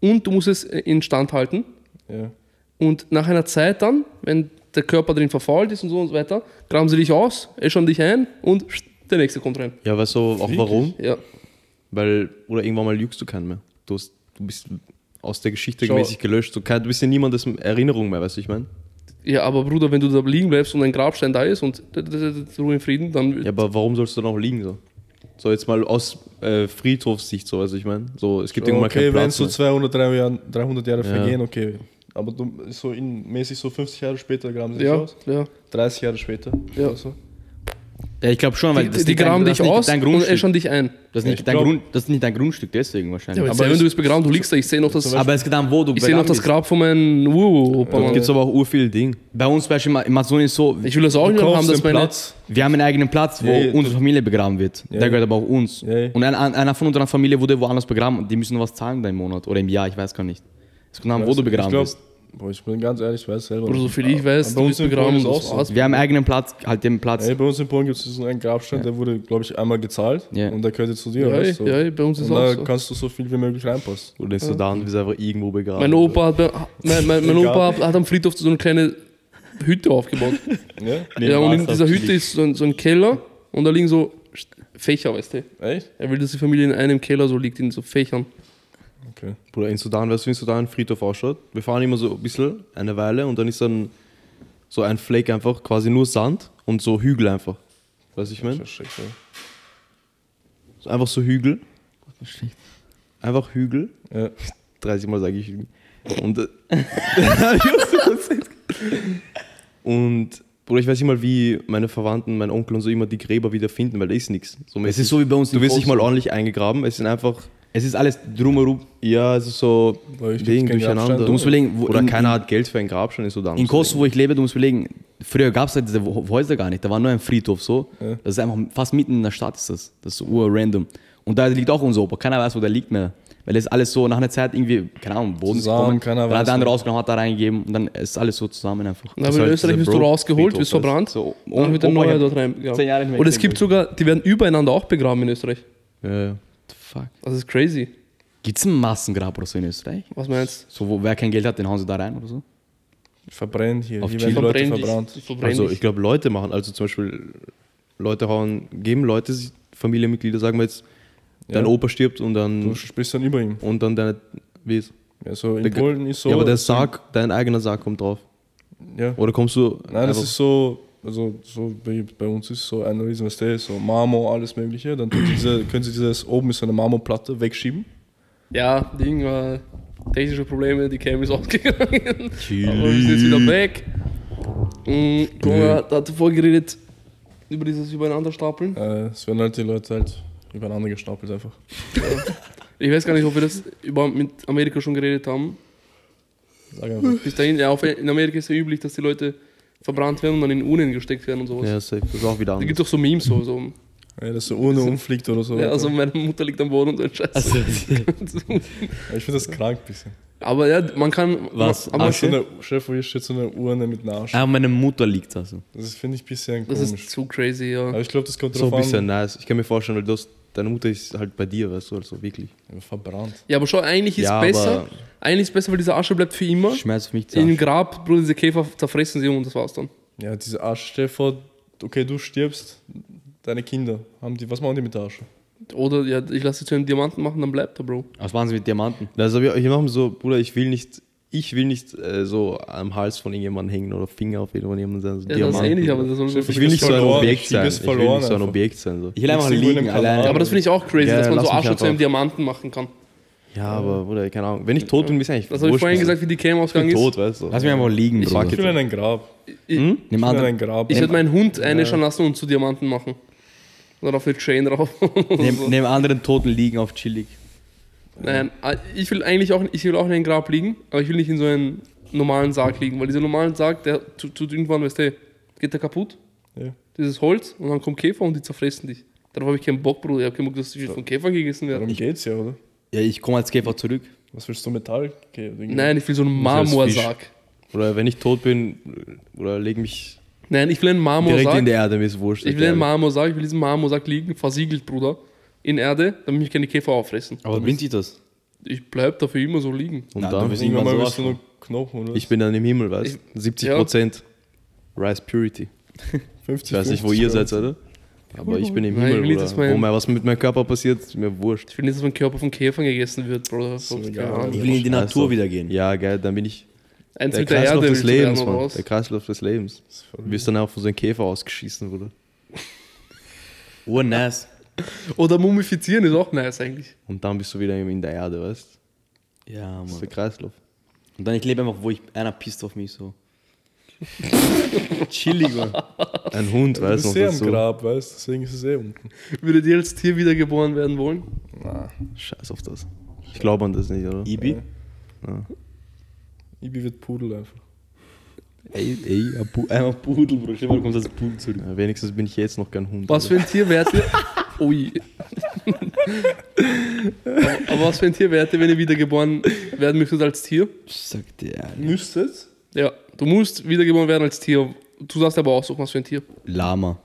Speaker 1: und du musst es äh, instand halten.
Speaker 3: Ja.
Speaker 1: Und nach einer Zeit dann, wenn der Körper drin verfault ist und so und so weiter, graben sie dich aus, äschern dich ein und pst, der nächste kommt rein.
Speaker 4: Ja, weißt du auch warum?
Speaker 1: Ja.
Speaker 4: Weil, oder irgendwann mal lügst du keinen mehr. Du, hast, du bist aus der Geschichte
Speaker 1: Schau.
Speaker 4: mäßig gelöscht. Du, kein, du bist ja niemandes Erinnerung mehr, weißt du, ich meine?
Speaker 1: ja, aber Bruder, wenn du da liegen bleibst und ein Grabstein da ist und d- d- d- d- Ruhe in Frieden, dann.
Speaker 4: Ja, aber warum sollst du dann auch liegen so? So jetzt mal aus äh, Friedhofssicht so, weißt du, ich meine? So, es gibt irgendwann
Speaker 3: Okay,
Speaker 4: keinen
Speaker 3: wenn
Speaker 4: Platz
Speaker 3: so
Speaker 4: mehr.
Speaker 3: 200, 300 Jahre- 300 Jahre
Speaker 4: Ja.
Speaker 3: vergehen, okay. Aber du, so in, mäßig so 50 Jahre später graben sie dich
Speaker 1: ja,
Speaker 3: aus.
Speaker 1: ja.
Speaker 3: 30 Jahre später.
Speaker 1: Ja.
Speaker 3: oder so.
Speaker 2: Ja, ich glaube schon, weil
Speaker 1: Die, die, graben dich
Speaker 2: ist nicht
Speaker 1: aus
Speaker 2: dein
Speaker 1: und
Speaker 2: Grundstück.
Speaker 1: äschern dich ein.
Speaker 2: Das ist,
Speaker 3: Ja,
Speaker 2: nicht
Speaker 3: ich
Speaker 2: dein
Speaker 3: glaub-
Speaker 2: Grund, das ist nicht dein Grundstück, deswegen
Speaker 1: Ja,
Speaker 2: wahrscheinlich.
Speaker 1: aber,
Speaker 3: aber
Speaker 1: aber wenn
Speaker 3: es-
Speaker 1: du bist begraben, du liegst da. Ich sehe noch das,
Speaker 2: aber, es geht dann, wo du
Speaker 1: ich sehe noch
Speaker 2: begraben
Speaker 1: das
Speaker 2: bist.
Speaker 1: Grab von meinem Uropa.
Speaker 4: Dort
Speaker 1: Mann.
Speaker 4: gibt es aber auch urviel Ding.
Speaker 2: Bei uns zum Beispiel in Ma- in Mazonien ist so,
Speaker 1: Ich will das auch nicht haben, dass meine.
Speaker 2: wir haben einen eigenen Platz, wo
Speaker 3: Ja, ja,
Speaker 2: unsere Familie begraben wird.
Speaker 3: Ja,
Speaker 2: Der
Speaker 3: ja.
Speaker 2: gehört aber auch uns.
Speaker 3: Ja, ja.
Speaker 2: Und ein, ein- einer von unserer Familie wurde woanders begraben und die müssen was zahlen da im Monat oder im Jahr, ich weiß gar nicht. Es kommt an, wo du begraben
Speaker 3: ich glaub,
Speaker 2: bist.
Speaker 3: Boah, ich bin ganz ehrlich, ich weiß selber.
Speaker 1: Oder so
Speaker 3: nicht.
Speaker 1: viel ich weiß,
Speaker 3: Aber
Speaker 1: du bist
Speaker 3: in
Speaker 1: begraben.
Speaker 3: Polen
Speaker 1: Das
Speaker 3: ist auch
Speaker 1: war's.
Speaker 2: Wir haben einen eigenen Platz, halt den Platz.
Speaker 3: Ey, bei uns in Polen gibt es so einen Grabstein, der wurde, glaube ich, einmal gezahlt
Speaker 2: Ja.
Speaker 3: und der gehört jetzt zu dir.
Speaker 1: Ja,
Speaker 3: weißt du?
Speaker 1: ja, bei uns ist
Speaker 3: und
Speaker 1: es auch
Speaker 3: da
Speaker 1: so.
Speaker 3: kannst du so viel wie möglich reinpassen.
Speaker 4: Oder in Sudan bist du einfach irgendwo begraben.
Speaker 1: Mein Opa hat, bei- mein, mein, mein Opa hat- hat am Friedhof so eine kleine Hütte aufgebaut.
Speaker 3: Ja?
Speaker 1: ja, und in
Speaker 2: Wasser
Speaker 1: dieser Hütte ist so ein, so ein Keller und da liegen so Fächer, weißt du.
Speaker 3: Echt?
Speaker 1: Er will, dass die Familie in einem Keller so liegt, in so Fächern.
Speaker 3: Okay.
Speaker 4: Bruder, in Sudan, weißt du, wie in Sudan ein Friedhof ausschaut? Wir fahren immer so ein bisschen, eine Weile und dann ist dann so ein Flake einfach, quasi nur Sand und so Hügel einfach. Weißt du, ich meine?
Speaker 3: Das ist schick,
Speaker 4: So Einfach so Hügel. Einfach Hügel.
Speaker 3: ja. Ja.
Speaker 4: 30 Mal sage ich Hügel. Und. äh, ich wusste das nicht. und. Bruder, ich weiß nicht mal, wie meine Verwandten, mein Onkel und so immer die Gräber wieder finden, weil da ist nichts.
Speaker 2: Es ist so wie bei uns
Speaker 4: Du
Speaker 2: in
Speaker 4: wirst nicht
Speaker 2: Bosnien.
Speaker 4: mal ordentlich eingegraben, es sind einfach.
Speaker 2: Es ist alles drumherum.
Speaker 4: Ja, es ist so
Speaker 3: Bei euch gibt's
Speaker 4: Ding
Speaker 3: keinen
Speaker 4: durcheinander.
Speaker 3: Grabstein,
Speaker 2: Du musst überlegen, wo
Speaker 4: Oder
Speaker 2: in,
Speaker 4: keiner hat Geld für einen Grabstein in Sudan.
Speaker 2: In Kosovo, wo ich lebe, du musst überlegen, früher gab es halt diese Ho- Häuser gar nicht, da war nur ein Friedhof so. Das ist einfach fast mitten in der Stadt ist das. Das ist so ur-random. Und da liegt auch unser Opa, keiner weiß, wo der liegt mehr. Weil das ist alles so nach einer Zeit irgendwie, keine Ahnung, Boden
Speaker 3: Zusammen,
Speaker 2: gekommen,
Speaker 3: keiner
Speaker 2: dann
Speaker 3: weiß,
Speaker 2: hat der andere
Speaker 3: wo.
Speaker 2: rausgenommen, hat da reingegeben und dann ist alles so zusammen einfach.
Speaker 1: Und aber
Speaker 4: Das
Speaker 1: in
Speaker 4: heißt,
Speaker 1: Österreich
Speaker 4: dieser
Speaker 1: wirst du
Speaker 4: Bro- oh,
Speaker 1: rausgeholt,
Speaker 4: Friedhof,
Speaker 1: wirst
Speaker 4: das-
Speaker 1: verbrannt
Speaker 2: so,
Speaker 1: und dann wird der
Speaker 2: Opa, ich
Speaker 1: neue
Speaker 2: hab
Speaker 1: dort rein. Ja.
Speaker 2: zehn Jahre nicht mehr
Speaker 1: Oder es
Speaker 2: gesehen,
Speaker 1: gibt sogar, die werden übereinander auch begraben in Österreich.
Speaker 4: Ja, ja.
Speaker 2: Fuck.
Speaker 1: Das ist crazy.
Speaker 2: Gibt es ein Massengrab oder so in Österreich?
Speaker 1: Was meinst
Speaker 2: So, wo wer kein Geld hat, den hauen sie da rein oder so?
Speaker 3: Verbrennt hier.
Speaker 2: Auf
Speaker 3: hier
Speaker 1: du?
Speaker 3: werden die Leute
Speaker 1: Verbrenn dich.
Speaker 3: verbrannt.
Speaker 1: Verbrenn
Speaker 4: Also
Speaker 1: dich.
Speaker 4: ich glaube, Leute machen, also zum Beispiel Leute hauen, geben Leute, sich- Familienmitglieder, sagen wir jetzt, dein
Speaker 3: Ja.
Speaker 4: Opa stirbt und
Speaker 3: Du
Speaker 4: dann
Speaker 3: sprichst dann über ihm.
Speaker 4: und dann deine, wie ist?
Speaker 3: Ja, so in
Speaker 4: Der-
Speaker 3: Polen ist so.
Speaker 4: ja, aber der Sarg, dein eigener Sarg kommt drauf.
Speaker 3: ja.
Speaker 4: Oder kommst du?
Speaker 3: Nein, das
Speaker 4: einfach-
Speaker 3: ist so, also so wie bei uns ist so ein riesen, was der ist, so Marmor, alles mögliche. Dann tun diese, können sie dieses, oben ist so eine Marmorplatte, wegschieben.
Speaker 1: Ja, Ding, äh, technische Probleme, die Cam ist ausgegangen. Aber wir sind jetzt wieder weg. Mhm, guck mal, da hat zuvor geredet über dieses Übereinanderstapeln.
Speaker 3: Äh, es werden halt die Leute halt übereinander gestapelt einfach.
Speaker 1: Ich weiß gar nicht, ob wir das über, mit Amerika schon geredet haben.
Speaker 3: Sag einfach.
Speaker 1: Bis dahin, ja, auf, in Amerika ist ja üblich, dass die Leute verbrannt werden und dann in Unen gesteckt werden und sowas.
Speaker 4: Ja, safe. Das ist auch wieder
Speaker 1: Da
Speaker 4: anders.
Speaker 1: gibt es auch so Memes so. so.
Speaker 3: Ja, dass so Urne umfliegt oder so.
Speaker 1: Ja,
Speaker 3: Alter.
Speaker 1: also meine Mutter liegt am Boden und so ein Scheiß.
Speaker 3: Ja, ich finde das krank ein bisschen.
Speaker 1: Aber ja, man kann.
Speaker 2: Was?
Speaker 1: Man, aber
Speaker 3: So eine, Chef, hier steht so eine Urne mit Arsch.
Speaker 2: Ah, meine Mutter liegt da so.
Speaker 3: Das ist- finde ich ein bisschen
Speaker 1: das ist
Speaker 3: komisch.
Speaker 1: zu crazy, ja.
Speaker 3: Aber ich glaube, das kommt
Speaker 4: So
Speaker 3: drauf
Speaker 4: ein bisschen
Speaker 3: an.
Speaker 4: nice. Ich kann mir vorstellen, weil du hast, deine Mutter ist halt bei dir, weißt du, also wirklich.
Speaker 3: Ja, verbrannt.
Speaker 1: Ja, aber schau, eigentlich ist
Speaker 4: Ja,
Speaker 1: besser.
Speaker 4: aber-
Speaker 1: Eigentlich ist besser, weil diese Asche bleibt für immer.
Speaker 2: Schmerz mich zu.
Speaker 1: In dem Grab, Bruder, diese Käfer zerfressen sie um und das war's dann.
Speaker 3: Ja, diese Arsch, stell dir vor, okay, du stirbst, deine Kinder, haben die, was machen die mit der Arsch?
Speaker 1: Oder ja, ich lasse sie zu einem Diamanten machen, dann bleibt er, Bro.
Speaker 2: Was machen sie mit Diamanten?
Speaker 4: Also wir, ich mache so, Bruder, ich will nicht, ich will nicht äh, so am Hals von irgendjemandem hängen oder Finger auf irgendjemanden sein. So
Speaker 1: Ja, das ist
Speaker 4: Diamanten.
Speaker 1: ähnlich, aber das soll
Speaker 3: Chef,
Speaker 4: Ich will nicht so ein
Speaker 3: Verloren,
Speaker 4: Objekt
Speaker 3: ich
Speaker 4: sein.
Speaker 3: lieb's
Speaker 4: Ich will
Speaker 3: verloren
Speaker 4: nicht so ein
Speaker 3: einfach.
Speaker 4: Objekt sein. So.
Speaker 2: Ich will einfach
Speaker 3: Liegst du in
Speaker 2: liegen,
Speaker 3: einem Kanal?
Speaker 2: alleine.
Speaker 1: Aber das finde ich auch crazy,
Speaker 4: Ja,
Speaker 1: dass man so
Speaker 4: lass mich
Speaker 1: Asche zu einem
Speaker 4: einfach.
Speaker 1: Diamanten machen kann.
Speaker 4: Ja, aber Bruder, keine Ahnung. Wenn ich tot bin, ist eigentlich
Speaker 1: Das habe ich
Speaker 4: wurscht,
Speaker 1: vorhin
Speaker 4: Mann.
Speaker 1: gesagt, wie die Cam
Speaker 4: Ich bin
Speaker 1: ausgegangen ist.
Speaker 4: tot, Hm? weißt du.
Speaker 2: Lass mich einfach liegen,
Speaker 1: Ich-
Speaker 2: Bruder.
Speaker 3: Ich will in ein Grab.
Speaker 2: Nimm
Speaker 3: Ich will in
Speaker 2: an,
Speaker 3: ein Grab.
Speaker 1: Ich hätte meinen Hund einäschern lassen und zu Diamanten machen. Oder auf eine Chain drauf.
Speaker 2: neben, neben anderen Toten liegen auf chillig.
Speaker 1: Nein, ah, ich will eigentlich auch, ich will auch in einem Grab liegen, aber ich will nicht in so einen normalen Sarg liegen, weil dieser normalen Sarg, der tut, tut irgendwann, weißt du, geht der kaputt,
Speaker 3: Ja.
Speaker 1: dieses Holz, und dann kommen Käfer und die zerfressen dich. Darauf habe ich keinen Bock, Bruder. Ich habe keinen Bock, dass ich von Käfern gegessen werde.
Speaker 3: Darum geht's ja, oder?
Speaker 2: Ja, ich komme als Käfer zurück.
Speaker 3: Was willst du Metall? Okay,
Speaker 1: Nein, ich will so einen
Speaker 4: als
Speaker 1: Marmorsarg.
Speaker 4: Oder wenn ich tot bin, oder leg mich
Speaker 1: Nein, ich will einen
Speaker 4: direkt in
Speaker 1: Marmorsarg.
Speaker 4: die Erde, mir ist wurscht.
Speaker 1: Ich will einen Marmorsarg, ich will diesen Marmorsarg liegen, versiegelt, Bruder, in Erde, damit mich keine Käfer auffressen.
Speaker 2: Aber bringt sich das?
Speaker 1: Ich bleib dafür immer so liegen.
Speaker 4: Und
Speaker 2: Nein, du
Speaker 4: dann,
Speaker 2: bist
Speaker 3: Irgendwann mal
Speaker 2: Irgendwann
Speaker 3: wirst du
Speaker 2: so
Speaker 3: nur Knochen, oder?
Speaker 4: ich bin dann im Himmel, weißt du? 70 Prozent Rice Purity.
Speaker 3: 50,
Speaker 4: Ich weiß nicht, wo ihr seid,
Speaker 3: 50,
Speaker 4: oder? Aber ich bin im
Speaker 1: Nein, ich
Speaker 4: Himmel,
Speaker 1: will nicht,
Speaker 4: Bruder.
Speaker 1: dass mein-
Speaker 4: Wo mein, was mit meinem Körper passiert, ist mir wurscht.
Speaker 1: Ich will nicht, dass mein Körper von Käfern gegessen wird, Bruder.
Speaker 3: mir
Speaker 1: Keine
Speaker 3: egal.
Speaker 1: Ahnung.
Speaker 2: Ich will in die
Speaker 4: Scheiß
Speaker 2: Natur
Speaker 4: drauf.
Speaker 2: wieder gehen.
Speaker 4: Ja, geil, dann bin ich
Speaker 1: Eins
Speaker 4: der
Speaker 1: mit der
Speaker 4: Kreislauf
Speaker 1: Erde
Speaker 4: des
Speaker 1: willst du werden,
Speaker 4: Lebens,
Speaker 1: oder
Speaker 4: Mann.
Speaker 1: was?
Speaker 4: Der Kreislauf des Lebens. Du wirst dann auch von so einem Käfer ausgeschissen, Bruder.
Speaker 2: Urnice.
Speaker 1: Oder mumifizieren ist auch nice eigentlich.
Speaker 4: Und dann bist du wieder in der Erde, weißt du?
Speaker 2: Ja,
Speaker 4: Das
Speaker 2: Mann.
Speaker 4: ist der Kreislauf.
Speaker 2: Und dann ich lebe einfach, wo ich einer pisst auf mich so. Chillig, Mann.
Speaker 4: Ein
Speaker 1: Also
Speaker 4: Hund,
Speaker 3: Du
Speaker 4: weißt du
Speaker 3: bist
Speaker 4: noch
Speaker 3: eh am
Speaker 4: dazu.
Speaker 3: Grab, weißt du? Deswegen ist es eh unten.
Speaker 1: Würdet ihr als Tier wiedergeboren werden wollen?
Speaker 4: Scheiß auf das. Ich glaube an das nicht, oder?
Speaker 2: Ibi?
Speaker 3: Ibi wird Pudel einfach.
Speaker 2: Ey, ey, ein Pu- einmal Pudel, Bruder. Stell dir mal, du kommst als Pudel zurück.
Speaker 4: Ja, wenigstens bin ich jetzt noch kein Hund.
Speaker 1: Was für
Speaker 4: oder?
Speaker 1: ein Tier wärt ihr? Ui. aber, aber was für ein Tier wärt ihr, wenn ihr wiedergeboren werden möchtet als Tier?
Speaker 2: Sagt der.
Speaker 3: Müsstet?
Speaker 1: Ja, du musst wiedergeboren werden als Tier. Du darfst aber aussuchen, was für ein Tier.
Speaker 2: Lama.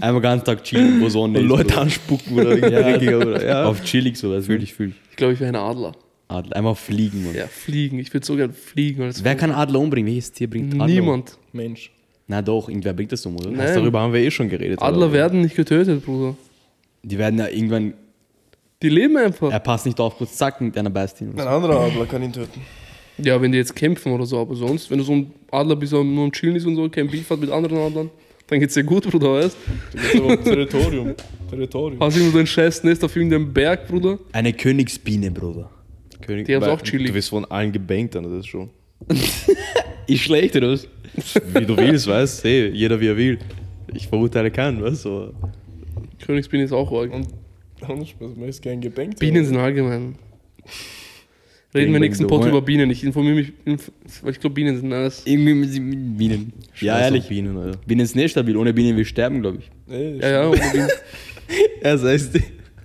Speaker 2: Einmal ganzen Tag chillen, wo Sonne
Speaker 4: Und
Speaker 2: ist.
Speaker 4: Leute
Speaker 2: Bruder.
Speaker 4: anspucken, oder?
Speaker 2: Ja.
Speaker 4: Dreckiger, Bruder. Ja.
Speaker 2: Auf chillig so, das fühl ich, fühl ich.
Speaker 1: Ich glaube, ich wäre ein Adler.
Speaker 2: Adler. Einmal fliegen, Mann.
Speaker 1: Ja, fliegen. Ich würde so gern fliegen. Als
Speaker 2: Wer kann Adler umbringen? Welches Tier bringt Adler um?
Speaker 1: Niemand.
Speaker 3: Mensch.
Speaker 2: Na doch, irgendwer bringt das um, oder?
Speaker 1: Nein.
Speaker 4: Hast Darüber haben wir eh schon geredet.
Speaker 1: Adler
Speaker 4: oder?
Speaker 1: werden nicht getötet, Bruder.
Speaker 2: Die werden ja irgendwann,
Speaker 1: Die leben einfach.
Speaker 2: er passt nicht auf, kurz zack, mit einer beißt ihn.
Speaker 3: Ein anderer Adler kann ihn töten.
Speaker 1: Ja, wenn die jetzt kämpfen oder so, aber sonst, wenn du so ein Adler bist, der nur am Chillen ist und so, kein Beef hat mit anderen Adlern, dann geht's dir gut, Bruder, weißt
Speaker 3: Du bist aber auf Territorium. Territorium.
Speaker 1: Hast immer so ein scheiß Nest auf irgendeinem Berg, Bruder?
Speaker 2: Eine Königsbiene, Bruder.
Speaker 4: König,
Speaker 1: Die haben's
Speaker 4: weil
Speaker 1: auch chillig.
Speaker 4: Du wirst von allen gebankt, dann das ist schon.
Speaker 2: Ist schlecht, oder was?
Speaker 4: Wie du willst, weißt du? Hey, jeder wie er will. Ich verurteile keinen, weißt du? aber
Speaker 1: Königsbiene ist auch arg.
Speaker 3: Und ohne Spaß, man ist gern gebankt.
Speaker 1: Bienen sind allgemein. Reden
Speaker 4: Bing,
Speaker 1: wir
Speaker 4: bing,
Speaker 1: nächsten
Speaker 4: du.
Speaker 1: Pod über Bienen. Ich informiere mich, inf weil ich glaube, Bienen sind nice.
Speaker 2: Irgendwie mit mit Bienen. Ja,
Speaker 4: Scheiß auf
Speaker 2: ehrlich.
Speaker 4: Bienen, Alter.
Speaker 2: Bienen ist nicht stabil. Ohne Bienen wir sterben, glaube ich.
Speaker 3: Ey,
Speaker 1: Ja, ja, ohne Bienen.
Speaker 4: Er sagt,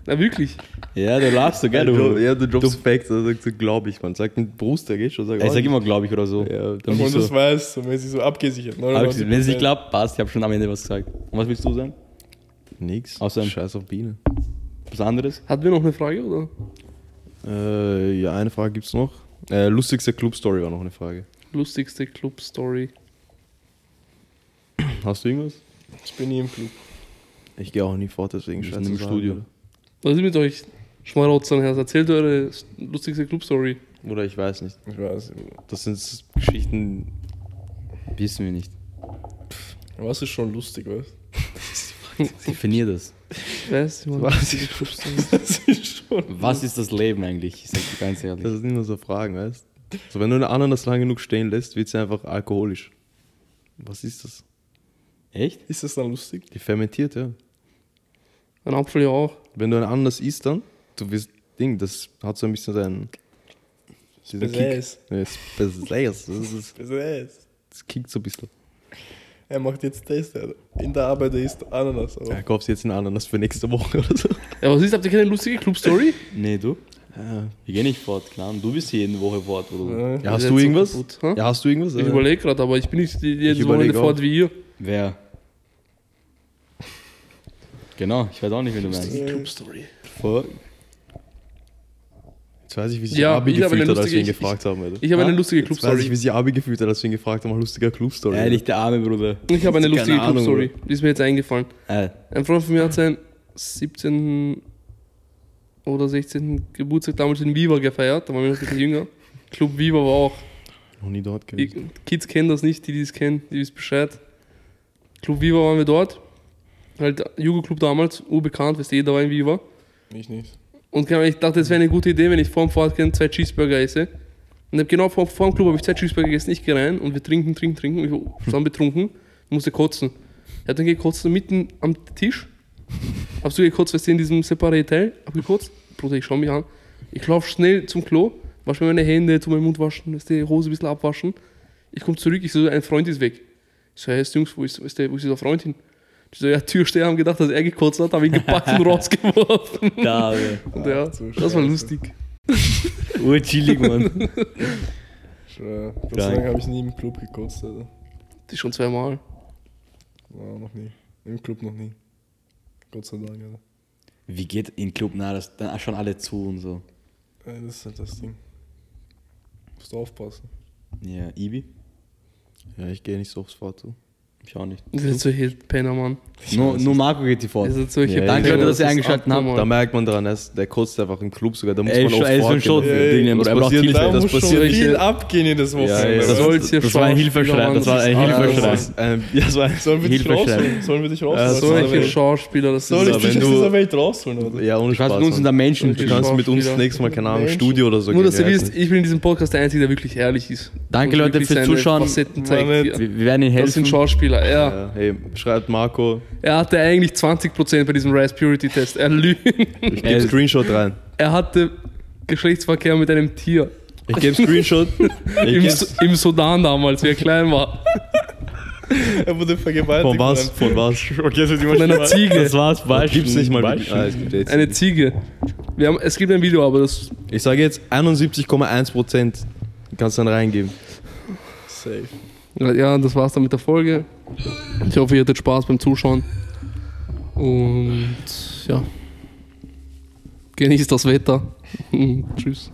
Speaker 1: Na wirklich.
Speaker 2: Ja, da lachst du, gell, du.
Speaker 4: ja, du droppst Facts, er sagt so, glaub ich, man. Sagt ein Brewster, geht schon, sag
Speaker 2: Ich sag immer, glaube ich, oder so.
Speaker 4: Ja,
Speaker 2: dann
Speaker 3: Und
Speaker 2: nicht so.
Speaker 3: das weiß, so mäßig so abgesichert.
Speaker 2: Hab ich- Wenn es nicht
Speaker 3: 99%.
Speaker 2: klappt, passt. Ich habe schon am Ende was gesagt. Und was willst du sagen?
Speaker 4: Nix.
Speaker 2: Außer-
Speaker 4: Scheiß auf Bienen.
Speaker 2: Was anderes?
Speaker 1: Hatten wir noch eine Frage, oder?
Speaker 4: Äh, ja, eine Frage gibt's noch. Äh, lustigste Club-Story war noch eine Frage.
Speaker 1: Lustigste Club-Story.
Speaker 4: Hast du irgendwas?
Speaker 3: Ich bin nie im Club.
Speaker 4: Ich gehe auch nie fort, deswegen
Speaker 2: Wir
Speaker 4: scheiß
Speaker 2: sind im
Speaker 4: auf alle,
Speaker 2: Studio.
Speaker 1: Was ist mit euch? Schmarotzern, Herr, erzählt eure s- lustigste Club-Story.
Speaker 4: Oder Oder ich weiß nicht.
Speaker 3: Ich weiß.
Speaker 4: Das sind s- Geschichten.
Speaker 2: Wissen wir nicht.
Speaker 3: Was ist schon lustig, weißt du?
Speaker 2: Definier das.
Speaker 1: Weißt du,
Speaker 4: Was
Speaker 1: lustigste Club-Story?
Speaker 3: Das ist schon.
Speaker 2: Was ist das Leben eigentlich? Ich sag dir ganz
Speaker 4: Das
Speaker 2: ehrlich.
Speaker 4: ist nicht nur so Fragen, weißt du? So, wenn du eine Ananas lang genug stehen lässt, wird sie einfach alkoholisch. Was ist das?
Speaker 2: Echt?
Speaker 3: Ist das dann lustig?
Speaker 4: Die fermentiert, ja.
Speaker 1: Ein Apfel ja auch.
Speaker 4: Wenn du eine Ananas isst, dann, du wirst, Ding, das hat so ein bisschen seinen. diesen
Speaker 3: Besäß.
Speaker 4: Kick. Ja, es- Besäß. Das, ist,
Speaker 3: Besäß.
Speaker 4: das kickt so ein bisschen.
Speaker 3: Er macht jetzt Test, Alter. In der Arbeit, er isst Ananas. Aber
Speaker 4: Ja, kaufst jetzt eine Ananas für nächste Woche oder so.
Speaker 1: Ja, was ist? Habt ihr keine lustige Club-Story?
Speaker 2: Nee, du? Wir gehen nicht fort, klar. Du bist hier jede Woche fort, oder?
Speaker 4: Ja,
Speaker 1: Ihr
Speaker 4: hast
Speaker 1: seid
Speaker 4: du
Speaker 1: so
Speaker 4: irgendwas?
Speaker 1: kaputt, hä?
Speaker 4: ja, hast du irgendwas?
Speaker 1: Ich
Speaker 4: Äh,
Speaker 1: überlege gerade, aber ich bin nicht jedes Wochenende
Speaker 4: überleg auch.
Speaker 1: fort wie ihr.
Speaker 2: Wer? Genau, ich weiß auch nicht, wen du meinst.
Speaker 1: Club-Story.
Speaker 4: Fuck. Äh, Jetzt weiß ich, wie sich
Speaker 1: Ja,
Speaker 4: Abi
Speaker 1: ich habe eine
Speaker 4: gefühlt hat, als
Speaker 1: lustige-
Speaker 4: wir ihn
Speaker 1: ich-
Speaker 4: gefragt haben. Alter.
Speaker 1: Ich habe eine
Speaker 2: Ah,
Speaker 1: lustige
Speaker 4: Jetzt weiß ich, wie
Speaker 1: Club-Story.
Speaker 4: sich Abi gefühlt hat, als wir ihn gefragt haben, lustiger Club-Story.
Speaker 2: Ehrlich, der arme Bruder.
Speaker 1: Ich habe eine
Speaker 4: Keine
Speaker 1: lustige
Speaker 4: Ahnung,
Speaker 1: Club-Story. Die ist mir jetzt eingefallen.
Speaker 2: Äh,
Speaker 1: Ein Freund von mir hat seinen 17. oder 16. Geburtstag damals in Viva gefeiert. Da waren wir noch ein bisschen jünger. Club Viva war auch.
Speaker 4: Noch nie dort
Speaker 1: Die
Speaker 4: gewesen.
Speaker 1: Kids kennen das nicht, die, die es kennen, die wissen Bescheid. Club Viva waren wir dort. Halt, Jugendclub damals, urbekannt, weißt du, jeder war in Viva.
Speaker 3: ich nicht.
Speaker 1: Und keine Ahnung, ich dachte, es wäre eine gute Idee, wenn ich vorm Fortgehen zwei Cheeseburger esse. Und hab genau vor, vor dem Club habe ich zwei Cheeseburger gegessen, ich gehe rein und wir trinken, trinken, trinken. Und Ich war schon betrunken, ich musste kotzen. Er hat dann gekotzt mitten am Tisch. Habst du gekotzt, weißt du, in diesem Separate-Teil? Hab gekotzt. Bruder, Bruder, ich schau mich an. Ich laufe schnell zum Klo, wasche mir meine Hände, tu meinen Mund waschen, lässt die Hose ein bisschen abwaschen. Ich komme zurück, ich so, ein Freund ist weg. Ich so, hey, Jungs, wo ist, ist der, wo ist dieser Freund hin? Die so, ja, Türsteher haben gedacht, dass er gekotzt hat, haben ihn gepackt und rausgeworfen.
Speaker 2: Da, Alter.
Speaker 1: Und
Speaker 3: Ah,
Speaker 1: ja, das war lustig.
Speaker 2: Urchillig, Mann.
Speaker 3: Schwer. Gott sei
Speaker 2: Dank.
Speaker 3: Dank habe ich nie im Club gekotzt, Alter.
Speaker 1: Das ist schon zweimal.
Speaker 3: Nein, noch nie. Im Club noch nie. Gott sei Dank, Alter.
Speaker 2: Wie geht in den Club? Na, das, dann schauen alle zu und so.
Speaker 3: Ey, Das ist halt das Ding. Musst du aufpassen.
Speaker 2: Ja, Ibi?
Speaker 4: Ja, ich gehe nicht so aufs Foto.
Speaker 2: Ich auch nicht.
Speaker 1: Das sind solche Penner, Mann.
Speaker 2: Nur, nur Marco geht die vor.
Speaker 1: Das sind solche
Speaker 4: Ja,
Speaker 1: Penner.
Speaker 2: Danke, Leute, dass ihr
Speaker 1: ist
Speaker 2: eingeschaltet habt.
Speaker 1: abnormal.
Speaker 4: Da merkt man dran, er ist- der kotzt einfach im Club sogar, da muss
Speaker 2: Ey,
Speaker 4: man
Speaker 2: schon- ey,
Speaker 4: aufs
Speaker 2: schon- schon-
Speaker 4: Foto.
Speaker 2: Ey, Dinge, das Bruder, er braucht
Speaker 4: passiert nicht,
Speaker 3: da
Speaker 4: das
Speaker 3: muss
Speaker 1: passiert
Speaker 3: schon
Speaker 1: nicht.
Speaker 3: viel abgehen jedes Wochenende.
Speaker 4: ey,
Speaker 1: Was
Speaker 4: das-
Speaker 3: Alter.
Speaker 1: soll's hier
Speaker 2: das war ein
Speaker 1: Schauspieler,
Speaker 2: Hilfeschrei,
Speaker 1: Mann?
Speaker 2: das war ein
Speaker 1: ist
Speaker 2: Hilfeschrei.
Speaker 1: alles, Mann.
Speaker 4: Das ist, ähm, ja, so ein-
Speaker 3: Sollen wir dich
Speaker 2: Hilfe stellen.
Speaker 3: rausholen? Sollen wir dich rausholen? Also,
Speaker 1: Solche
Speaker 3: Soll
Speaker 1: Schauspieler, das ist
Speaker 3: ich
Speaker 4: Aber wenn
Speaker 3: dich aus
Speaker 4: du-
Speaker 3: dieser Welt rausholen, oder?
Speaker 4: ja, ohne
Speaker 2: Du kannst
Speaker 4: Spaß.
Speaker 2: mit uns
Speaker 4: Mann.
Speaker 2: in der Menschen.
Speaker 4: du kannst mit uns
Speaker 1: Schauspieler.
Speaker 4: nächstes Mal, keine Ahnung,
Speaker 3: Menschen.
Speaker 4: Studio oder so
Speaker 1: Nur, dass ihr
Speaker 4: ja,
Speaker 1: wisst, ich bin in diesem Podcast der Einzige, der wirklich ehrlich ist.
Speaker 2: Danke,
Speaker 1: Und
Speaker 2: Leute,
Speaker 1: wirklich
Speaker 2: fürs
Speaker 1: seine
Speaker 2: Zuschauen.
Speaker 1: Facetten zeigt
Speaker 3: Mohammed,
Speaker 1: hier.
Speaker 2: Wir, wir werden ihnen
Speaker 1: Das sind
Speaker 2: helfen.
Speaker 1: Schauspieler. Er,
Speaker 4: Ja, hey, schreibt Marco,
Speaker 1: er hatte eigentlich 20% bei diesem Rice Purity Test. Er lügt.
Speaker 4: ich gebe Screenshot rein.
Speaker 1: Er hatte Geschlechtsverkehr mit einem Tier.
Speaker 4: Ich gebe Screenshot. Ich
Speaker 1: Im,
Speaker 4: geb's,
Speaker 1: Su- Im Sudan damals, wie er klein war.
Speaker 3: Er wurde vergewaltigt.
Speaker 4: von was? Von was?
Speaker 2: Okay, das,
Speaker 1: Von einer Ziege.
Speaker 2: das war's.
Speaker 4: Das
Speaker 2: Beispiel.
Speaker 4: gibt's nicht mal. wirklich. Ah,
Speaker 2: Beispiel.
Speaker 4: es gibt jetzt
Speaker 1: Eine Ziege. Wir haben, es gibt ein Video, aber das.
Speaker 4: Ich sage jetzt 71,1% kannst du dann reingeben.
Speaker 3: Safe.
Speaker 1: Äh, Ja, das war's dann mit der Folge. Ich hoffe, ihr hattet Spaß beim Zuschauen. Und ja. Genießt das Wetter. Tschüss.